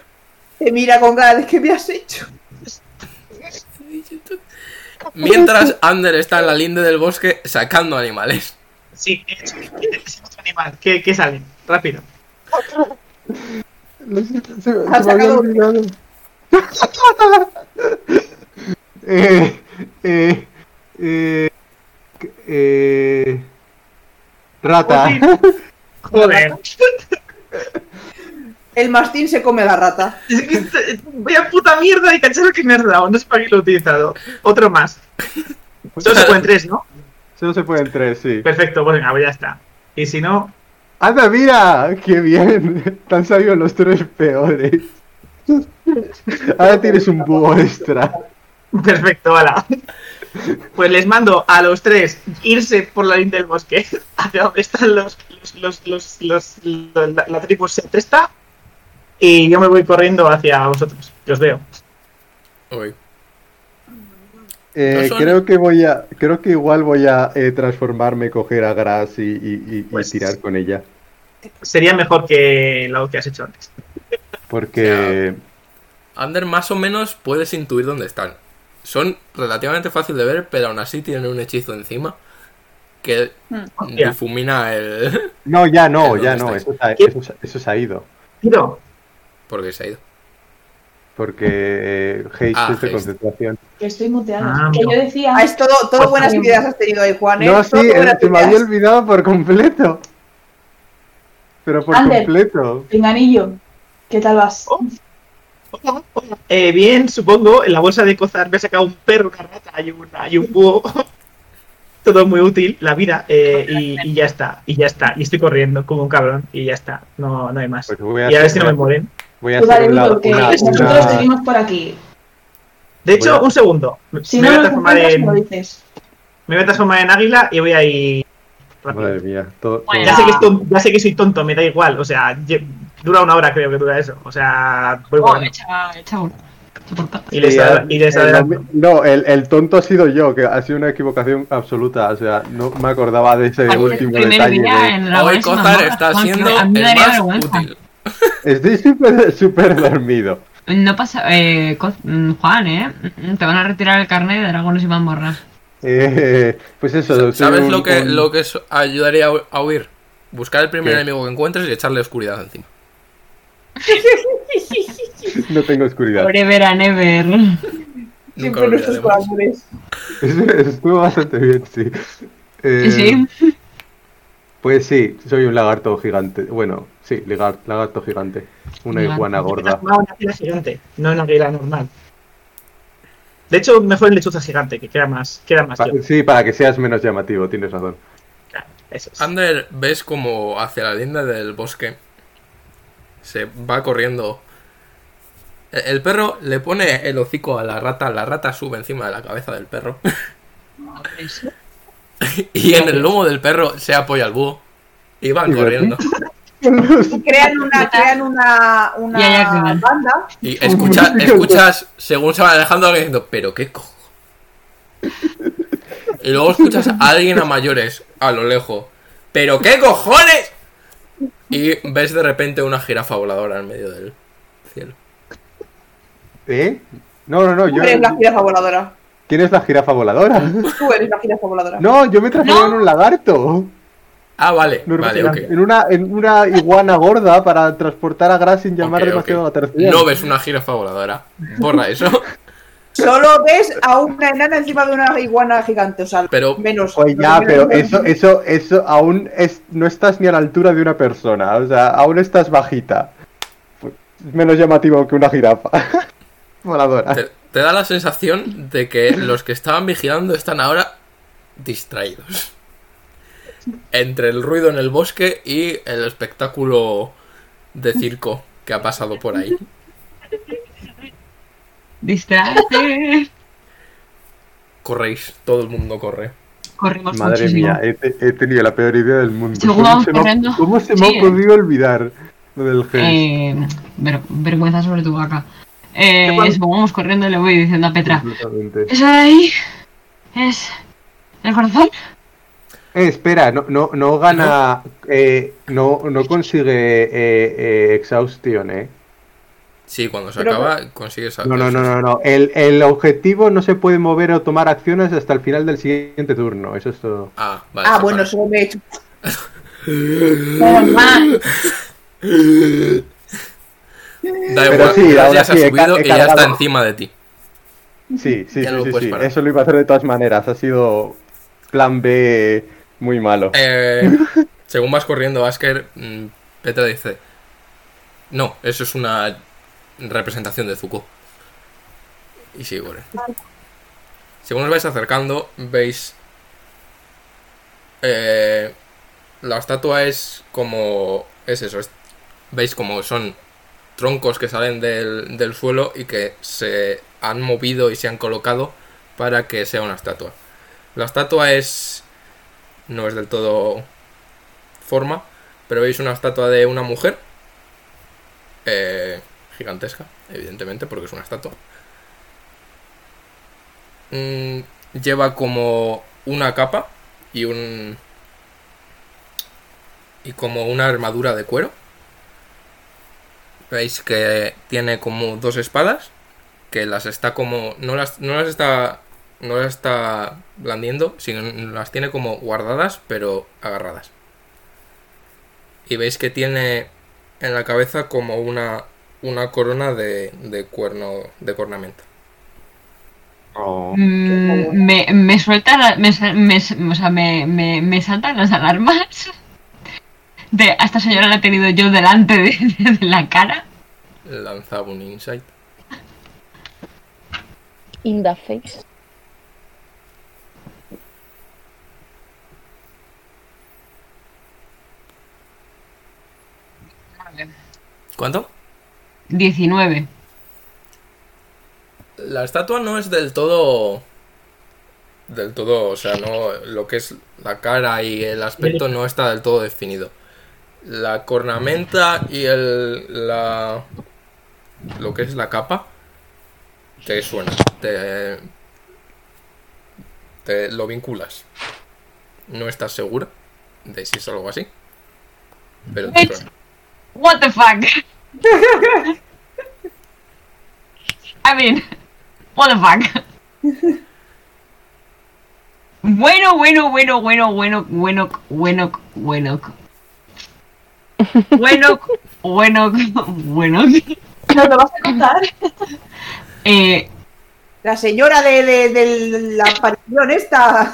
te mira con cara de ¿qué me has hecho? Mientras Ander está en la linde del bosque sacando animales. Sí, ¿qué es otro animal? ¿Qué, qué sale? Rápido. Lo siento, se, me- Has se me había sacado- olvidado. eh, eh, eh, eh, Oh, rata. Joder. El mastín se come a la rata. Es que este- Vaya puta mierda de cachorro que me has dado. No sé para qué lo he utilizado. Otro más. Solo se pueden tres, ¿no? Solo se pueden tres, sí. Perfecto, pues venga, pues ya está. Y si no, ¡Anda, mira! ¡Qué bien! Te han salido los tres peores. Ahora tienes un búho extra. perfecto, ala. Pues les mando a los tres irse por la línea del bosque hacia donde están los, los, los, los, los- lo- la, la tribu se está. Y yo me voy corriendo hacia vosotros, que os veo. Ok. Eh, No son- creo que voy a, creo que igual voy a eh, transformarme, coger a Grass y, y- y- y Pues- tirar con ella, Sería mejor que lo que has hecho antes. porque Ander más o menos puedes intuir dónde están. Son relativamente fácil de ver, pero aún así tienen un hechizo encima que Hostia. difumina el... no, ya no, ¿Dónde ya no, estáis? eso, se ha- ¿Qué? eso se- eso se ha ido, Tiro. Porque se ha ido. porque eh, haste Ah, es de haste. concentración. Que estoy muteada. Ah, que no. yo decía. Ah, es todo, todo buenas ideas has tenido ahí, Juan. ¿eh? No, Todo sí, eh, buenas se me ideas. había olvidado por completo, pero por Ander. completo. Pinganillo. ¿Qué tal vas? Oh. Eh, bien, supongo, en la bolsa de cozar me ha sacado un perro, una rata y, una, y un búho. Todo muy útil, la vida. eh, y, y ya está, y ya está. Y estoy corriendo como un cabrón, y ya está. No, no hay más. Pues voy Y a a ver si hacer- no me mueren. Voy a Tú hacer dale un duro, lado, que una- nosotros una- seguimos por aquí. De hecho, Voy a- un segundo. Si no me, voy a nos transformar encuentras, en, me lo dices. me voy a transformar en águila y voy a ir rápido. Madre mía, todo- todo- Bueno. Ya sé, que es ton- ya sé que soy tonto, me da igual. O sea, lle- dura una hora creo que dura eso. O sea, voy Oh, volando. echa, echa una. Echa por patas. Y les, Sí, adela- al- y les el adelanto. domi- no, el, el tonto ha sido yo, que ha sido una equivocación absoluta. O sea, no me acordaba de ese Ay, el último primer detalle. día eh. de- en la Hoy máxima Kozar moda, está Juan, siendo a mí me el daría más vergüenza. útil. Estoy súper súper dormido. No pasa, eh, Coz- mm, Juan, ¿eh? Mm, Te van a retirar el carnet de dragones y mazmorras. Eh, pues eso. soy ¿Sabes un- lo que, un- lo que eso ayudaría a hu- a huir? Buscar el primer ¿Qué? enemigo que encuentres y echarle oscuridad encima. No tengo oscuridad. Forever and ever. Nunca Siempre lo nuestros olvidaremos. corazones. Estuvo bastante bien, sí. Eh, Sí, Pues sí, soy un lagarto gigante. Bueno, sí, ligar- lagarto gigante. Una Lagarto. iguana Me he gorda. transformado en una águila gigante, no en una águila normal. De hecho, mejor en lechuza gigante, que queda más, queda más Pa- yo. sí, para que seas menos llamativo, tienes razón. Claro, eso es. Ander, ves como hacia la linda del bosque se va corriendo. E- El perro le pone el hocico a la rata, la rata sube encima de la cabeza del perro y en el lomo del perro se apoya el búho y van ¿Y de corriendo. Y crean una, crean una, una Ya, ya, que van. banda. Y escucha- escuchas, según se van alejando, alguien diciendo, pero qué cojo. Y luego escuchas a alguien a mayores, a lo lejos, pero qué cojones. Y ves de repente una jirafa voladora en medio del cielo. ¿Eh? No, no, no. Tú Yo, eres la jirafa voladora. ¿Quién es la jirafa voladora? Tú eres la jirafa voladora. No, yo me transformé en un lagarto. Ah, vale, vale, ok. En una, en una iguana gorda para transportar a Gras sin llamar Ok, ok. demasiado la atención. No ves una jirafa voladora. Borra eso. Solo ves a una enana encima de una iguana gigante, o sea, Pero- menos. Pues ya, menos- pero eso, eso, eso, aún es, no estás ni a la altura de una persona, o sea, aún estás bajita. Es menos llamativo que una jirafa. Voladora. Te, te da la sensación de que los que estaban vigilando están ahora distraídos. Entre el ruido en el bosque y el espectáculo de circo que ha pasado por ahí. Distraerte. Corréis, todo el mundo corre. Corrimos Madre muchísimo. mía, este, he, te- he tenido la peor idea del mundo. Según ¿Cómo vamos se, me, corriendo. ha- cómo se me Sí. ha podido olvidar lo del gel? Eh, ver- vergüenza sobre tu vaca. Eh, eso, vamos corriendo y le voy diciendo a Petra. Completamente. Eso de ahí es el corazón. Eh, espera, no, no, no gana, eh, no, no consigue eh, eh, exhaustión, ¿eh? Sí, cuando se Pero- acaba consigues... No, no, no, no, no. El, el objetivo no se puede mover o tomar acciones hasta el final del siguiente turno. Eso es todo. Ah, vale. Ah, se bueno, para. solo me he hecho. Da Pero igual, sí, ya- ahora ya se ha sí, he ca- subido he y ya está cargado. encima de ti. Sí, sí, sí, Ya no lo sí, puedes sí. parar. Eso lo iba a hacer de todas maneras. Ha sido plan B muy malo. Eh, según vas corriendo, Asker, mm, Petra dice: No, eso es una representación de Zuko. Y sigue corriendo. Según os vais acercando, veis. eh, la estatua es como. Es eso. es- veis como son troncos que salen del, del suelo y que se han movido y se han colocado para que sea una estatua. La estatua es no es del todo forma, pero veis una estatua de una mujer, eh, gigantesca, evidentemente, porque es una estatua. Mm, lleva como una capa y un... y como una armadura de cuero. Veis que tiene como dos espadas, que las está como... no las, no las está no las está blandiendo, sino las tiene como guardadas, pero agarradas. Y veis que tiene en la cabeza como una, una corona de, de cuerno, de cornamenta. Oh. Mm, me, me suelta la- me, sal- me, o sea, me, me, me saltan las alarmas. De, a esta señora la he tenido yo delante de, de- de la cara. Lanza un insight. In the face. ¿Cuánto? 19. La estatua no es del todo... Del todo, o sea, no lo que es la cara y el aspecto no está del todo definido. La cornamenta y el la lo que es la capa te suena, te te lo vinculas. No estás segura de si es algo así. Pero te suena. What the fuck? I mean, what the fuck? Bueno, bueno, bueno, bueno, bueno, bueno, bueno, bueno. Bueno, bueno, bueno. ¿Nos lo vas a contar? Eh, La señora de, de- de la aparición esta.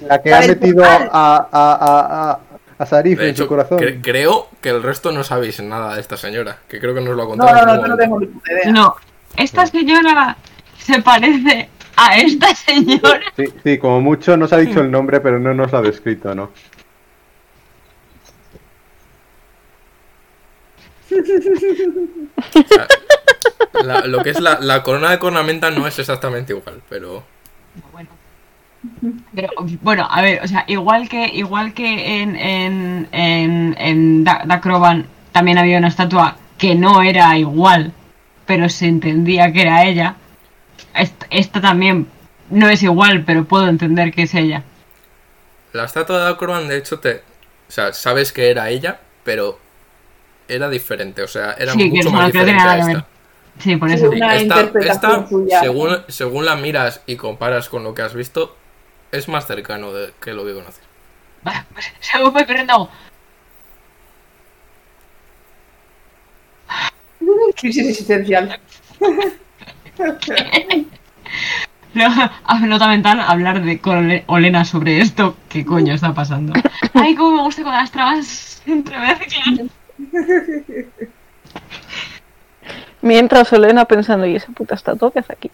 La que ha Vale, metido a, total. a, a, a, a Sarif De en su hecho, corazón. cre- creo que el resto no sabéis nada de esta señora, que creo que nos lo ha No, contado. no, en no, algún yo no momento. tengo ni puta idea. no, esta señora se parece a esta señora. Sí, sí, como mucho nos ha dicho el nombre, pero no nos lo ha descrito, ¿no? La- lo que es la, la corona de cornamenta no es exactamente igual, pero Bueno. Pero, bueno, a ver, o sea, igual que, igual que en, en, en, en Da- Dacroban también había una estatua que no era igual, pero se entendía que era ella. Est- Esta también no es igual, pero puedo entender que es ella. la estatua de Acorban, de hecho, te. O sea, sabes que era ella, pero era diferente, o sea, era Sí, que mucho no, más no creo que tenga diferente a nada que esta. Sí, por Sí, eso. Una Sí, interpretación suya. según, según la miras y comparas con lo que has visto, es más cercano de, que lo que conoces. Va, pues, Se me fue corriendo. hago, Crisis existencial. No, a nota mental hablar de con Ole- Olena sobre esto. ¿Qué coño está pasando? Ay, cómo me gusta con las trabas entremezclan. Mientras Olena pensando, ¿y esa puta estatua que hace aquí?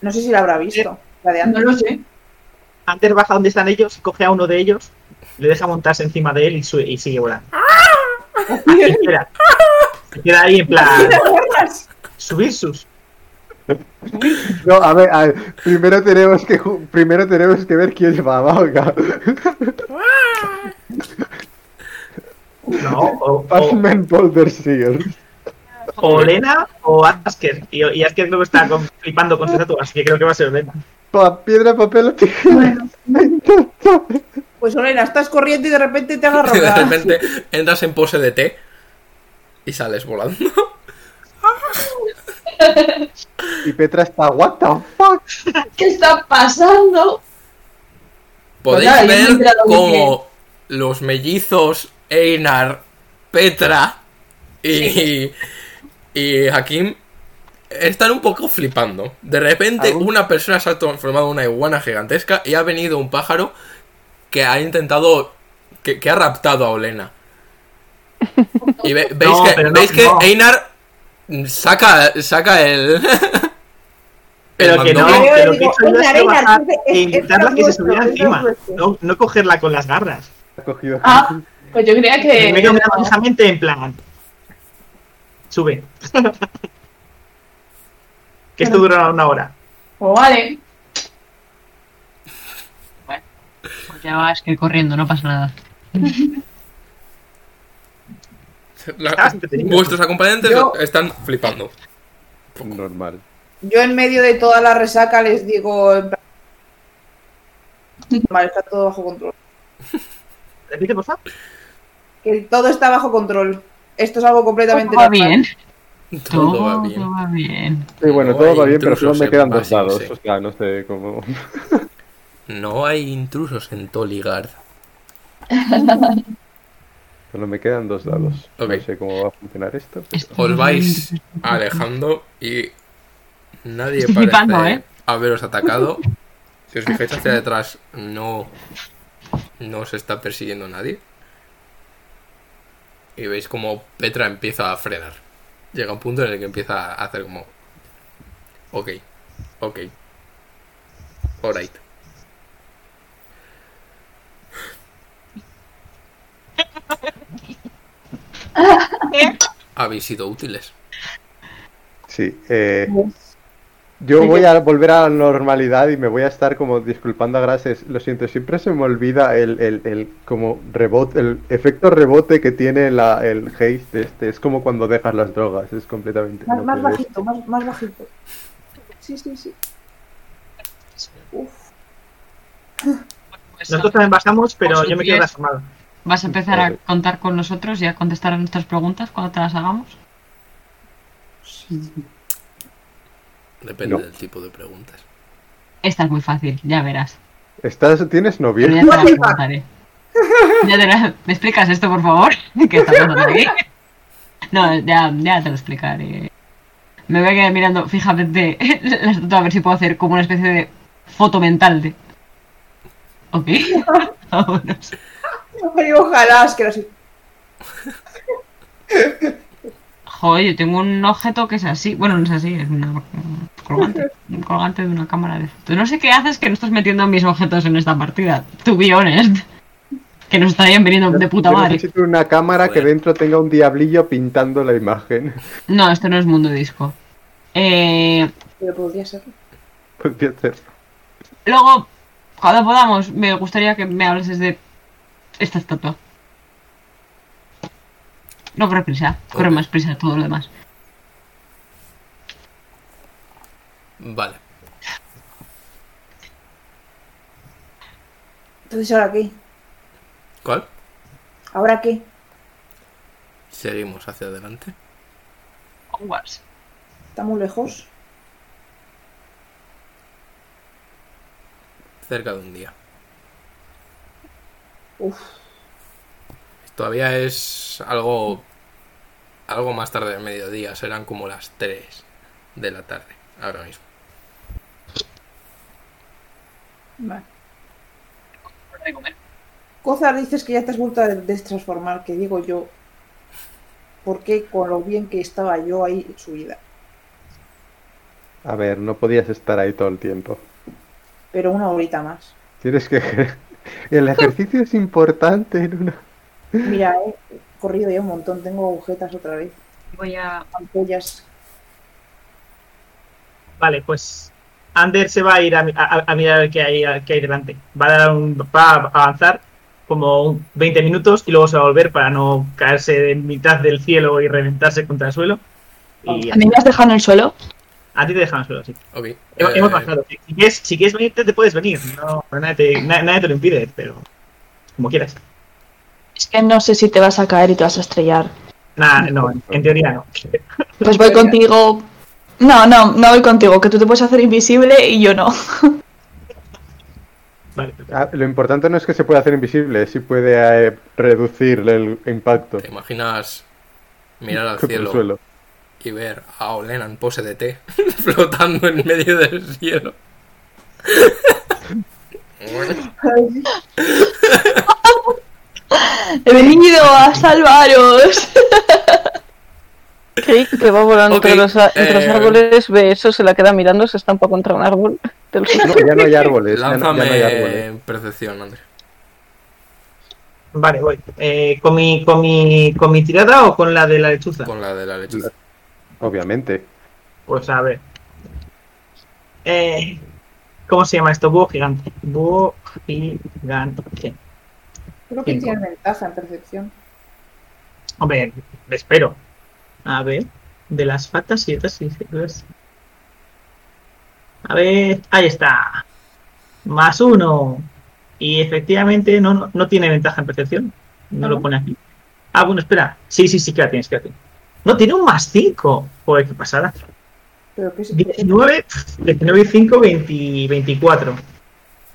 No sé si la habrá visto. La de No antes. lo sé. Ander baja donde están ellos, coge a uno de ellos, le deja montarse encima de él y, sube- y sigue volando. Y espera. Se queda ahí en plan. Subir sus. No, a ver, a ver, primero tenemos que ju- primero tenemos que ver quién llevaba, oiga. No, Oh. o, o, Batman Boulder Seagulls. o Olena o Asker. Y, y Asker creo que está con- flipando con su estatua, así que creo que va a ser Olena. Pa- piedra, papel o tijera. Pues Olena, estás corriendo y de repente te agarra De una- repente entras en pose de té y sales volando. Y Petra está, what the fuck. ¿Qué está pasando? Podéis Pues nada, yo me he ver enterado muy cómo los mellizos Einar, Petra y, y Hakim están un poco flipando. De repente ¿Algún? una persona se ha transformado en una iguana gigantesca y ha venido un pájaro que ha intentado... que, que ha raptado a Olena. Y ve- veis No, que, pero no, veis que no. Einar saca, saca el... el Pero que no, mandoble. que lo que he Digo, hecho yo ha sido Olena, bajar Olena, e es- invitarla es que se nuestro, subiera es encima. nuestro. No, no cogerla con las garras. Ha cogido. Ah, pues yo creía que. Primero mira fijamente en plan. Sube. que esto durará una hora. Pues vale. Pues ya vas que corriendo, no pasa nada. La- Estabas entretenido. vuestros acompañantes Yo- están flipando. Normal. Yo en medio de toda la resaca les digo... en plan, Vale, está todo bajo control. Repite, por favor. Que todo está bajo control. Esto es algo completamente Todo va normal. bien. Todo va bien. Todo va bien. Y bueno, No todo hay va bien, pero solo intrusos me en quedan dos Basing, dados. sí. O sea, no sé cómo. No hay intrusos en Toligard. Solo me quedan dos dados. Ok. No sé cómo va a funcionar esto. Os vais alejando y nadie Estoy parece flipando, ¿eh? haberos atacado. Si os fijáis hacia detrás, no, no os está persiguiendo nadie. Y veis como Petra empieza a frenar. Llega un punto en el que empieza a hacer como... Ok, ok. Alright. Habéis sido útiles. Sí, eh, yo voy a volver a la normalidad y me voy a estar como disculpando a Grases. Lo siento, siempre se me olvida el, el, el como rebote, el efecto rebote que tiene la, el haste de este. Es como cuando dejas las drogas, es completamente. Más, lo más que es. bajito, más, más bajito. Sí, sí, sí. Uf. Pues, Nosotros también bajamos, pero Por yo me quedo supuesto. transformado. ¿Vas a empezar Vale. a contar con nosotros y a contestar a nuestras preguntas cuando te las hagamos? Depende No. del tipo de preguntas. Esta es muy fácil, ya verás. Estás, tienes novio. Pero ya te la preguntaré. Ya te la- ¿Me explicas esto, por favor? ¿Qué está pasando aquí? No, ya, ya te lo explicaré. Me voy a quedar mirando fijamente la estatua a ver si puedo hacer como una especie de foto mental de... Ok, vámonos. Ay, ojalá, es que no sé. Joder, yo tengo un objeto que es así. Bueno, no es así, es una un colgante. Un colgante de una cámara de fotos. No sé qué haces que no estás metiendo mis objetos en esta partida. To be honest. Que nos estarían viniendo de puta Yo madre. necesito una cámara que Joder. dentro tenga un diablillo pintando la imagen. No, esto no es mundo disco. Eh, Pero podría ser. Podría ser. luego, cuando podamos, me gustaría que me hables de esta estatua. No corre prisa, corre Ok. más prisa todo lo demás. Vale. Entonces, ¿ahora qué? ¿Cuál? ¿Ahora qué? Seguimos hacia adelante. Hogwarts. ¿Estamos lejos? Cerca de un día. Uf. Todavía es algo algo más tarde del mediodía, serán como las 3 de la tarde, ahora mismo. Vale. Cozar, dices que ya te has vuelto a destransformar, que digo yo. Porque con lo bien que estaba yo ahí en su vida. A ver, no podías estar ahí todo el tiempo. Pero una horita más. Tienes que... El ejercicio es importante en una... Mira, he corrido ya un montón, tengo agujetas otra vez. Voy a. Ampollas. Vale, pues Ander se va a ir a, mi- a- a mirar qué hay, qué hay delante. Va a, dar un- va a avanzar como un 20 minutos y luego se va a volver para no caerse en mitad del cielo y reventarse contra el suelo. Y ¿A mí me has dejado en el suelo? a ti te dejan solo, sí. Ok. Hemos, eh, hemos bajado. Si si quieres, si quieres venirte, te puedes venir. No, nadie, te, na- nadie te lo impide, pero como quieras. Es que no sé si te vas a caer y te vas a estrellar. Nada, no, en- en teoría no. Pues voy contigo. No, no, no voy contigo, que tú te puedes hacer invisible y yo no. Ah, Lo importante no es que se pueda hacer invisible, sí puede eh, reducir el impacto. ¿Te imaginas mirar al Con el cielo, suelo. y ver a Olena en pose de té flotando en medio del cielo? He venido a salvaros. Kate, que va volando Ok, entre, los, a- entre los eh, árboles, ve eso, se la queda mirando, se estampa contra un árbol. Te lo juro. No, ya no hay árboles. ya no- ya no hay árboles. Lánzame percepción, André. Vale, voy. Eh, ¿con, mi, con, mi, ¿Con mi tirada o con la de la lechuza? Con la de la lechuza. Obviamente. Pues a ver. Eh, ¿Cómo se llama esto? Búho gigante. Búho gigante. Creo que Cinco. tiene ventaja en percepción. Hombre, me espero. A ver. De las patas y otras y otras. A ver, ahí está. Más uno. Y efectivamente no, no, no tiene ventaja en percepción. No lo pone aquí. Ah, bueno, espera. Sí, sí, sí que la tienes, que la tienes. No, tiene un más 5. Joder, qué pasada. Pero que es- 19, 19 y 5, 20, 24.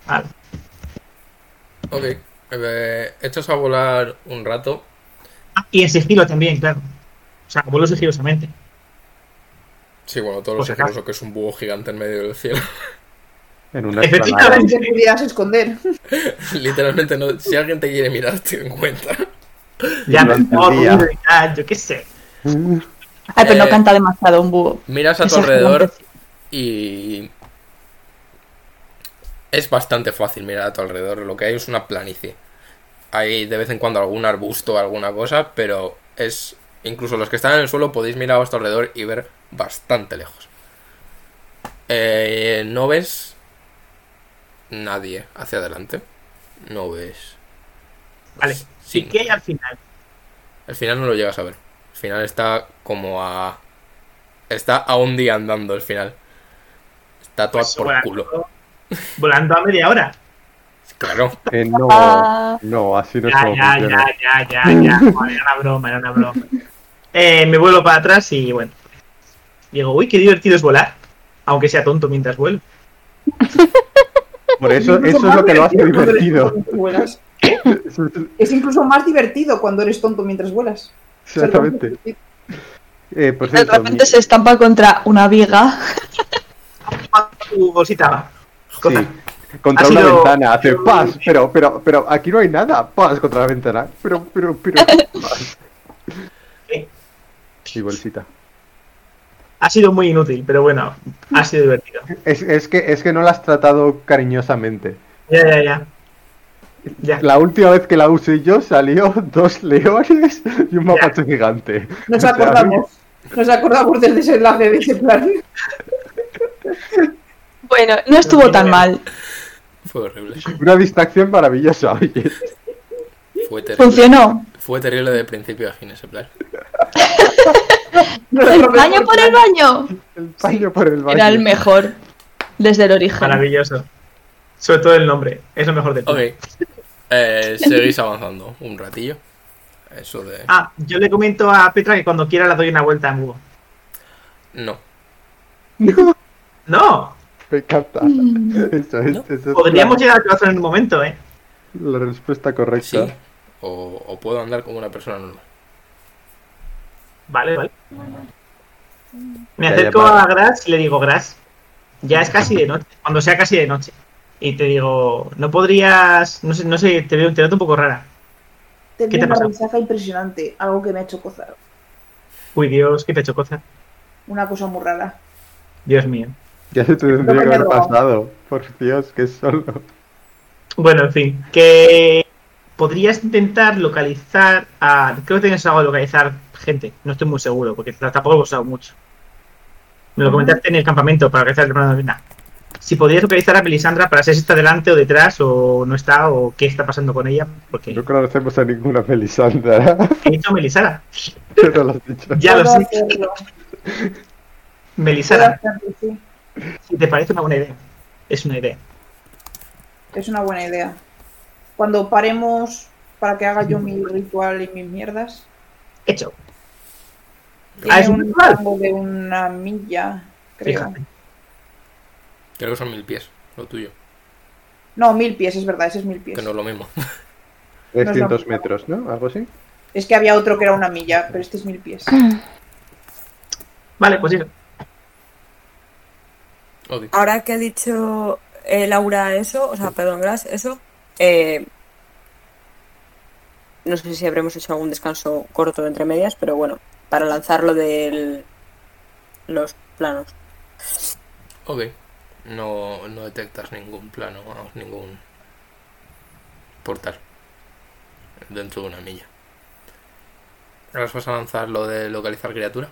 Vale. Ok. eh, echas a volar un rato. Ah, y en sigilo también, claro. O sea, vuelo sigilosamente. Sí, bueno, todos los Pues Por si acaso. ejemplos que es un búho gigante en medio del cielo. En una Efectivamente. explanada. No te pudieras esconder. Literalmente, no, si alguien te quiere mirar, te encuentra. Ya me Durante el día. he yo qué sé. Ay, pero Eh, no canta demasiado un búho. Miras a tu Esa alrededor gigante. y... Es bastante fácil mirar a tu alrededor. Lo que hay es una planicie. Hay de vez en cuando algún arbusto o alguna cosa, pero es... Incluso los que están en el suelo podéis mirar a vuestro alrededor y ver bastante lejos. Eh, no ves nadie hacia adelante. No ves... Vale. Sí. ¿Y qué hay al final? Al final no lo llegas a ver. Al final está como a. Está a un día andando el final. Está toda Pues, por volando- culo. Volando a media hora. Claro. Eh, no, Ah. no, así no es Ya, como ya, funciona. ya, ya, ya, ya. Joder, era una broma, era una broma. Eh, me vuelo para atrás y bueno. Digo, uy, qué divertido es volar. Aunque sea tonto mientras vuelo. Por eso, eso es lo que lo hace Cuando eres divertido. tonto mientras vuelas. Es incluso más divertido cuando eres tonto mientras vuelas. Exactamente. Eh, por De cierto, mi- repente se estampa contra una viga. Tu bolsita va. Cosa. sí, contra Ha una sido- ventana, hace paz, pero, pero, pero aquí no hay nada, paz contra la ventana, pero, pero, pero, paz. Y bolsita. Ha sido muy inútil, pero bueno, ha sido divertido. Es, es que, es que no la has tratado cariñosamente. Ya, ya, ya. Ya. La última vez que la usé yo salió dos leones y un mapache gigante. Nos O sea, acordamos. Nos acordamos del desenlace de ese plan. Bueno, no estuvo tan mal. Fue horrible. Una distracción maravillosa, oye. Fue terrible. Funcionó. Fue terrible de principio a fin ese plan. El baño por el baño. El baño por el baño. Era el mejor. Desde el origen. Maravilloso. Sobre todo el nombre. Es lo mejor del Ok. todo. Eh, seguís avanzando un ratillo. Eso de. Ah, yo le comento a Petra que cuando quiera la doy una vuelta en Hugo. No. No, Me encanta. Eso es, No. eso es podríamos la, llegar a tu razón en un momento, ¿eh? la respuesta correcta. Sí. O, o puedo andar como una persona normal. Vale, vale. Me acerco a Gras y le digo, Gras, ya es casi de noche, cuando sea casi de noche. Y te digo, no podrías, no sé, no sé, te veo, te noto un poco rara. Tengo ¿Qué te una pasa? resaca impresionante, algo que me ha hecho gozar. Uy, Dios, qué pecho cosa. Una cosa muy rara. Dios mío. Ya se te Lo tendría que que me haber robó. pasado. Por Dios, que solo. Bueno, en fin, que podrías intentar localizar a... Creo que tienes algo de localizar gente, no estoy muy seguro, porque t- tampoco lo he usado mucho. Me lo comentaste en el campamento para localizar el hermano de Lina. Si podrías localizar a Melisandra para saber si está delante o detrás, o no está, o qué está pasando con ella, porque No conocemos a ninguna Melisandra. he dicho Melisandra. Pero lo has dicho. Ya lo Puedo sé, hacerlo, puedo Melisandra, hacerlo, sí. si te parece una buena idea. Es una idea. Es una buena idea. Cuando paremos para que haga yo mi ritual y mis mierdas. Hecho. Tiene Ah, es un un ritual. rango de una milla, creo. Fíjate. Creo que son mil pies, lo tuyo. No, mil pies, es verdad, ese es mil pies. Que no es lo mismo. 300 metros, ¿no? Algo así. Es que había otro que era una milla, pero este es mil pies. Vale, pues eso. Odi. Ahora que ha dicho eh, Laura eso, o sea, perdón, Gras, eso, eh, no sé si habremos hecho algún descanso corto entre medias, pero bueno, para lanzar lo de los planos. Ok. No, no detectas ningún plano, vamos, ningún portal dentro de una milla. ¿Ahora os vas a lanzar lo de localizar criatura?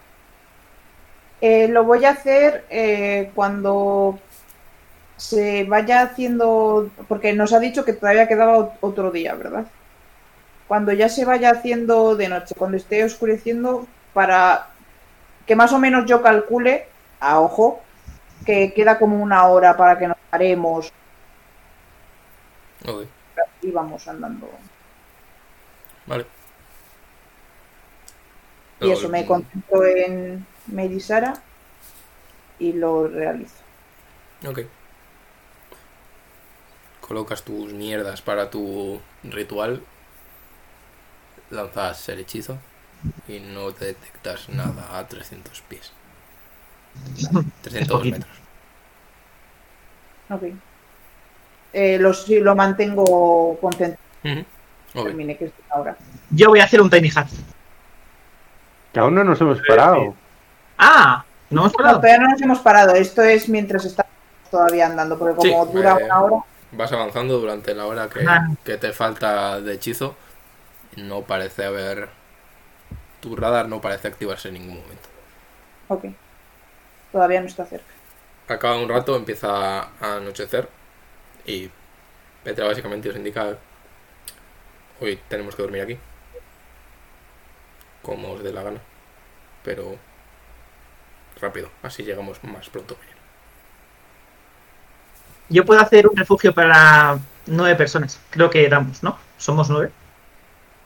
Eh, lo voy a hacer eh, cuando se vaya haciendo, porque nos ha dicho que todavía quedaba ot- otro día, ¿verdad? Cuando ya se vaya haciendo de noche, cuando esté oscureciendo, para que más o menos yo calcule, a ojo, que queda como una hora para que nos paremos Ok, y vamos andando. vale. Y eso, me concentro en Melisara y lo realizo. Ok. Colocas tus mierdas para tu ritual. Lanzas el hechizo. Y no te detectas nada a 300 pies. 300 poquito. metros. Ok. Eh, lo, sí, lo mantengo concentrado. Ujú. Ok. Termine, que es ahora. Yo voy a hacer un tiny hat. Que aún no nos hemos parado. Ah, no hemos No, parado. todavía no nos hemos parado. Esto es mientras estamos todavía andando, porque Sí, como dura eh, una hora, Vas avanzando durante la hora que, Ah. que te falta de hechizo. No parece haber. Tu radar no parece activarse en ningún momento. ok. Todavía no está cerca. Acaba un rato, empieza a anochecer. Y Petra básicamente os indica: Hoy tenemos que dormir aquí. Como os dé la gana. Pero. Rápido, así llegamos más pronto. que ayer. Yo puedo hacer un refugio para nueve personas. Creo que damos, ¿no? Somos nueve.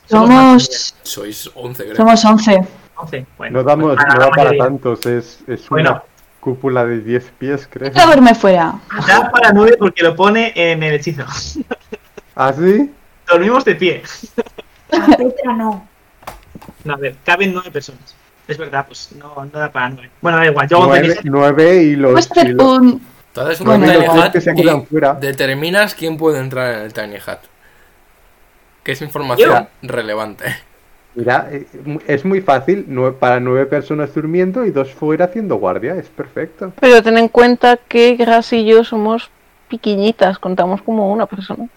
Somos, Sois 11, creo. somos 11. once. Bueno, No damos pues no da la para mayoría. tantos. Es, es Bueno. una cúpula de 10 pies, creo. Quiero verme fuera. Da para nueve porque lo pone en el hechizo. ¿Así? Dormimos de pie. A Petra no. No, a ver, caben nueve personas. Es verdad, pues no, no da para nueve. Bueno, da igual, yo hago Pues un tiny 9, hat. y Vamos los. a hacer y los- un. Entonces, Bueno, un tiny los hat que se y quedan fuera. determinas quién puede entrar en el tiny hat. Que es información relevante. Mira, eh, es muy fácil. nue- Para nueve personas durmiendo y dos fuera haciendo guardia. Es perfecto. Pero ten en cuenta que Gras y yo somos piquiñitas, contamos como una persona.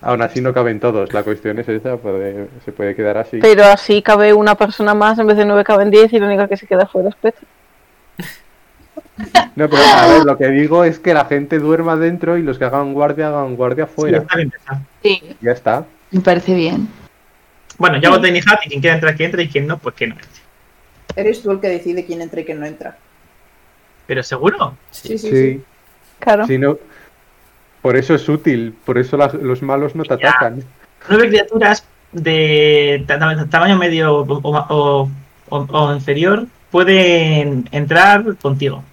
Aún así no caben todos. La cuestión es esa. puede- se puede quedar así. Pero así cabe una persona más, en vez de nueve caben diez y la única que se queda fuera es Petra. No, pero a ver, lo que digo es que la gente duerma dentro y los que hagan guardia, hagan guardia Sí, fuera. está bien pensado. Sí, Ya está. me parece bien. Bueno, yo hago tiny hat y quien quiera entrar, que entre y quien no, pues que no. Eres tú el que decide quién entra y quién no entra. Pero seguro. Sí, sí, sí. Sí, Claro. si no. Por eso es útil. Por eso la- los malos no te Ya. atacan. Nueve criaturas de ta- ta- tamaño medio o, o- o- o inferior pueden entrar contigo.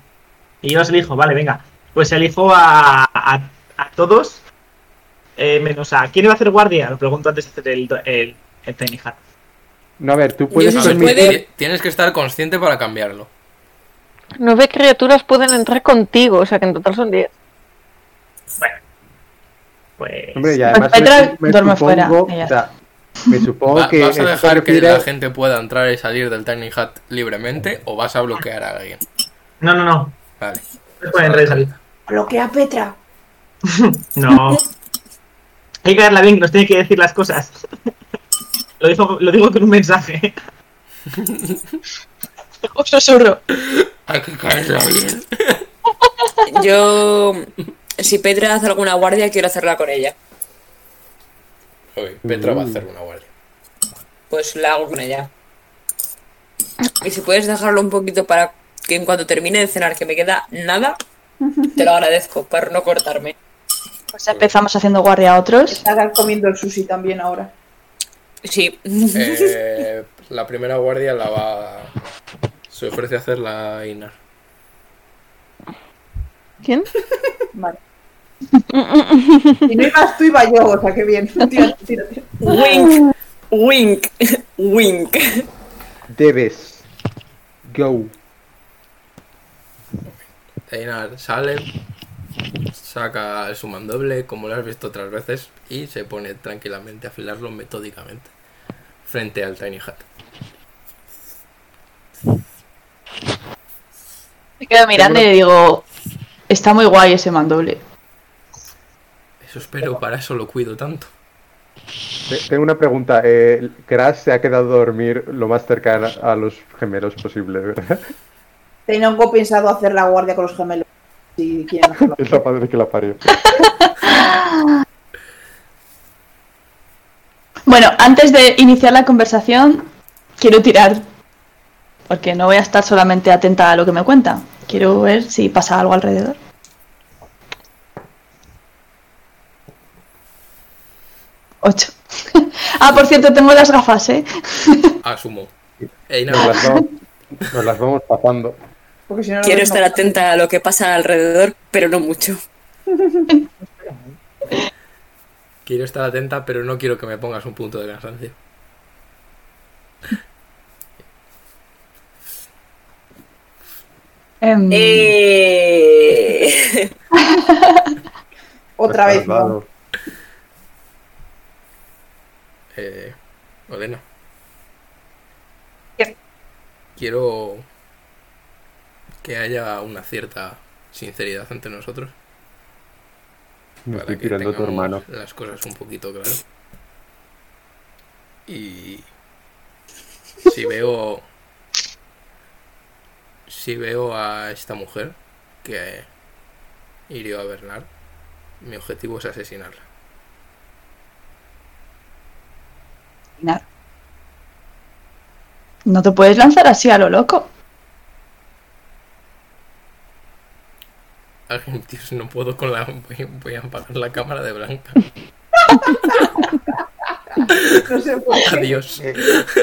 Y yo os elijo, vale, venga. Pues elijo a, a, a todos, eh, menos a... ¿Quién iba a hacer guardia? Lo pregunto antes de hacer el, do- el, el Tiny Hat. No, a ver, tú puedes A ver, ti- Tienes que estar consciente para cambiarlo. Nueve criaturas pueden entrar contigo, o sea que en total son diez. Pues... Hombre, y además Pues Petra me, me duerme fuera, supongo, y ya o sea, me supongo Va- que ¿Vas a esto dejar que refiere- la gente pueda entrar y salir del Tiny Hat libremente o vas a bloquear a alguien? No, no, no. Pues Vale. No puede entrar y salir. Bloquea Petra. No. Hay que darla bien, que nos tiene que decir las cosas. Lo digo, lo digo con un mensaje. Un susurro. Hay que caerla bien. Yo, si Petra hace alguna guardia, quiero hacerla con ella. Uy, Petra Mm. va a hacer una guardia. Pues la hago con ella. Y si puedes dejarlo un poquito para que en cuanto termine de cenar, que me queda nada, te lo agradezco por no cortarme. Pues ya empezamos haciendo guardia a otros. Estás comiendo el sushi también ahora. Sí. Eh, la primera guardia la va. Se ofrece a hacer la Inar. ¿Quién? Vale. Si no ibas tú, iba yo, o sea, qué bien. Tira, tira, tira. Wink, wink, wink. Debes. Go. Einar sale, saca su mandoble, como lo has visto otras veces, y se pone tranquilamente a afilarlo metódicamente frente al Tiny Hat. Me quedo mirando y le digo, está muy guay ese mandoble. Eso espero, para eso lo cuido tanto. Te- Tengo una pregunta. Eh, Crash se ha quedado a dormir lo más cercano a los gemelos posible, ¿verdad? Tengo pensado hacer la guardia con los gemelos. Si quieren hacerlo. Es la madre que la parió. Bueno, antes de iniciar la conversación, quiero tirar. Porque no voy a estar solamente atenta a lo que me cuenta. Quiero ver si pasa algo alrededor. Ocho. ah, por cierto, tengo las gafas, ¿eh? Asumo. Nos Einar, las vamos, nos las vamos pasando. Porque si no, no Quiero ves, no. estar atenta a lo que pasa alrededor, pero no mucho. quiero estar atenta, pero no quiero que me pongas un punto de cansancio. Em, Eh... Otra vez, no. Salvado. Eh, Olena. ¿Qué? Quiero que haya una cierta sinceridad entre nosotros. Me para estoy que tirando a tu tengamos hermano. las cosas un poquito claras. Y si veo si veo a esta mujer que hirió a Bernard, mi objetivo es asesinarla. Nada. No te puedes lanzar así a lo loco. Ay, Dios, no puedo con la voy, voy a apagar la cámara de Blanca. No sé por qué. Adiós. Eh,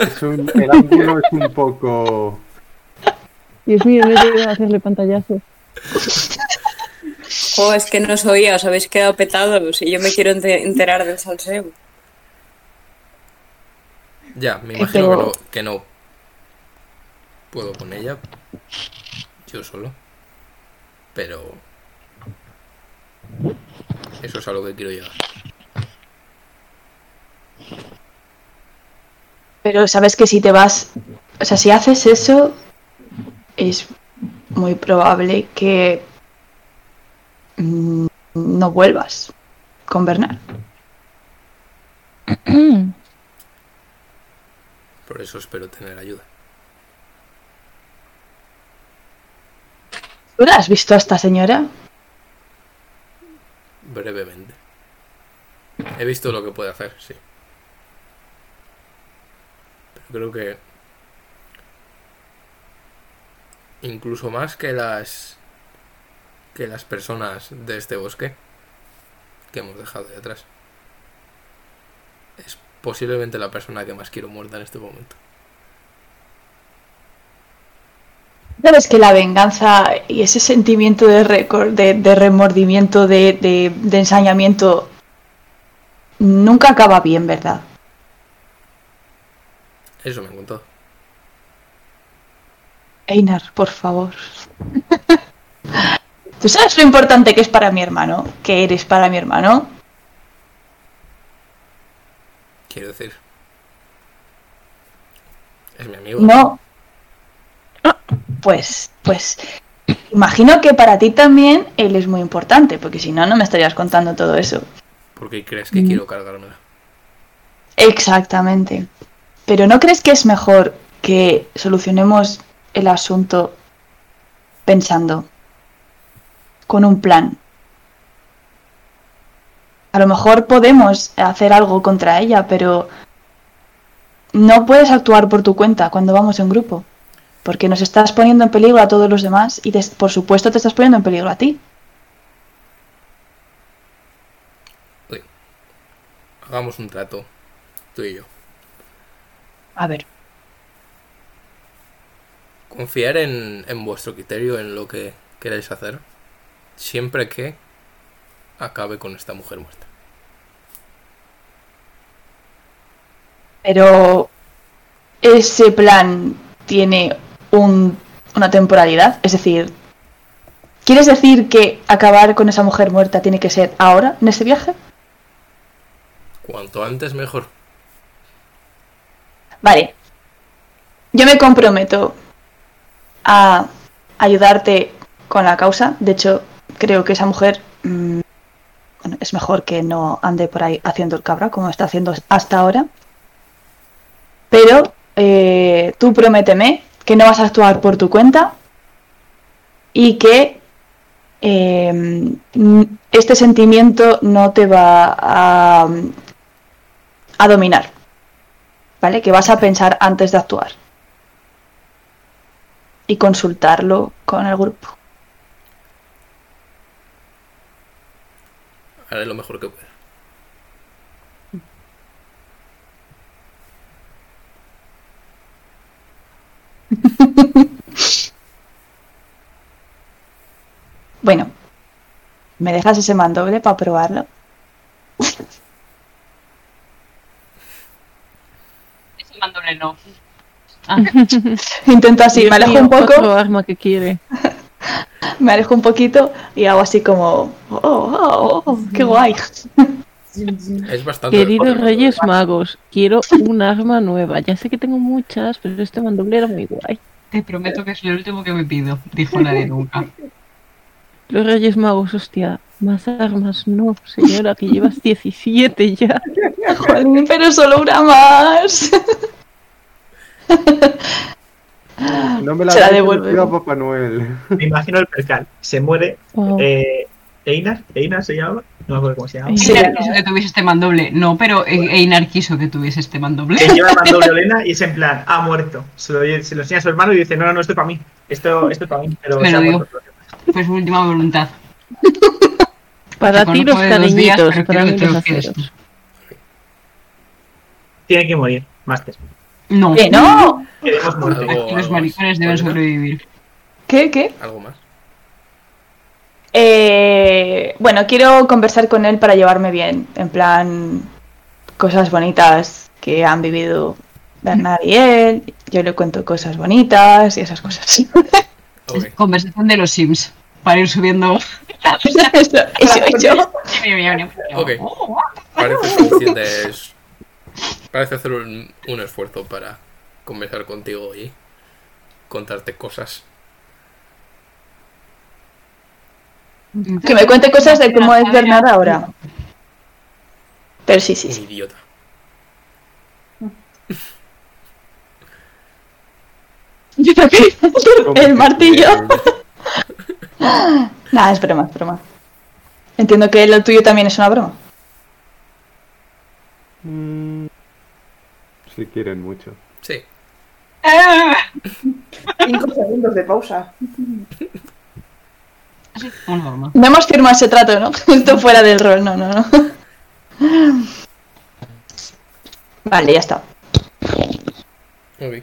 es un- el ángulo es un poco. Dios mío, no he llegado a hacerle pantallazo. Oh, es que no os oía, os habéis quedado petados y yo me quiero ente- enterar del salseo. Ya, me Eh, imagino que pero- no, que no puedo con ella. Yo solo. Pero. Eso es a lo que quiero llegar. Pero sabes que si te vas, o sea, si haces eso, es muy probable que mm, no vuelvas con Bernard. Por eso espero tener ayuda. ¿Tú la has visto a esta señora? Brevemente. He visto lo que puede hacer, sí. Pero creo que. Incluso más que las. que las personas de este bosque. que hemos dejado de atrás. Es posiblemente la persona que más quiero muerta en este momento. Sabes que la venganza y ese sentimiento de récord, de, de remordimiento, de, de, de ensañamiento, nunca acaba bien, ¿verdad? Eso me contó. Einar, por favor. ¿Tú sabes lo importante que es para mi hermano? ¿Que eres para mi hermano? Quiero decir. Es mi amigo. No. Pues, pues, imagino que para ti también él es muy importante, porque si no, no me estarías contando todo eso. ¿Por qué crees que Mm. quiero cargármela? Exactamente. Pero ¿no crees que es mejor que solucionemos el asunto pensando con un plan? A lo mejor podemos hacer algo contra ella, pero no puedes actuar por tu cuenta cuando vamos en grupo, porque nos estás poniendo en peligro a todos los demás y des- por supuesto te estás poniendo en peligro a ti. Hagamos un trato. Tú y yo. A ver, Confiar en, en vuestro criterio, en lo que queréis hacer. Siempre que acabe con esta mujer muerta. Pero ese plan tiene un- una temporalidad, es decir, ¿quieres decir que acabar con esa mujer muerta tiene que ser ahora, en este viaje? Cuanto antes mejor. Vale, yo me comprometo a ayudarte con la causa, de hecho creo que esa mujer mm, bueno, es mejor que no ande por ahí haciendo el cabra como está haciendo hasta ahora. Pero eh, tú prométeme que no vas a actuar por tu cuenta y que eh, mm, este sentimiento no te va a, mm, a dominar. ¿Vale? Que vas a pensar antes de actuar. Y consultarlo con el grupo. Haré lo mejor que pueda. Bueno, ¿me dejas ese mandoble para probarlo? Ese mandoble no. Ah, Intento así, Dios me alejo mío, un poco. otro arma que quiere. Me alejo un poquito y hago así como. ¡Oh, oh, oh! ¡Qué guay! Es bastante. Queridos Reyes Magos, quiero un arma nueva. Ya sé que tengo muchas, pero este mandoble era muy guay. Te prometo que es lo último que me pido, dijo la de nunca. Los Reyes Magos, hostia, más armas no, señora, que llevas 17 ya. Jolín, pero solo una más. No me la Se la deis, devuelvo. digo a Papá Noel. Me imagino el percal. Se muere. Wow. eh, Einar, Einar se llama. No me acuerdo cómo se llama. Einar quiso que tuviese este mandoble. No, pero eh, Einar quiso que tuviese este mandoble. Que lleva el mandoble Olena y es en plan, ha muerto. Se lo, se lo enseña a su hermano y dice, no, no, no, esto es para mí. Esto, esto es para mí. Pero Me se lo ha digo. muerto. Fue su última voluntad. Para Te ti los conozco de dos días, cariñitos, pero para creo mí que los tengo que aceros. Tiene que morir, máster. No. ¿Qué Eh, no? Queremos muerte. Aquí los maricones deben sobrevivir. ¿Qué, qué? ¿Algo más? Eh, bueno, quiero conversar con él para llevarme bien. En plan, cosas bonitas que han vivido Bernard y él. Yo le cuento cosas bonitas y esas cosas. Ok. Conversación de los Sims. Para ir subiendo. Eso, eso, eso. Ok. Oh, Parece suficiente. es- Parece hacer un, un esfuerzo para conversar contigo y contarte cosas. Que me cuente cosas de cómo es Bernard ahora. Pero sí, sí, Un sí. idiota. Yo creo que el martillo. Nada, es broma, es broma. Entiendo que lo tuyo también es una broma. Mm, Si quieren mucho. Sí. Ah. Cinco segundos de pausa. Una broma. No hemos firmado ese trato, ¿no? Esto fuera del rol, no, no, no. Vale, ya está. Ok.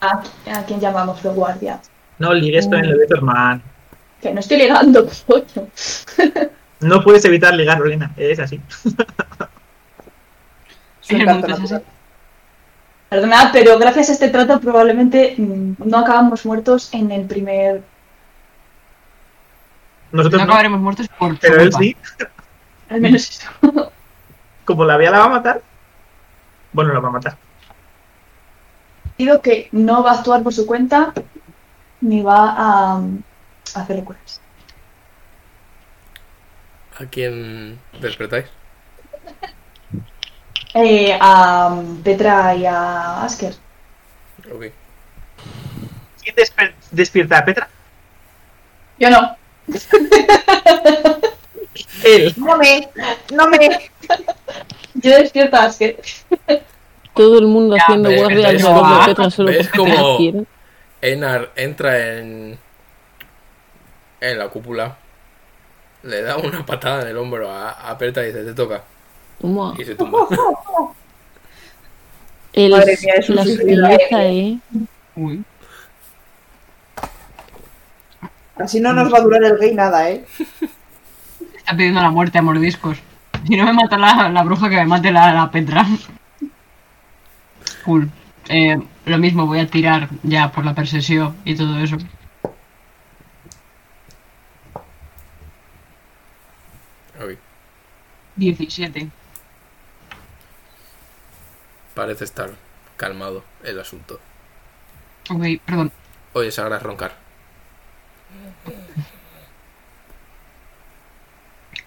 ¿A, Ah, a quién llamamos los guardias? No ligues con el de tu hermano. Que no estoy ligando, coño. No puedes evitar ligar, Olena. Es así. El mundo es así. Perdona, pero gracias a este trato probablemente mm, no acabamos muertos en el primer. Nosotros no no, acabaremos muertos por tu pero él culpa. sí. Al menos este eso. Como la vea la va a matar. Bueno, la va a matar. Digo que no va a actuar por su cuenta ni va a, mm, a hacer locuras. ¿A quién despertáis? Eh, a mm, Petra y a Asker. Ok. ¿Quién desper- despierta a Petra? Yo no. Él. No me, no me. Yo despierto a Asker. Todo el mundo haciendo ¿Ves? guardia ¿Ves alrededor cómo- de Petra solo ves porque Petra cómo quiere. Einar entra en. en la cúpula. Le da una patada en el hombro a, a Petra y dice: Te toca. Toma. Y se tumba. El- Madre mía, es un la suicidio. sutileza, ¿eh? Así no nos va a durar el gay nada, ¿eh? Está pidiendo la muerte a mordiscos. Si no me mata la, la bruja, que me mate la, la Petra. Cool. Eh, lo mismo, voy a tirar ya por la percepción y todo eso. Ok. 17. Parece estar calmado el asunto. Ok, perdón. Oye, Sagra roncar.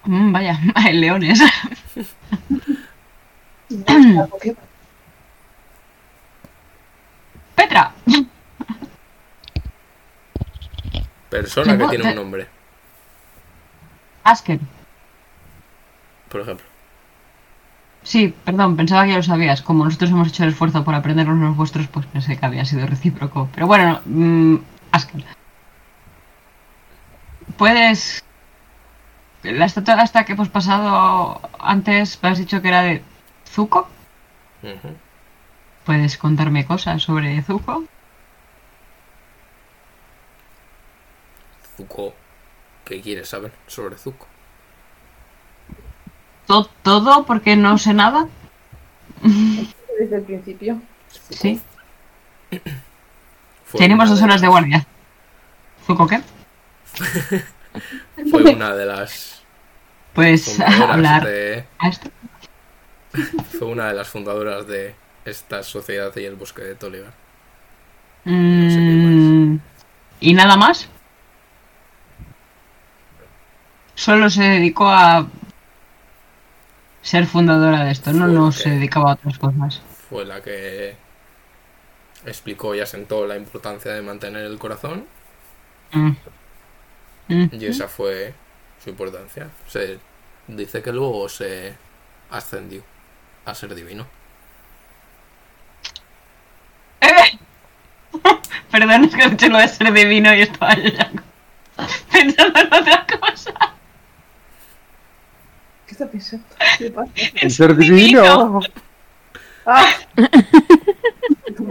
Mm, vaya, el leones. Petra. Persona que Tengo- tiene un te- nombre, Asker. por ejemplo. Sí, perdón, pensaba que ya lo sabías. Como nosotros hemos hecho el esfuerzo por aprendernos los vuestros, pues pensé que había sido recíproco. Pero bueno, mm, Asker. Puedes. La estatua hasta que hemos pasado antes, me has dicho que era de Zuko. Ujú. ¿Puedes contarme cosas sobre Zuko? Zuko. ¿Qué quieres saber sobre Zuko? ¿To- ¿Todo porque no sé nada? Desde el principio. Sí. Fue Tenemos una dos de- horas de guardia. ¿Zuko qué? Fue una de las Pues fundadoras hablar de- a esto. Fue una de las fundadoras de esta sociedad y el bosque de Tolivar. Mm, ¿Y nada más? Solo se dedicó a ser fundadora de esto, no, no se dedicaba a otras cosas. Fue la que explicó y asentó la importancia de mantener el corazón. Mm. Mm. Y esa fue su importancia. Se dice que luego se ascendió a ser divino. Eh, Perdón, es que escuché lo de ser divino y estaba yo ya pensando en otra cosa. ¿Qué está pensando? ¿Qué pasa? ¡El ser divino! ¡Ah!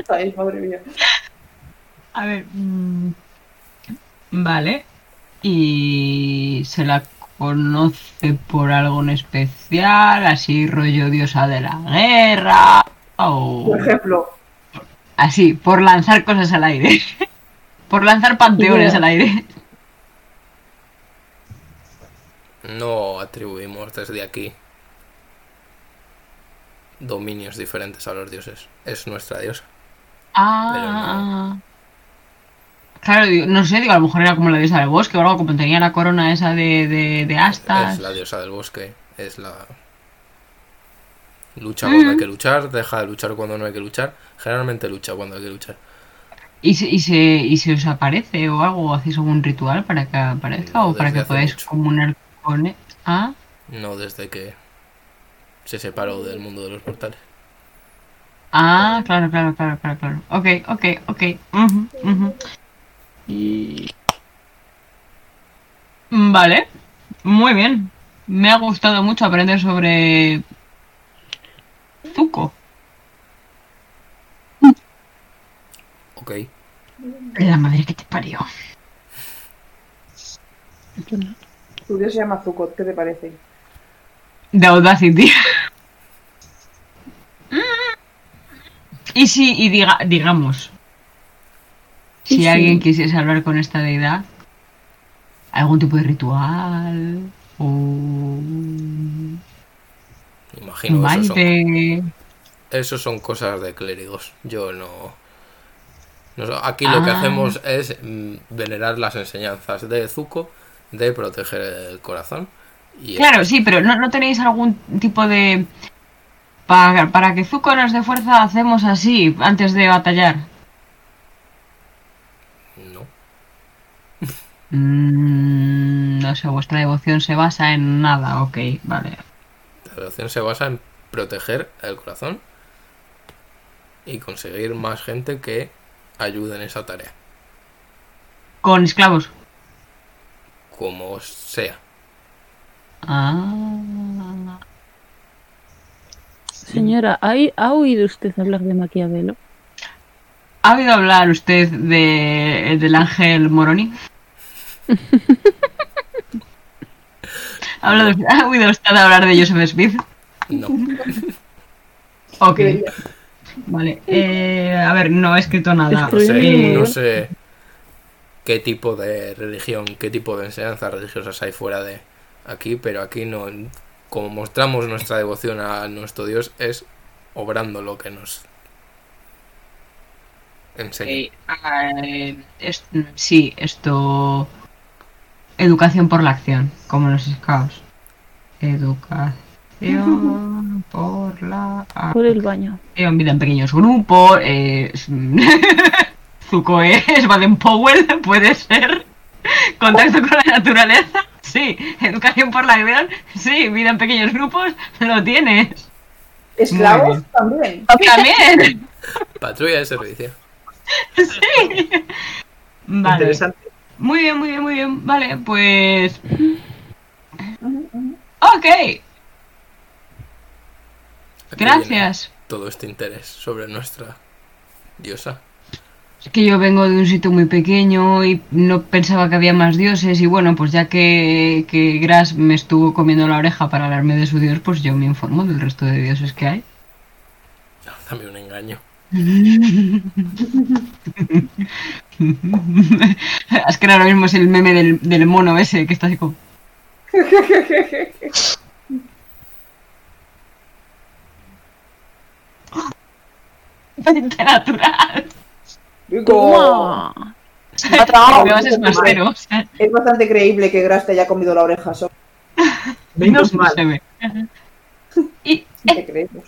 Ay, madre mía. A ver. mm, Vale. ¿Y se la conoce por algo en especial? Así rollo diosa de la guerra. O... Por ejemplo, Así, por lanzar cosas al aire. por lanzar panteones Idea. al aire. No atribuimos desde aquí dominios diferentes a los dioses. Es nuestra diosa. Ah. Claro, digo, no sé, digo, a lo mejor era como la diosa del bosque o algo, como tenía la corona esa de, de, de Es astas. la diosa del bosque. Es la. Lucha cuando Mm. hay que luchar, deja de luchar cuando no hay que luchar. Generalmente lucha cuando hay que luchar. ¿Y se, y, se, ¿Y se os aparece o algo? ¿O hacéis algún ritual para que aparezca o para desde que hace podáis mucho. comunar con él? Ah, No desde que se separó del mundo de los portales. ah, claro, claro, claro, claro, claro. Ok, ok, ok. ujú, ujú. Y- Vale, muy bien. Me ha gustado mucho aprender sobre Zuko. Ok. La madre que te parió. tu dios se llama Zuko, ¿qué te parece? De Audacity. Y si, y diga, digamos, si Sí, sí. alguien quisiese hablar con esta deidad, algún tipo de ritual o un Imagino que esos son, baile. esos son cosas de clérigos. Yo no. no- aquí lo que Ah. hacemos es mm, venerar las enseñanzas de Zuko de proteger el corazón. Y Claro, sí, pero ¿no, no tenéis algún tipo de... Para, para que Zuko nos dé fuerza hacemos así antes de batallar? No. Mm, no sé, vuestra devoción se basa en nada, ok, vale. La relación se basa en proteger el corazón y conseguir más gente que ayude en esa tarea, Con esclavos. como sea. Ah. Señora, ¿hay- ¿ha oído usted hablar de Maquiavelo? ¿Ha oído hablar usted de, eh, del ángel Moroni? ¿Ha, hablado- ha oído usted hablar de Joseph Smith? No. Ok. Vale. eh, a ver, no he escrito nada. No sé, Eh, no sé qué tipo de religión, qué tipo de enseñanzas religiosas hay fuera de aquí, pero aquí no. Como mostramos nuestra devoción a nuestro Dios es obrando lo que nos enseña. Ok, ah, eh, es- sí, esto. Educación por la acción, como los scouts. Educación por la Por el baño. acción, vida Eh, en pequeños grupos. eh, es- Zuko es Baden Powell, puede ser. Contacto con la naturaleza, sí. Educación por la acción, sí. Vida en pequeños grupos, lo tienes. Esclavos Muy también. También. Patrulla de servicio. Sí. Vale. Interesante. Muy bien, muy bien, muy bien. Vale, pues. Ok. Aquí Gracias. viene Todo este interés sobre nuestra diosa. Es que yo vengo de un sitio muy pequeño y no pensaba que había más dioses. Y bueno, pues ya que, que Gras me estuvo comiendo la oreja para hablarme de su dios, pues yo me informo del resto de dioses que hay. Dame un engaño. es que ahora mismo es el meme del, del mono ese que está así como. natural. Toma. Además es más cero, o sea, Es bastante creíble que Gras te haya comido la oreja solo. Menos mal. se ve. Sí te creemos.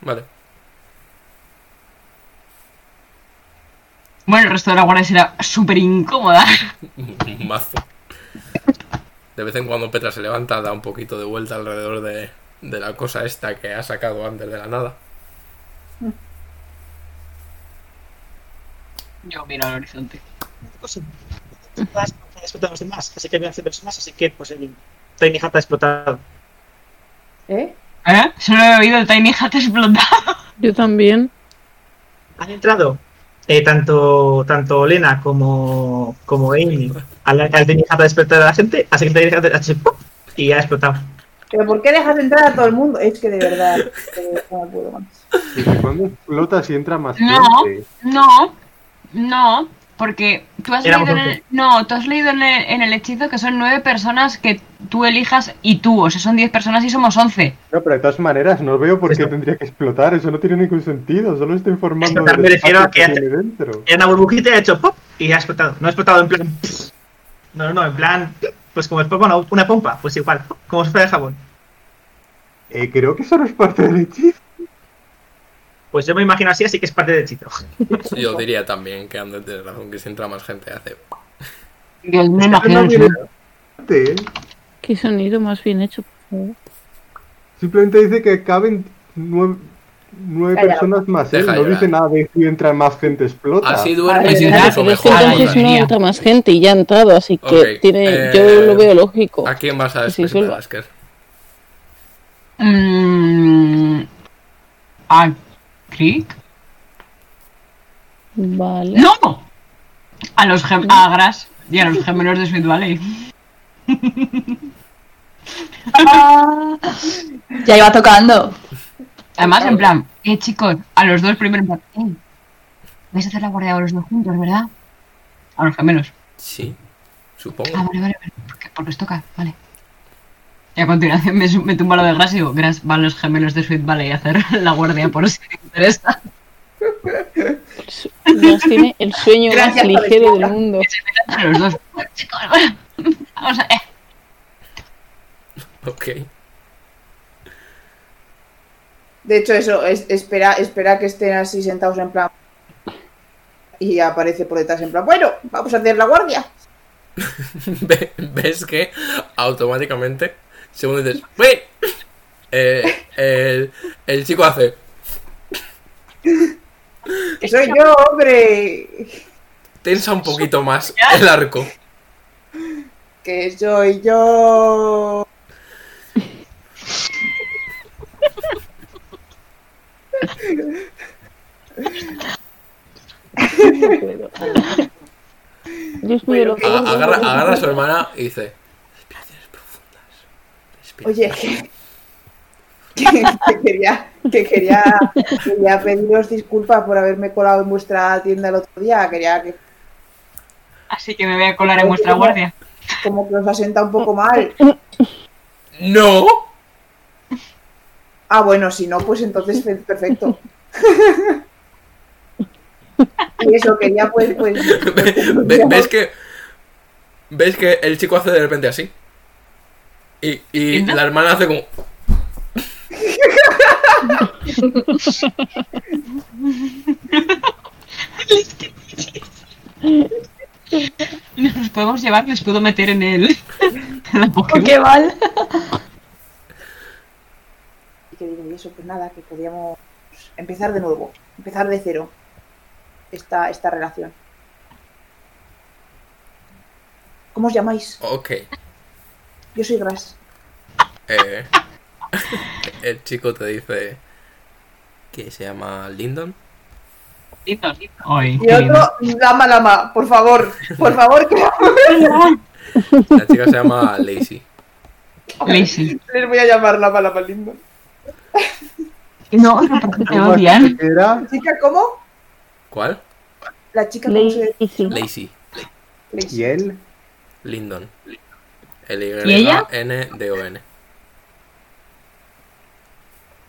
Vale. Bueno, el resto de la guardia será súper incómoda. Un mazo. De vez en cuando Petra se levanta, da un poquito de vuelta alrededor de, de la cosa esta que ha sacado antes de la nada. Yo miro al horizonte. Pues, más, han explotado los demás, así que había 11 personas, así que pues el Tiny Hat ha explotado. ¿Eh? ¿Eh? Solo he oído el Tiny Hat explotado. Yo también. Han entrado eh, tanto, tanto Lena como, como Amy al, al Tiny Hat a despertar a la gente, así que el Tiny Hat ha hecho ¡pum! y ha explotado. ¿Pero por qué dejas entrar a todo el mundo? Es que de verdad, eh, no puedo más. ¿Desde cuándo explota si entra más No, gente? no, no, porque tú has Éramos leído, en el, once. no, tú has leído en, el, en el hechizo que son nueve personas que tú elijas y tú, o sea, son diez personas y somos once. No, pero de todas maneras, no veo por qué tendría que explotar. Eso no tiene ningún sentido. Solo estoy informando Explotar del me refiero espacio a que- tiene dentro. Era una burbujita y ha hecho pop y ha explotado. No ha explotado en plan. pss. No, no, no, en plan. pss, Pues como explota una, una pompa, pues igual, pop, como si fuera de jabón. Eh, creo que eso no es parte del hechizo. Pues yo me imagino así, así que es parte del hechizo. Yo diría también que Ander tiene razón, que si entra más gente hace... Yo me imagino no ¿eh? eso. viene Qué sonido más bien hecho, por favor. Simplemente dice que caben nueve, nueve Calla. personas más él. Deja No llorar. dice nada de si entra más gente explota. Así Pero duermes es y que incluso mejor. entonces no entra más gente y ya ha entrado, así que Ok, tiene, eh, ah. yo lo veo lógico. ¿A quién vas a despertar, Asker? Mm, ah, ¿A Crick? Vale. ¡No! A los gem a Gras y a los gemelos de Sweet Valley. ya iba tocando. Además, en plan, eh, chicos, a los dos primero en plan, "Ey, "Eh, vais a hacer la guardia a los dos juntos, ¿verdad? A los gemelos. Sí, Ah, supongo. vale, vale, vale, porque, porque os toca, vale. Y a continuación me, su- me tumba lo de Gras y digo, Gras, van los gemelos de Sweet Valley a hacer la guardia por si te interesa. Nos tiene el sueño más Gracias por ligero del estar. mundo. A los dos. Chicos, vamos a eh, Ok. De hecho, eso, es- espera, espera que estén así sentados en plan. Y aparece por detrás en plan, bueno, vamos a hacer la guardia. Ve- ves que automáticamente, según dices, "Wey", eh, el, el chico hace, Que soy yo, hombre. tensa un poquito más el arco. Que soy yo. Dios mío, lo que A- agarra, agarra a su hermana y dice, Oye, que, que- que quería, que quería, quería pediros disculpas por haberme colado en vuestra tienda el otro día. Quería que así que me voy a colar en vuestra guardia. como que os asenta un poco mal. ¡No! Ah, bueno, si no, pues entonces pe- perfecto. Y eso quería pues, pues Ve- ves que ves que el chico hace de repente así y, y la hermana hace como Nos podemos llevar, les puedo meter en el. Qué mal. Y que digo, y eso, pues nada, que podíamos empezar de nuevo, empezar de cero esta, esta relación. ¿Cómo os llamáis? ok Yo soy Gras. eh, el chico te dice que se llama Lyndon Hoy. Y otro, dama, dama, por favor, por favor, que la chica se llama Lacey Lazy. les voy a llamar lama, lama, lindo. No, no, porque te ¿Cómo has odian. dicho que era? ¿Chica cómo? ¿cuál? La chica cómo se Lacey ¿Y él? Lyndon L ¿Y Y ella? N D O N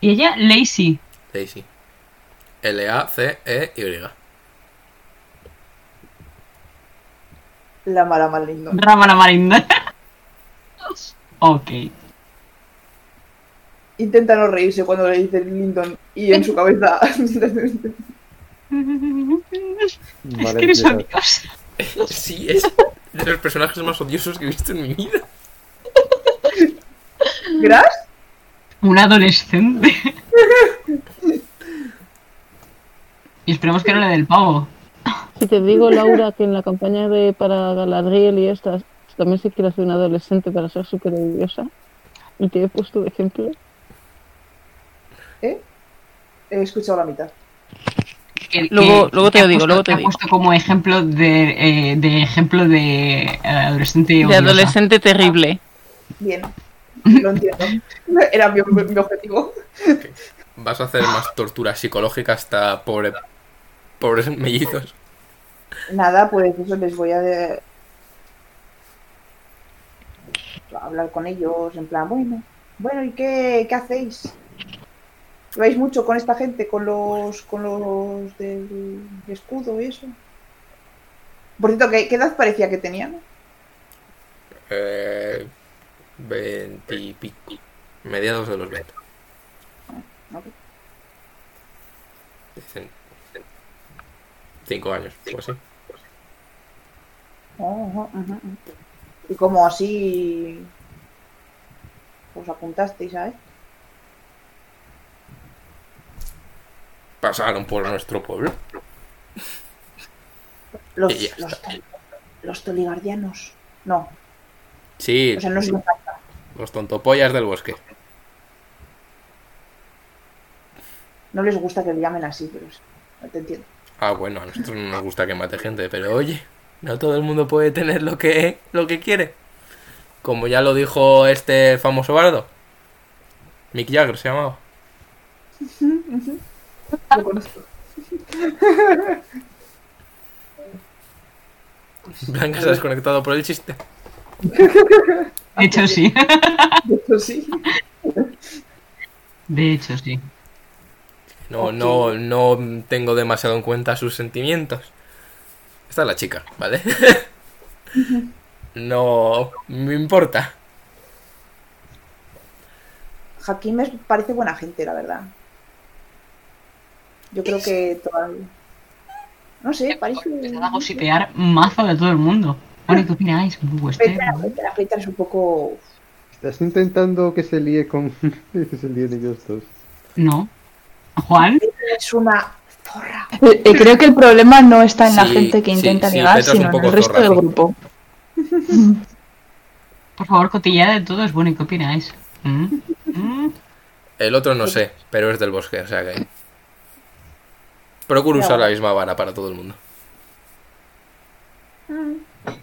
Y ella, Lazy. Lacey L A C E Y Lama, lama, lindo. Ramana Marinda. ok. Intenta no reírse cuando le dicen Lyndon y en su cabeza. Es que eres odiosa. sí es de los personajes más odiosos que he visto en mi vida ¿Gras? Un adolescente. Y esperemos que no le dé el pavo. Si te digo, Laura, que en la campaña de para Galadriel y estas, también se quiere hacer un adolescente para ser súper odiosa. Y te he puesto de ejemplo. ¿Eh? He escuchado la mitad. Que- Luego- que- luego te que lo ha digo, puesto- luego te ha digo. puesto como ejemplo de, eh, de ejemplo de eh, adolescente De odiosa. adolescente terrible. Bien. Lo entiendo. Era mi, mi objetivo. Vas a hacer más tortura psicológica hasta pobre, pobres mellizos. Nada, pues eso les voy a, de- a hablar con ellos. En plan, bueno, bueno, ¿y qué, qué hacéis? ¿Vais mucho con esta gente, con los con los del escudo y eso? Por cierto, ¿qué, qué edad parecía que tenían? Eh, 20 y pico. Mediados de los 20. Ok. Dicen 5 años pues o así. Oh, ujú, ujú, ujú. Y como así os apuntasteis, ¿sabes? Pasaron por nuestro pueblo. Los, Y ya los, tol- los toligardianos. No, Sí, o sea, no es una carta. los tontopollas del bosque. No les gusta que le llamen así, pero es- no te entiendo. Ah, bueno, a nosotros no nos gusta que mate gente, pero oye, no todo el mundo puede tener lo que, lo que quiere. Como ya lo dijo este famoso bardo. Mick Jagger se llamaba. Lo conozco. Blanca se ha desconectado por el chiste. De hecho, sí. De hecho, sí. De hecho, sí. No, no, no tengo demasiado en cuenta sus sentimientos. Esta es la chica, ¿vale? no me importa. Hakim es- parece buena gente, la verdad. Yo creo que todavía. No sé, parece. Pegar mazo de todo el mundo. Bueno, ¿qué opináis? este, Muy hueste. Petra, Petra, Petra es un poco. Estás intentando que se líe con. que se líen ellos dos. No. Juan. Es una. Eh, eh, creo que el problema no está en la Sí, gente que sí, intenta sí, ligar, Petra es un sino en poco el resto zorra, del sí. grupo. Por favor, cotilla de todos. Bueno, ¿y qué opináis? ¿Mm? El otro no sé, pero es del bosque, o sea que. Procuro Ya, usar la bueno. misma vara para todo el mundo. mm,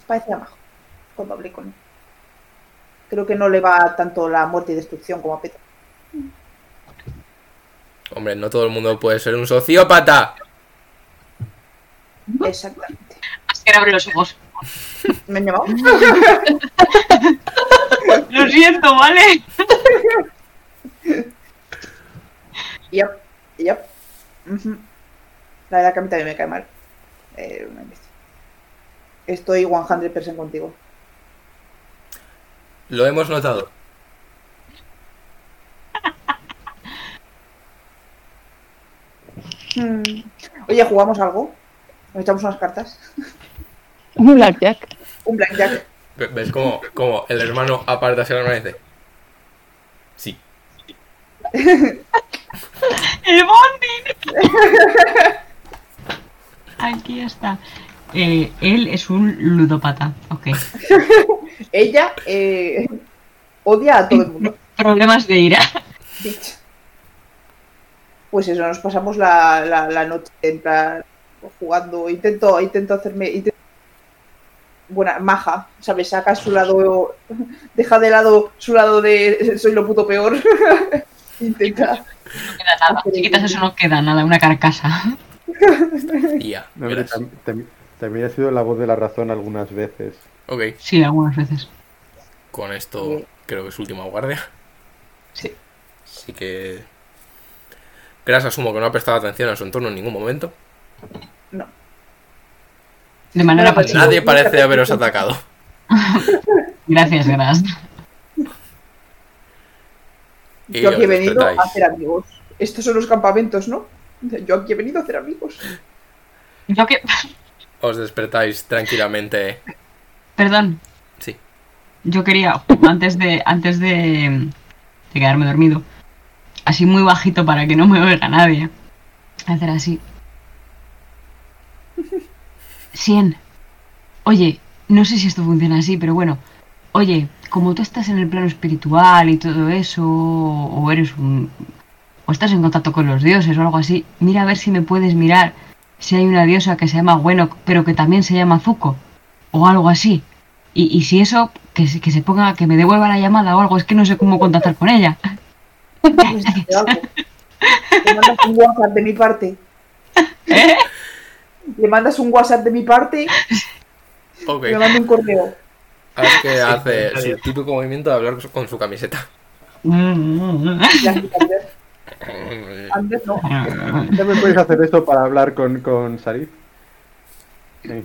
Parece abajo. Cuando hablé con él. Creo que no le va tanto la muerte y destrucción como a Petra. Hombre, no todo el mundo puede ser un sociópata. Exactamente. Asker abre los ojos. ¿Me han llamado? Lo siento, ¿vale? Yep, yep. Ujú. La verdad que a mí también me cae mal. Eh, una imbécil. Estoy 100% contigo. Lo hemos notado. Mm. Oye, ¿jugamos algo? ¿Nos echamos unas cartas? Un blackjack. Un blackjack. Ve- ¿Ves cómo, cómo el hermano aparta hacia la hermana y dice, Sí. ¡El bonding! Aquí está. Eh, él es un ludópata. Ok. Ella eh, odia a todo el mundo. Problemas de ira. Bitch. Pues eso, nos pasamos la, la- la noche en plan jugando. Intento, intento hacerme. intento- Buena, maja, ¿sabes? Saca su lado. Deja de lado su lado de soy lo puto peor. Intenta. No queda nada. Si quitas eso, no queda nada. Una carcasa. Ya. No, hombre, tam- tam- también ha sido la voz de la razón algunas veces. Ok. Sí, algunas veces. Con esto creo que es última guardia. Sí. Así que. Gras asumo que no ha prestado atención a su entorno en ningún momento. De manera Nadie pasiva. parece haberos atacado. Gracias, Gras. Y Yo aquí he os venido a despertáis. hacer amigos. Estos son los campamentos, ¿no? Yo aquí he venido a hacer amigos. Yo que. Os despertáis tranquilamente. Perdón. Sí. Yo quería, antes de. Antes de. de quedarme dormido. Así muy bajito para que no me oiga nadie. Hacer así. Cien. Oye, no sé si esto funciona así, pero bueno. Oye, como tú estás en el plano espiritual y todo eso, o eres un. o estás en contacto con los dioses o algo así, mira a ver si me puedes mirar si hay una diosa que se llama Wenok, pero que también se llama Zuko, o algo así. Y, y si eso, que, se- que se ponga, que me devuelva la llamada o algo, es que no sé cómo contactar con ella. Te mandas un WhatsApp de mi parte. Le mandas un WhatsApp de mi parte, Ok. le mando un correo. Haz Ah, que hace su típico movimiento de hablar con su camiseta. Antes no. ¿También puedes hacer esto para hablar con, con Sarif?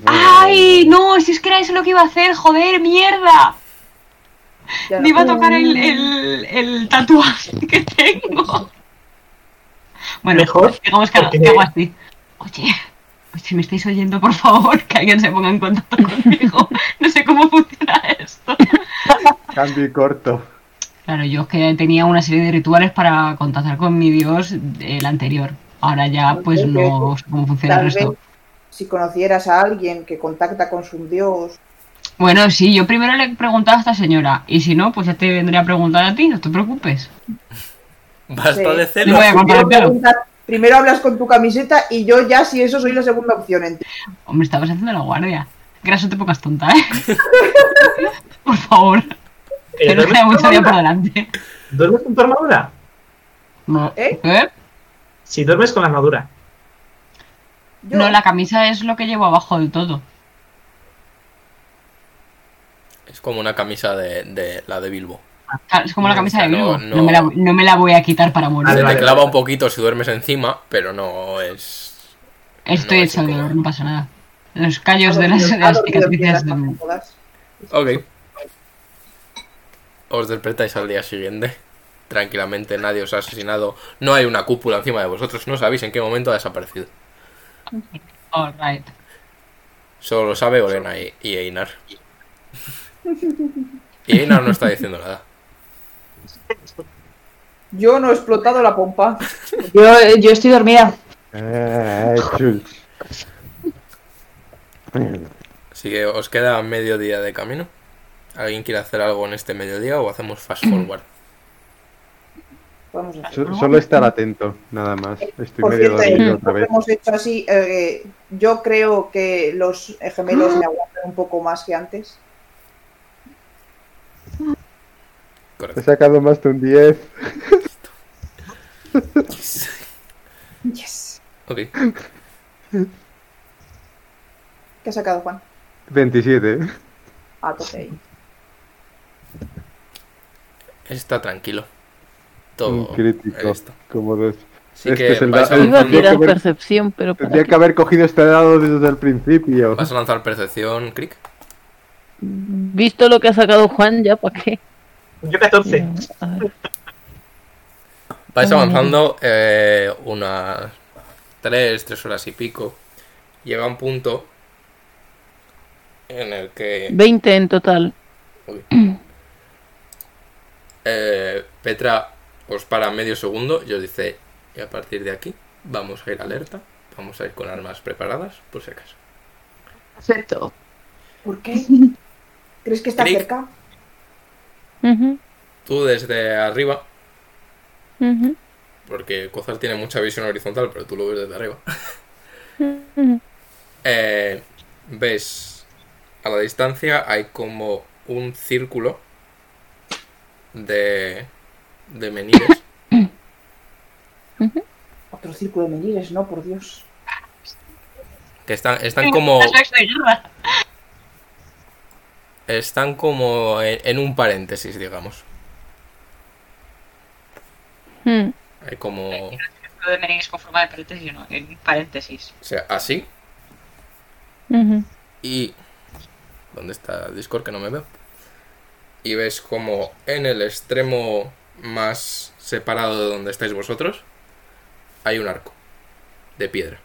¡Ay! No, si es que era eso lo que iba a hacer, joder, mierda. Ya Me iba a tocar el, no. el, el tatuaje que tengo. Bueno, pues, Mejor, digamos que porque- que hago así. Oye, pues si me estáis oyendo, por favor, que alguien se ponga en contacto conmigo. No sé cómo funciona esto. Cambio y corto. Claro, yo es que tenía una serie de rituales para contactar con mi dios eh, el anterior. Ahora ya pues no sé cómo funciona el Tal vez resto. si conocieras a alguien que contacta con su dios, Bueno, sí, yo primero le he preguntado a esta señora y si no, pues ya te vendré a preguntar a ti, no te preocupes. Basta Sí. de Le celos. voy a comprar primero, el pelo. preguntas- primero hablas con tu camiseta y yo ya si eso soy la segunda opción. ent- Hombre, estabas haciendo la guardia. Graso te pongas tonta, ¿eh? Por favor. Que no Eh, ¿duermes queda con mucho día armadura? por delante. ¿Duermes con tu armadura? No. ¿Eh? ¿Eh? Si duermes con la armadura. No, la camisa es lo que llevo abajo del todo. Es como una camisa de, de la de Bilbo. Claro, Es como la No, camisa de Bilbo. no, no. No, me la, no me la voy a quitar para morir. Se te clava un poquito si duermes encima, pero no es. Estoy hecho de dolor, no pasa nada. Los callos Ah, de las, de las cicatrices de Bilbo. Ok. Os despertáis al día siguiente. Tranquilamente, nadie os ha asesinado. No hay una cúpula encima de vosotros. No sabéis en qué momento ha desaparecido. All right. Solo lo sabe Olena y, y Einar. Y Einar no está diciendo nada. Yo no he explotado la pompa. Yo, yo estoy dormida. Ah, chul. Así que os queda medio día de camino. ¿Alguien quiere hacer algo en este mediodía o hacemos fast forward? Vamos a hacer. So- Solo estar atento, nada más. Estoy Por medio cierto, dormido eh, otra vez. hemos hecho así. eh, yo creo que los gemelos me aguantan un poco más que antes. He sacado más de un 10. Yes. Ok. ¿Qué ha sacado Juan? 27. Ah, tope ahí. Está tranquilo. Todo. Un crítico. Este Como dos. Sí que vais a- Iba a tendría tirar que haber- percepción, pero para tendría qué. que haber cogido este dado desde el principio. ¿Vas a lanzar percepción, Crick? visto lo que ha sacado Juan, ya para qué. Yo 14. Vais avanzando eh, unas tres, tres horas y pico. Llega un punto en el que 20 en total. eh, Petra os para medio segundo y os dice, y a partir de aquí vamos a ir alerta, vamos a ir con armas preparadas, por si acaso. Perfecto. ¿Por qué? ¿Crees que está Clic. cerca? Tú desde arriba, Ujú, porque Cozar tiene mucha visión horizontal, pero tú lo ves desde arriba. ujú. Eh, ves a la distancia hay como un círculo de, de menires. Otro círculo de menires, no, por Dios. Que están, están como. Están como en, en un paréntesis, digamos. Hmm. Hay como. O Lo de Merengues con forma de paréntesis, ¿no? En paréntesis. sea, así. Ujú. Y. ¿Dónde está Discord? Que no me veo. Y ves como en el extremo más separado de donde estáis vosotros. Hay un arco. De piedra.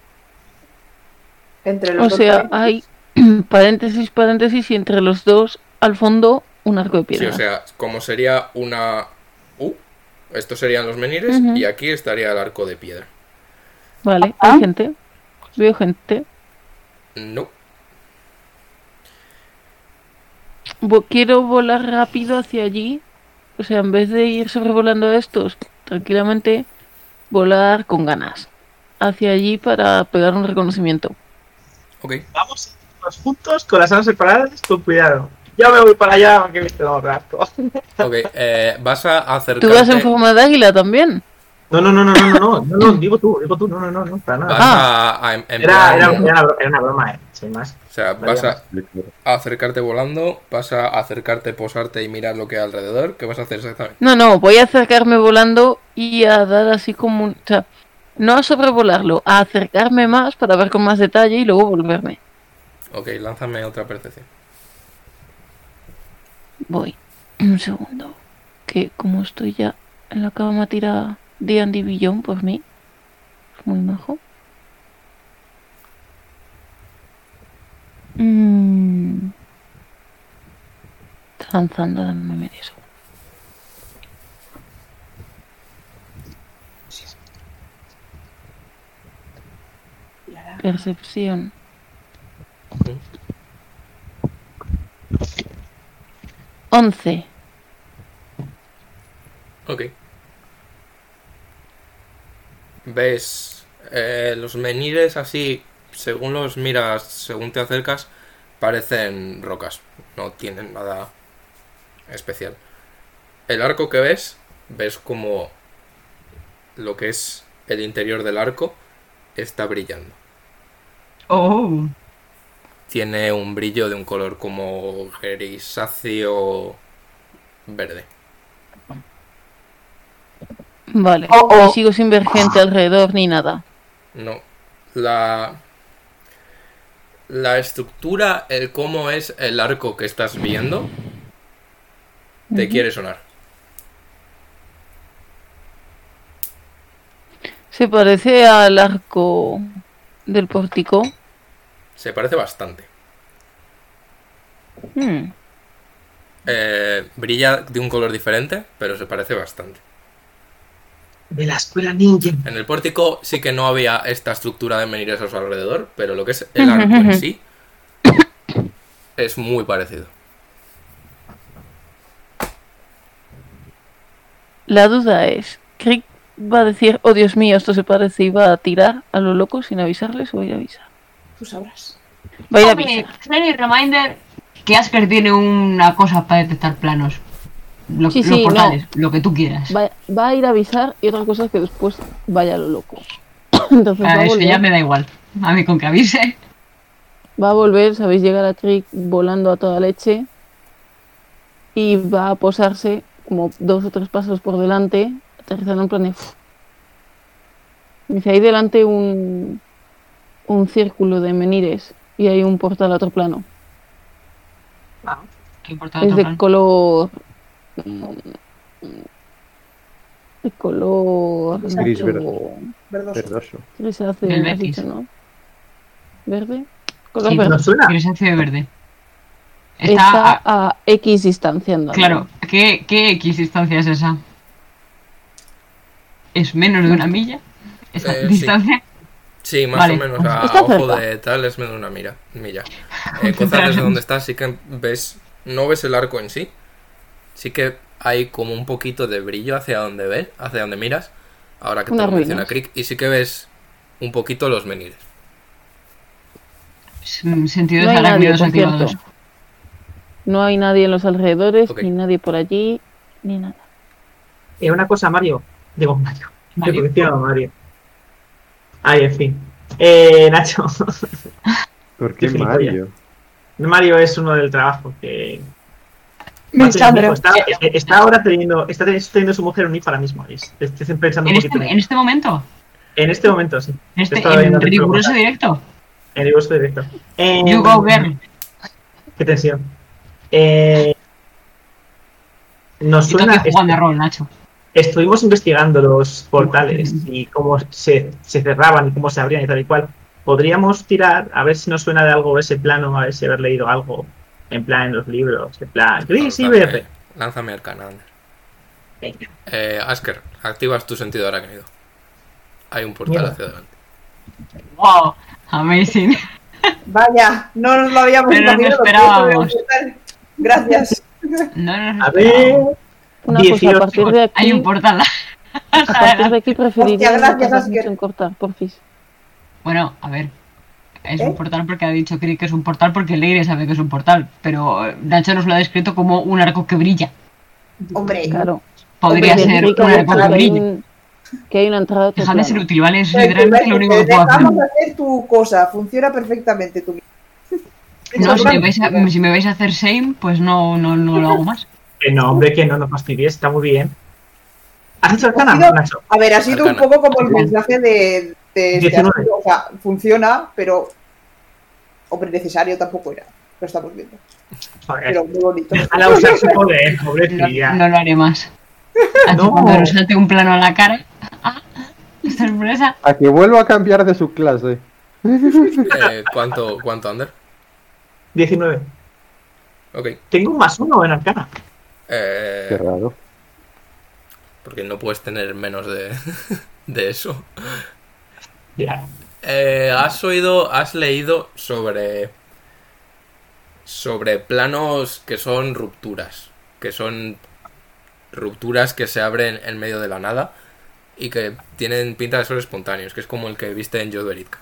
Entre los O dos sea, países. hay paréntesis, paréntesis y entre los dos, al fondo, un arco de Sí, piedra. o sea, como sería una U, estos serían los menires Ujú. y aquí estaría el arco de piedra. Vale, Ah. hay gente. Veo gente. No, Vo- quiero volar rápido hacia allí. O sea, en vez de ir sobrevolando a estos, tranquilamente, volar con ganas. Hacia allí para pegar un reconocimiento. ok. Vamos todos juntos con las armas separadas, con cuidado. Ya me voy para allá porque me tengo rasco. Ok, eh, vas a ¿Tú vas en acercarte, forma de águila también? No, no, no, no, no, no, no, no, no, digo tú, digo tú, no, no, no, no, para vas Ah, nada. a, a em- Era, emplear era, un- era una, bro- era una broma, eh, sin más. o sea, vas a, a acercarte volando, vas a acercarte, posarte y mirar lo que hay alrededor. ¿Qué vas a hacer exactamente? No, no, voy a acercarme volando y a dar así como un... O sea, no a sobrevolarlo, a acercarme más para ver con más detalle y luego volverme. Ok, lánzame otra percepción. Voy. Un segundo. Que como estoy ya en la cama tira de Andy Billón por mí. Muy majo. Mm. Lanzando, dame medio segundo. Percepción. Once. Ok. Ves eh, los menires así, según los miras, según te acercas, parecen rocas. No tienen nada especial. El arco que ves, ves como lo que es el interior del arco está brillando. Oh. Tiene un brillo de un color como grisáceo verde. Vale. Oh, oh. Y sigo sin ver gente alrededor ni nada. No. La. La estructura, el cómo es el arco que estás viendo, te Ujú. quiere sonar. Se parece al arco del pórtico. Se parece bastante. Hmm. Eh, brilla de un color diferente, pero se parece bastante. De la escuela ninja. En el pórtico sí que no había esta estructura de menires a su alrededor, pero lo que es el arco en sí es muy parecido. La duda es, ¿Crick va a decir, oh Dios mío, esto se parece y va a tirar a lo loco sin avisarles o ir a avisar? Tú sabrás. Va a ir a Oye, avisar. friendly reminder que Asker tiene una cosa para detectar planos. Lo- Sí, los sí, portales, lo que tú quieras. Va, va a ir a avisar y otra cosa es que después vaya a lo loco. Entonces va a a Ah, eso volver. ya me da igual. A mí con que avise. Va a volver, sabéis, llegar a Crick volando a toda leche y va a posarse como dos o tres pasos por delante, aterrizando en plan de... "Uf". Dice, ahí delante un, un círculo de menires y hay un portal a otro plano. ¿Qué importa Es otro de plan? color... mm, De color... Gris verde. Verdoso. Verdoso. Grisáceo, Del has Betis. dicho, ¿no? ¿Verde? Color Sí, verde. grisáceo de verde. Está, Está a- a X distancia andando. Claro, ¿qué, qué X distancia es esa? ¿Es menos de una milla? ¿Esa Eh, sí. distancia? Sí, más Vale. o menos a Está ojo cerca. de tal es menos una mira, milla. Eh, Kozar, desde donde estás sí que ves, no ves el arco en sí, sí que hay como un poquito de brillo hacia donde ves, hacia donde miras, ahora que te Unas lo menciona ruinas. Crick, y sí que ves un poquito los menires. S- Sentido No de hay alarma nadie, los por cierto. activados. No hay nadie en los alrededores, Ok. ni nadie por allí, ni nada. Eh, una cosa, Mario. Digo, Mario. Mario. Yo decía Mario. Ay, en fin. Eh, Nacho. ¿Por qué Qué Mario? Mario es uno del trabajo que. Me Macho, chambro. está, eh, está ahora teniendo, está teni- teniendo su mujer un hijo ahora mismo, Aris. Estoy pensando ¿En un este, poquito. en este momento? En este momento, sí. ¿En este Estaba en viendo el riguroso programa. directo? En riguroso directo. Eh, You go, girl. Qué tensión. Eh, nos Yo suena. este. también jugando a rol, Nacho. Estuvimos investigando los portales y cómo se, se cerraban y cómo se abrían y tal y cual. Podríamos tirar a ver si nos suena de algo ese plano, a ver si haber leído algo en plan en los libros, en plan gris y Lánzame- verde. eh, Lánzame arcana, Ander. Venga. Eh, Asker, activas tu sentido arácnido. Hay un portal Mierda. hacia adelante. Wow, amazing. Vaya, no nos lo habíamos Pero no lo imaginado, esperábamos. pero- Gracias. No, no, no. A ver. Una cosa, 18. a partir de aquí, Hay un portal. a partir de aquí preferiría Hostia, no gracias, tardar Asker. mucho en cortar, porfis. Bueno, a ver. Es ¿Eh? un portal porque ha dicho Crick que es un portal porque Leire sabe que es un portal. Pero eh, Nacho nos lo ha descrito como un arco que brilla. Hombre, Claro. Podría Porque ser significa un arco que que hay brilla. un- que hay una entrada a otro Déjame ser plano. útil, ¿vale? Es Te- literalmente te- lo único te que puedo hacer. dejamos hacer tu cosa, funciona perfectamente tu No, si me vais a, si me vais a hacer shame, pues no, no, no lo hago más. Que no, hombre, que no nos fastidies, está muy bien. ¿Has hecho arcana, Ha sido- Nacho? A ver, ha sido un Arcana. poco como el mensaje de, de este 19. artículo, O sea, funciona, pero. Hombre, necesario tampoco era. Lo estamos viendo. Joder, Pero muy bonito. déjala usar su poder, pobrecilla. No, no lo haré más. Así No. cuando nos salte un plano a la cara. ¡Ah! ¡Sorpresa! A que vuelva a cambiar de su clase. Eh, ¿Cuánto, cuánto Ander? 19. Ok. Tengo un más uno en arcana. Eh, Qué raro. porque no puedes tener menos de, de eso. Ya. Eh, has oído, has leído sobre. sobre planos que son rupturas. Que son rupturas que se abren en medio de la nada y que tienen pinta de ser espontáneos, que es como el que viste en Yodo Eritka.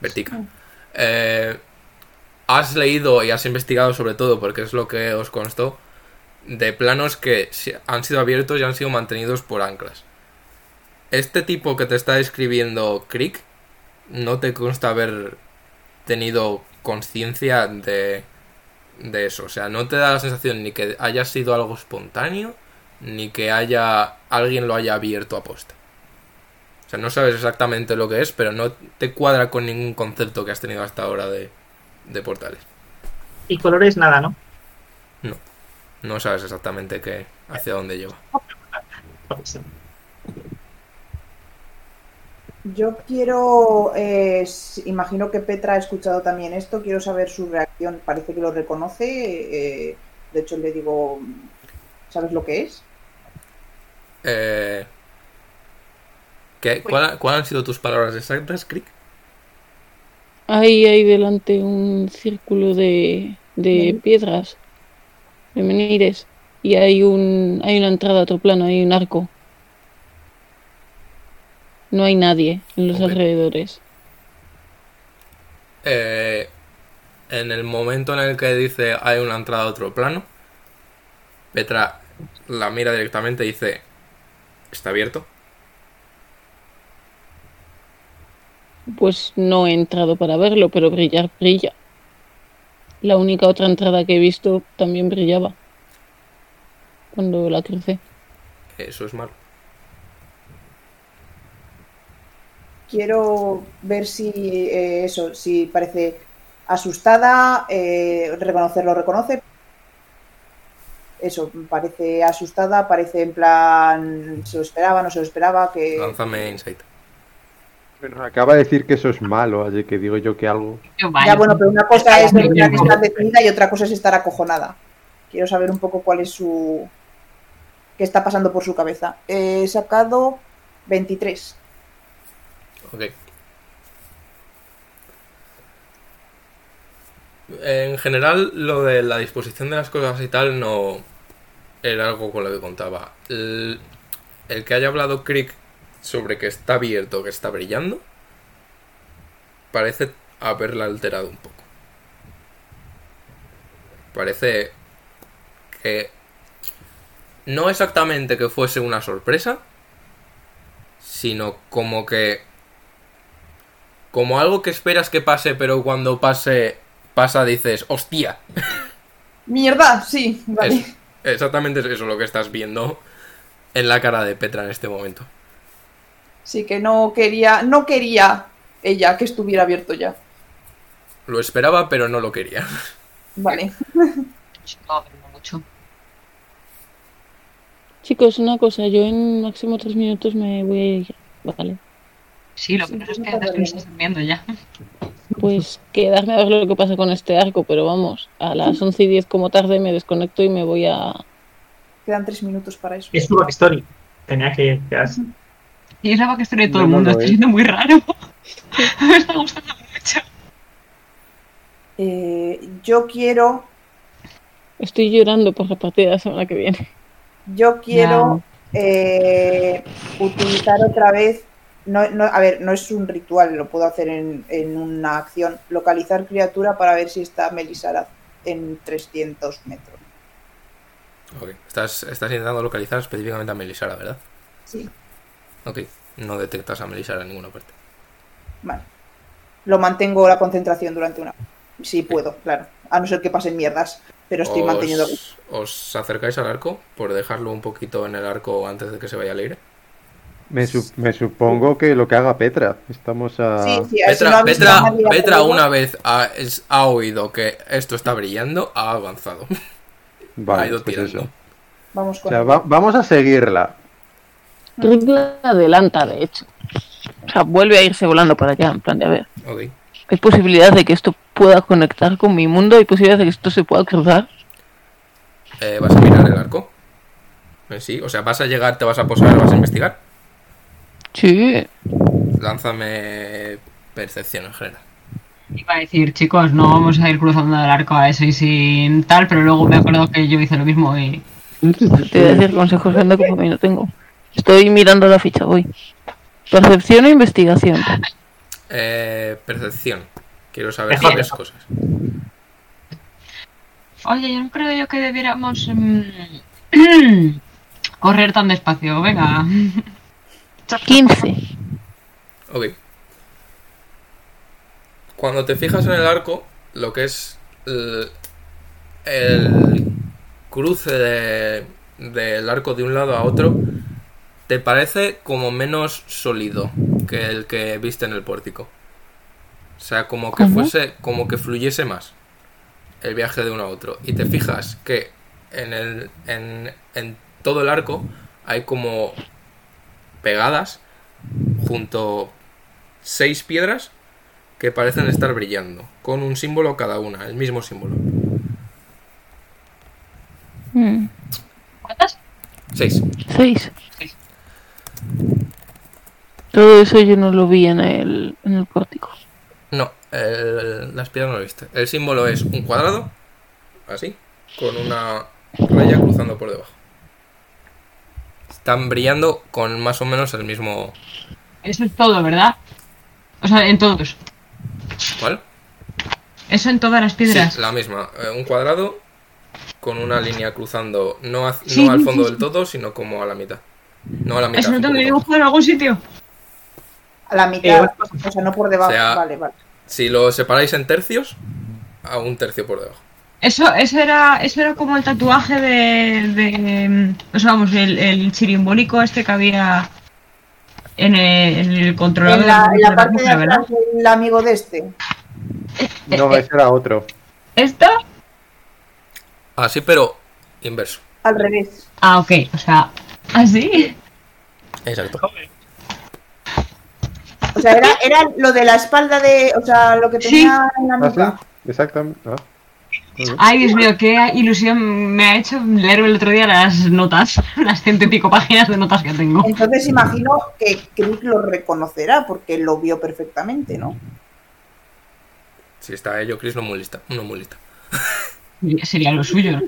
Vertica. Eh, has leído y has investigado sobre todo, porque es lo que os constó, de planos que se- han sido abiertos y han sido mantenidos por anclas. Este tipo que te está escribiendo Crick, no te consta haber tenido conciencia de, de eso. O sea, no te da la sensación ni que haya sido algo espontáneo, ni que haya alguien lo haya abierto a posta. O sea, no sabes exactamente lo que es, pero no te cuadra con ningún concepto que has tenido hasta ahora de, de portales. Y colores nada, ¿no? No. No sabes exactamente qué, hacia dónde lleva. Yo quiero, eh, imagino que Petra ha escuchado también esto, quiero saber su reacción, parece que lo reconoce, eh, de hecho le digo, ¿sabes lo que es? Eh, ¿qué, cuál, cuál, han sido tus palabras exactas, Crick? Ahí hay delante un círculo de, de piedras, de menires, y hay, un, hay una entrada a otro plano, hay un arco. No hay nadie en los okay. alrededores. Eh, en el momento en el que dice hay una entrada a otro plano, Petra la mira directamente y dice, ¿está abierto? Pues no he entrado para verlo, pero brillar brilla. La única otra entrada que he visto también brillaba. Cuando la crucé. Eso es malo. quiero ver si eh, eso, si parece asustada, eh, reconocerlo reconoce. Eso, parece asustada, parece en plan, se lo esperaba, no se lo esperaba, que... Lánzame Insight. Bueno, acaba de decir que eso es malo, así que digo yo que algo... Ya, bueno, pero una cosa es una que estar detenida y otra cosa es estar acojonada. Quiero saber un poco cuál es su... qué está pasando por su cabeza. He sacado 23. Ok. En general, lo de la disposición de las cosas y tal no era algo con lo que contaba. El, el que haya hablado Crick sobre que está abierto, que está brillando, parece haberla alterado un poco. Parece que no exactamente que fuese una sorpresa, sino como que como algo que esperas que pase, pero cuando pase, pasa dices, hostia. Mierda, sí, vale. Eso, exactamente eso lo que estás viendo en la cara de Petra en este momento. Sí, que no quería, no quería ella que estuviera abierto ya. Lo esperaba, pero no lo quería. Vale. Chicos, una cosa, yo en máximo tres minutos me voy a ir. Vale. Sí, lo que no es que andas que me estás durmiendo ya. Pues quedarme a ver lo que pasa con este arco, pero vamos, a las 11 y 10 como tarde me desconecto y me voy a... Quedan tres minutos para eso. Es tu backstory. Tenía que quedarse. Y es la backstory de todo no, el mundo, está siendo muy raro. me está gustando mucho. Eh, yo quiero... Estoy llorando por la partida de la semana que viene. Yo quiero no. eh, utilizar otra vez no, no, a ver, no es un ritual, lo puedo hacer en, en, una acción. Localizar criatura para ver si está Melisara en 300 metros. Ok, estás, estás intentando localizar específicamente a Melisara, ¿verdad? Sí. Ok, no detectas a Melisara en ninguna parte. Vale. Lo mantengo la concentración durante una. Si sí, puedo, claro. A no ser que pasen mierdas, pero estoy os, manteniendo. ¿Os acercáis al arco por dejarlo un poquito en el arco antes de que se vaya al aire? Me, su me, supongo que lo que haga Petra. Estamos a. Sí, sí, Petra, no Petra, Petra una vez ha, es, ha, oído que esto está brillando, ha avanzado. Vale, ha ido pues tirando. Eso. Vamos, con o sea, va vamos a seguirla. Rick adelanta, de hecho. O sea, vuelve a irse volando para allá, en plan de a ver. Okay. ¿Hay posibilidad de que esto pueda conectar con mi mundo? ¿Hay posibilidad de que esto se pueda cruzar? Eh, ¿Vas a mirar el arco? Eh, Sí, o sea, vas a llegar, te vas a posar, vas a investigar. Sí. Lánzame percepción en general. Iba a decir, chicos, no vamos a ir cruzando el arco a eso y sin tal, pero luego me acuerdo que yo hice lo mismo y. Te voy a decir consejos que no tengo. Estoy mirando la ficha, voy. ¿Percepción o investigación? Eh, percepción. Quiero saber varias cosas. Oye, yo no creo yo que em, debiéramos mm, correr tan despacio. Venga. 15. Ok. Cuando te fijas en el arco, lo que es el, el cruce de- del arco de un lado a otro, te parece como menos sólido que el que viste en el pórtico. O sea, como que ¿Cómo? fuese, como que fluyese más el viaje de uno a otro. Y te fijas que en, el, en, en todo el arco hay como pegadas junto seis piedras que parecen estar brillando, con un símbolo cada una, el mismo símbolo. ¿Cuántas? Seis. 6. Todo eso yo no lo vi en el, en el pórtico. No, el- las piedras no lo viste. El símbolo es un cuadrado, así, con una raya cruzando por debajo. Están brillando con más o menos el mismo... Eso es todo, ¿verdad? O sea, en todos. ¿Cuál? Eso en todas las piedras. Sí, la misma. eh, un cuadrado con una línea cruzando, no, haz- Sí, no al sí, fondo sí, del todo, sino como a la mitad. No a la mitad. Eso no un tengo poco que dibujar en algún sitio. A la mitad, o sea, no por debajo. O sea- Vale, vale. Si lo separáis en tercios, a un tercio por debajo. Eso, eso era, eso era como el tatuaje de, de, mm, o sea, vamos, el, el chirimbólico este que había en el, en el controlador. En la, en la de parte de bruja, ¿verdad? atrás del amigo de este. No, ese era otro. ¿Esta? Así, pero inverso. Al revés. Ah, ok, o sea, así. Exacto. O sea, era, era lo de la espalda de. O sea, lo que tenía en Ah, la ¿Así? nuca. Exactamente. ah. Muy bien. Ay, Dios mío, qué ilusión me ha hecho leer el otro día las notas, las ciento y pico páginas de notas que tengo. Entonces imagino que Crick lo reconocerá porque lo vio perfectamente, ¿no? Si está ello, Chris no muy lista. No muy lista. Sería lo suyo.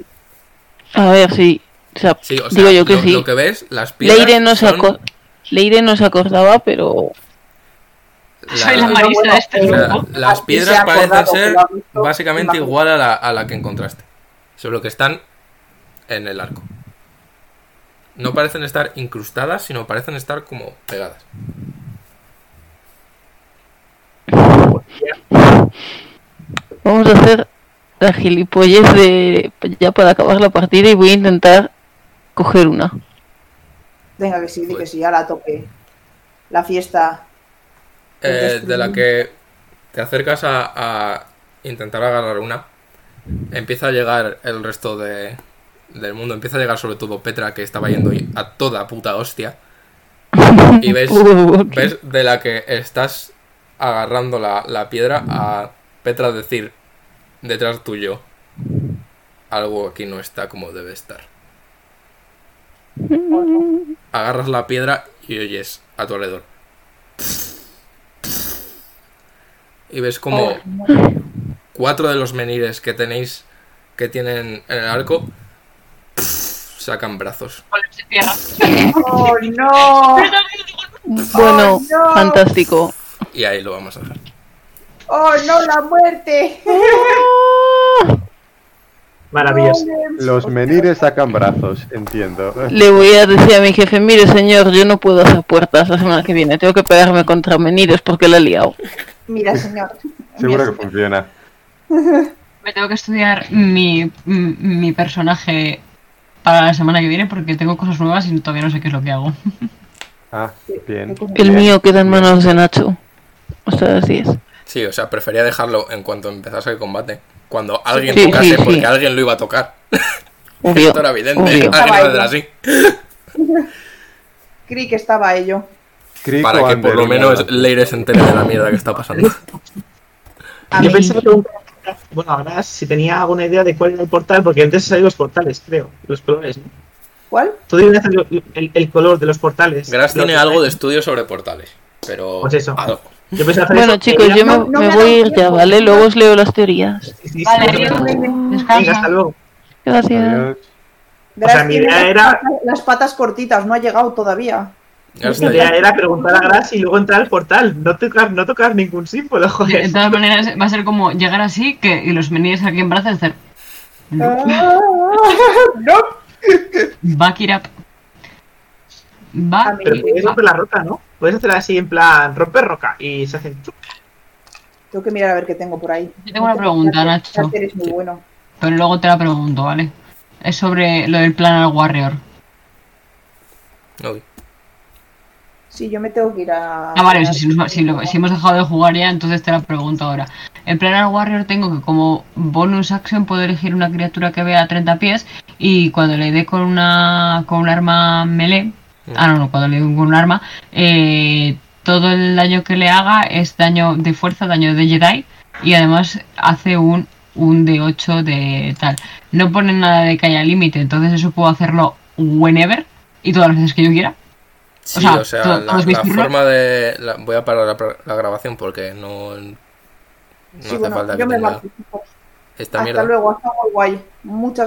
A ver, sí. O sea, Sí, o sea, digo yo que lo, sí. lo que ves, las piedras. Leire no, se son aco- Leire no se acordaba, pero la- Soy la marista de este o sea, grupo. Las Así se piedras ha acordado parecen que ser lo ha básicamente imagino. igual a la, a la que encontraste. Solo que están en el arco. No parecen estar incrustadas, sino parecen estar como pegadas. vamos a hacer la gilipollez de ya para acabar la partida y voy a intentar coger una. Venga, que sí, di Pues. que sí, ya la tope. La fiesta. Eh, de la que te acercas a, a intentar agarrar una, empieza a llegar el resto de, del mundo. Empieza a llegar sobre todo Petra, que estaba yendo a toda puta hostia. Y ves, ves de la que estás agarrando la, la piedra a Petra decir detrás tuyo. Algo aquí no está como debe estar. Agarras la piedra y oyes a tu alrededor. Y ves como cuatro de los menires que tenéis, que tienen en el arco, sacan brazos. ¡Oh, no! Bueno, no. fantástico. Y ahí lo vamos a dejar. ¡Oh, no, la muerte! Maravilloso. Los menires sacan brazos, entiendo. Le voy a decir a mi jefe, mire señor, yo no puedo hacer puertas la semana que viene, tengo que pegarme contra Menides porque la he liado. Mira, señor. Seguro que funciona. Me tengo que estudiar mi, mi- mi personaje para la semana que viene porque tengo cosas nuevas y todavía no sé qué es lo que hago. Ah, bien. El mío queda en manos de Nacho. Hasta las 10. Sí, o sea, prefería dejarlo en cuanto empezase el combate. Cuando alguien Sí, tocase, sí, sí. porque alguien lo iba a tocar. Obvio, Esto era evidente. ¿eh? Ah, Alguien obvio. iba a hacer Estaba así. Crick estaba ello. Para que por lo Ander, menos Leire se entere de la mierda que está pasando. Yo pensaba que un- Bueno, ahora si tenía alguna idea de cuál era el portal, porque antes salían los portales, creo. Los colores, ¿no? ¿Cuál? Tú debes hacer lo- el, el color de los portales. Grass Los- tiene algo de estudio sobre portales. Pero. Pues eso. algo. Yo pensaba hacer Bueno eso, chicos, pero yo ya me, me voy a ir ya, ¿vale? Luego os leo las teorías. Sí, sí, Vale, sí. adiós, Venga, hasta descansa. luego. Gracias. O sea, mi Gracias, idea las era, patas- Las patas cortitas, no ha llegado todavía. Grass mi Pues está idea ahí. era preguntar a Gras y luego entrar al portal. No tocar, no tocar ningún símbolo, De joder. todas maneras, va a ser como llegar así que, y los menires aquí en brazos hacer Ah, no. back it up. Vale. Pero puedes romper la roca, ¿no? Puedes hacer así en plan romper roca y se hacen. chup. Tengo que mirar a ver qué tengo por ahí. Yo tengo una pregunta, Nacho. Hacer es muy bueno. Pero luego te la pregunto, ¿vale? Es sobre lo del Planar Warrior. Ok. Sí, yo me tengo que ir a. Ah, vale, o sea, si, nos- si lo- si hemos dejado de jugar ya, entonces te la pregunto ahora. En Planar Warrior tengo que como bonus action puedo elegir una criatura que vea a 30 pies y cuando le dé con una con un arma melee, ah no, no, cuando le dé con un arma, eh, todo el daño que le haga es daño de fuerza, daño de Jedi y además hace un un de 8 de tal. No pone nada de que haya límite, entonces eso puedo hacerlo whenever y todas las veces que yo quiera. Sí, o sea, to- la, todos mis la turnos. forma de... la- voy a parar la, pra- la grabación porque no... No Sí, bueno, falta que yo me tenga marcho, chicos. esta Hasta mierda. luego, hasta luego, guay. Muchas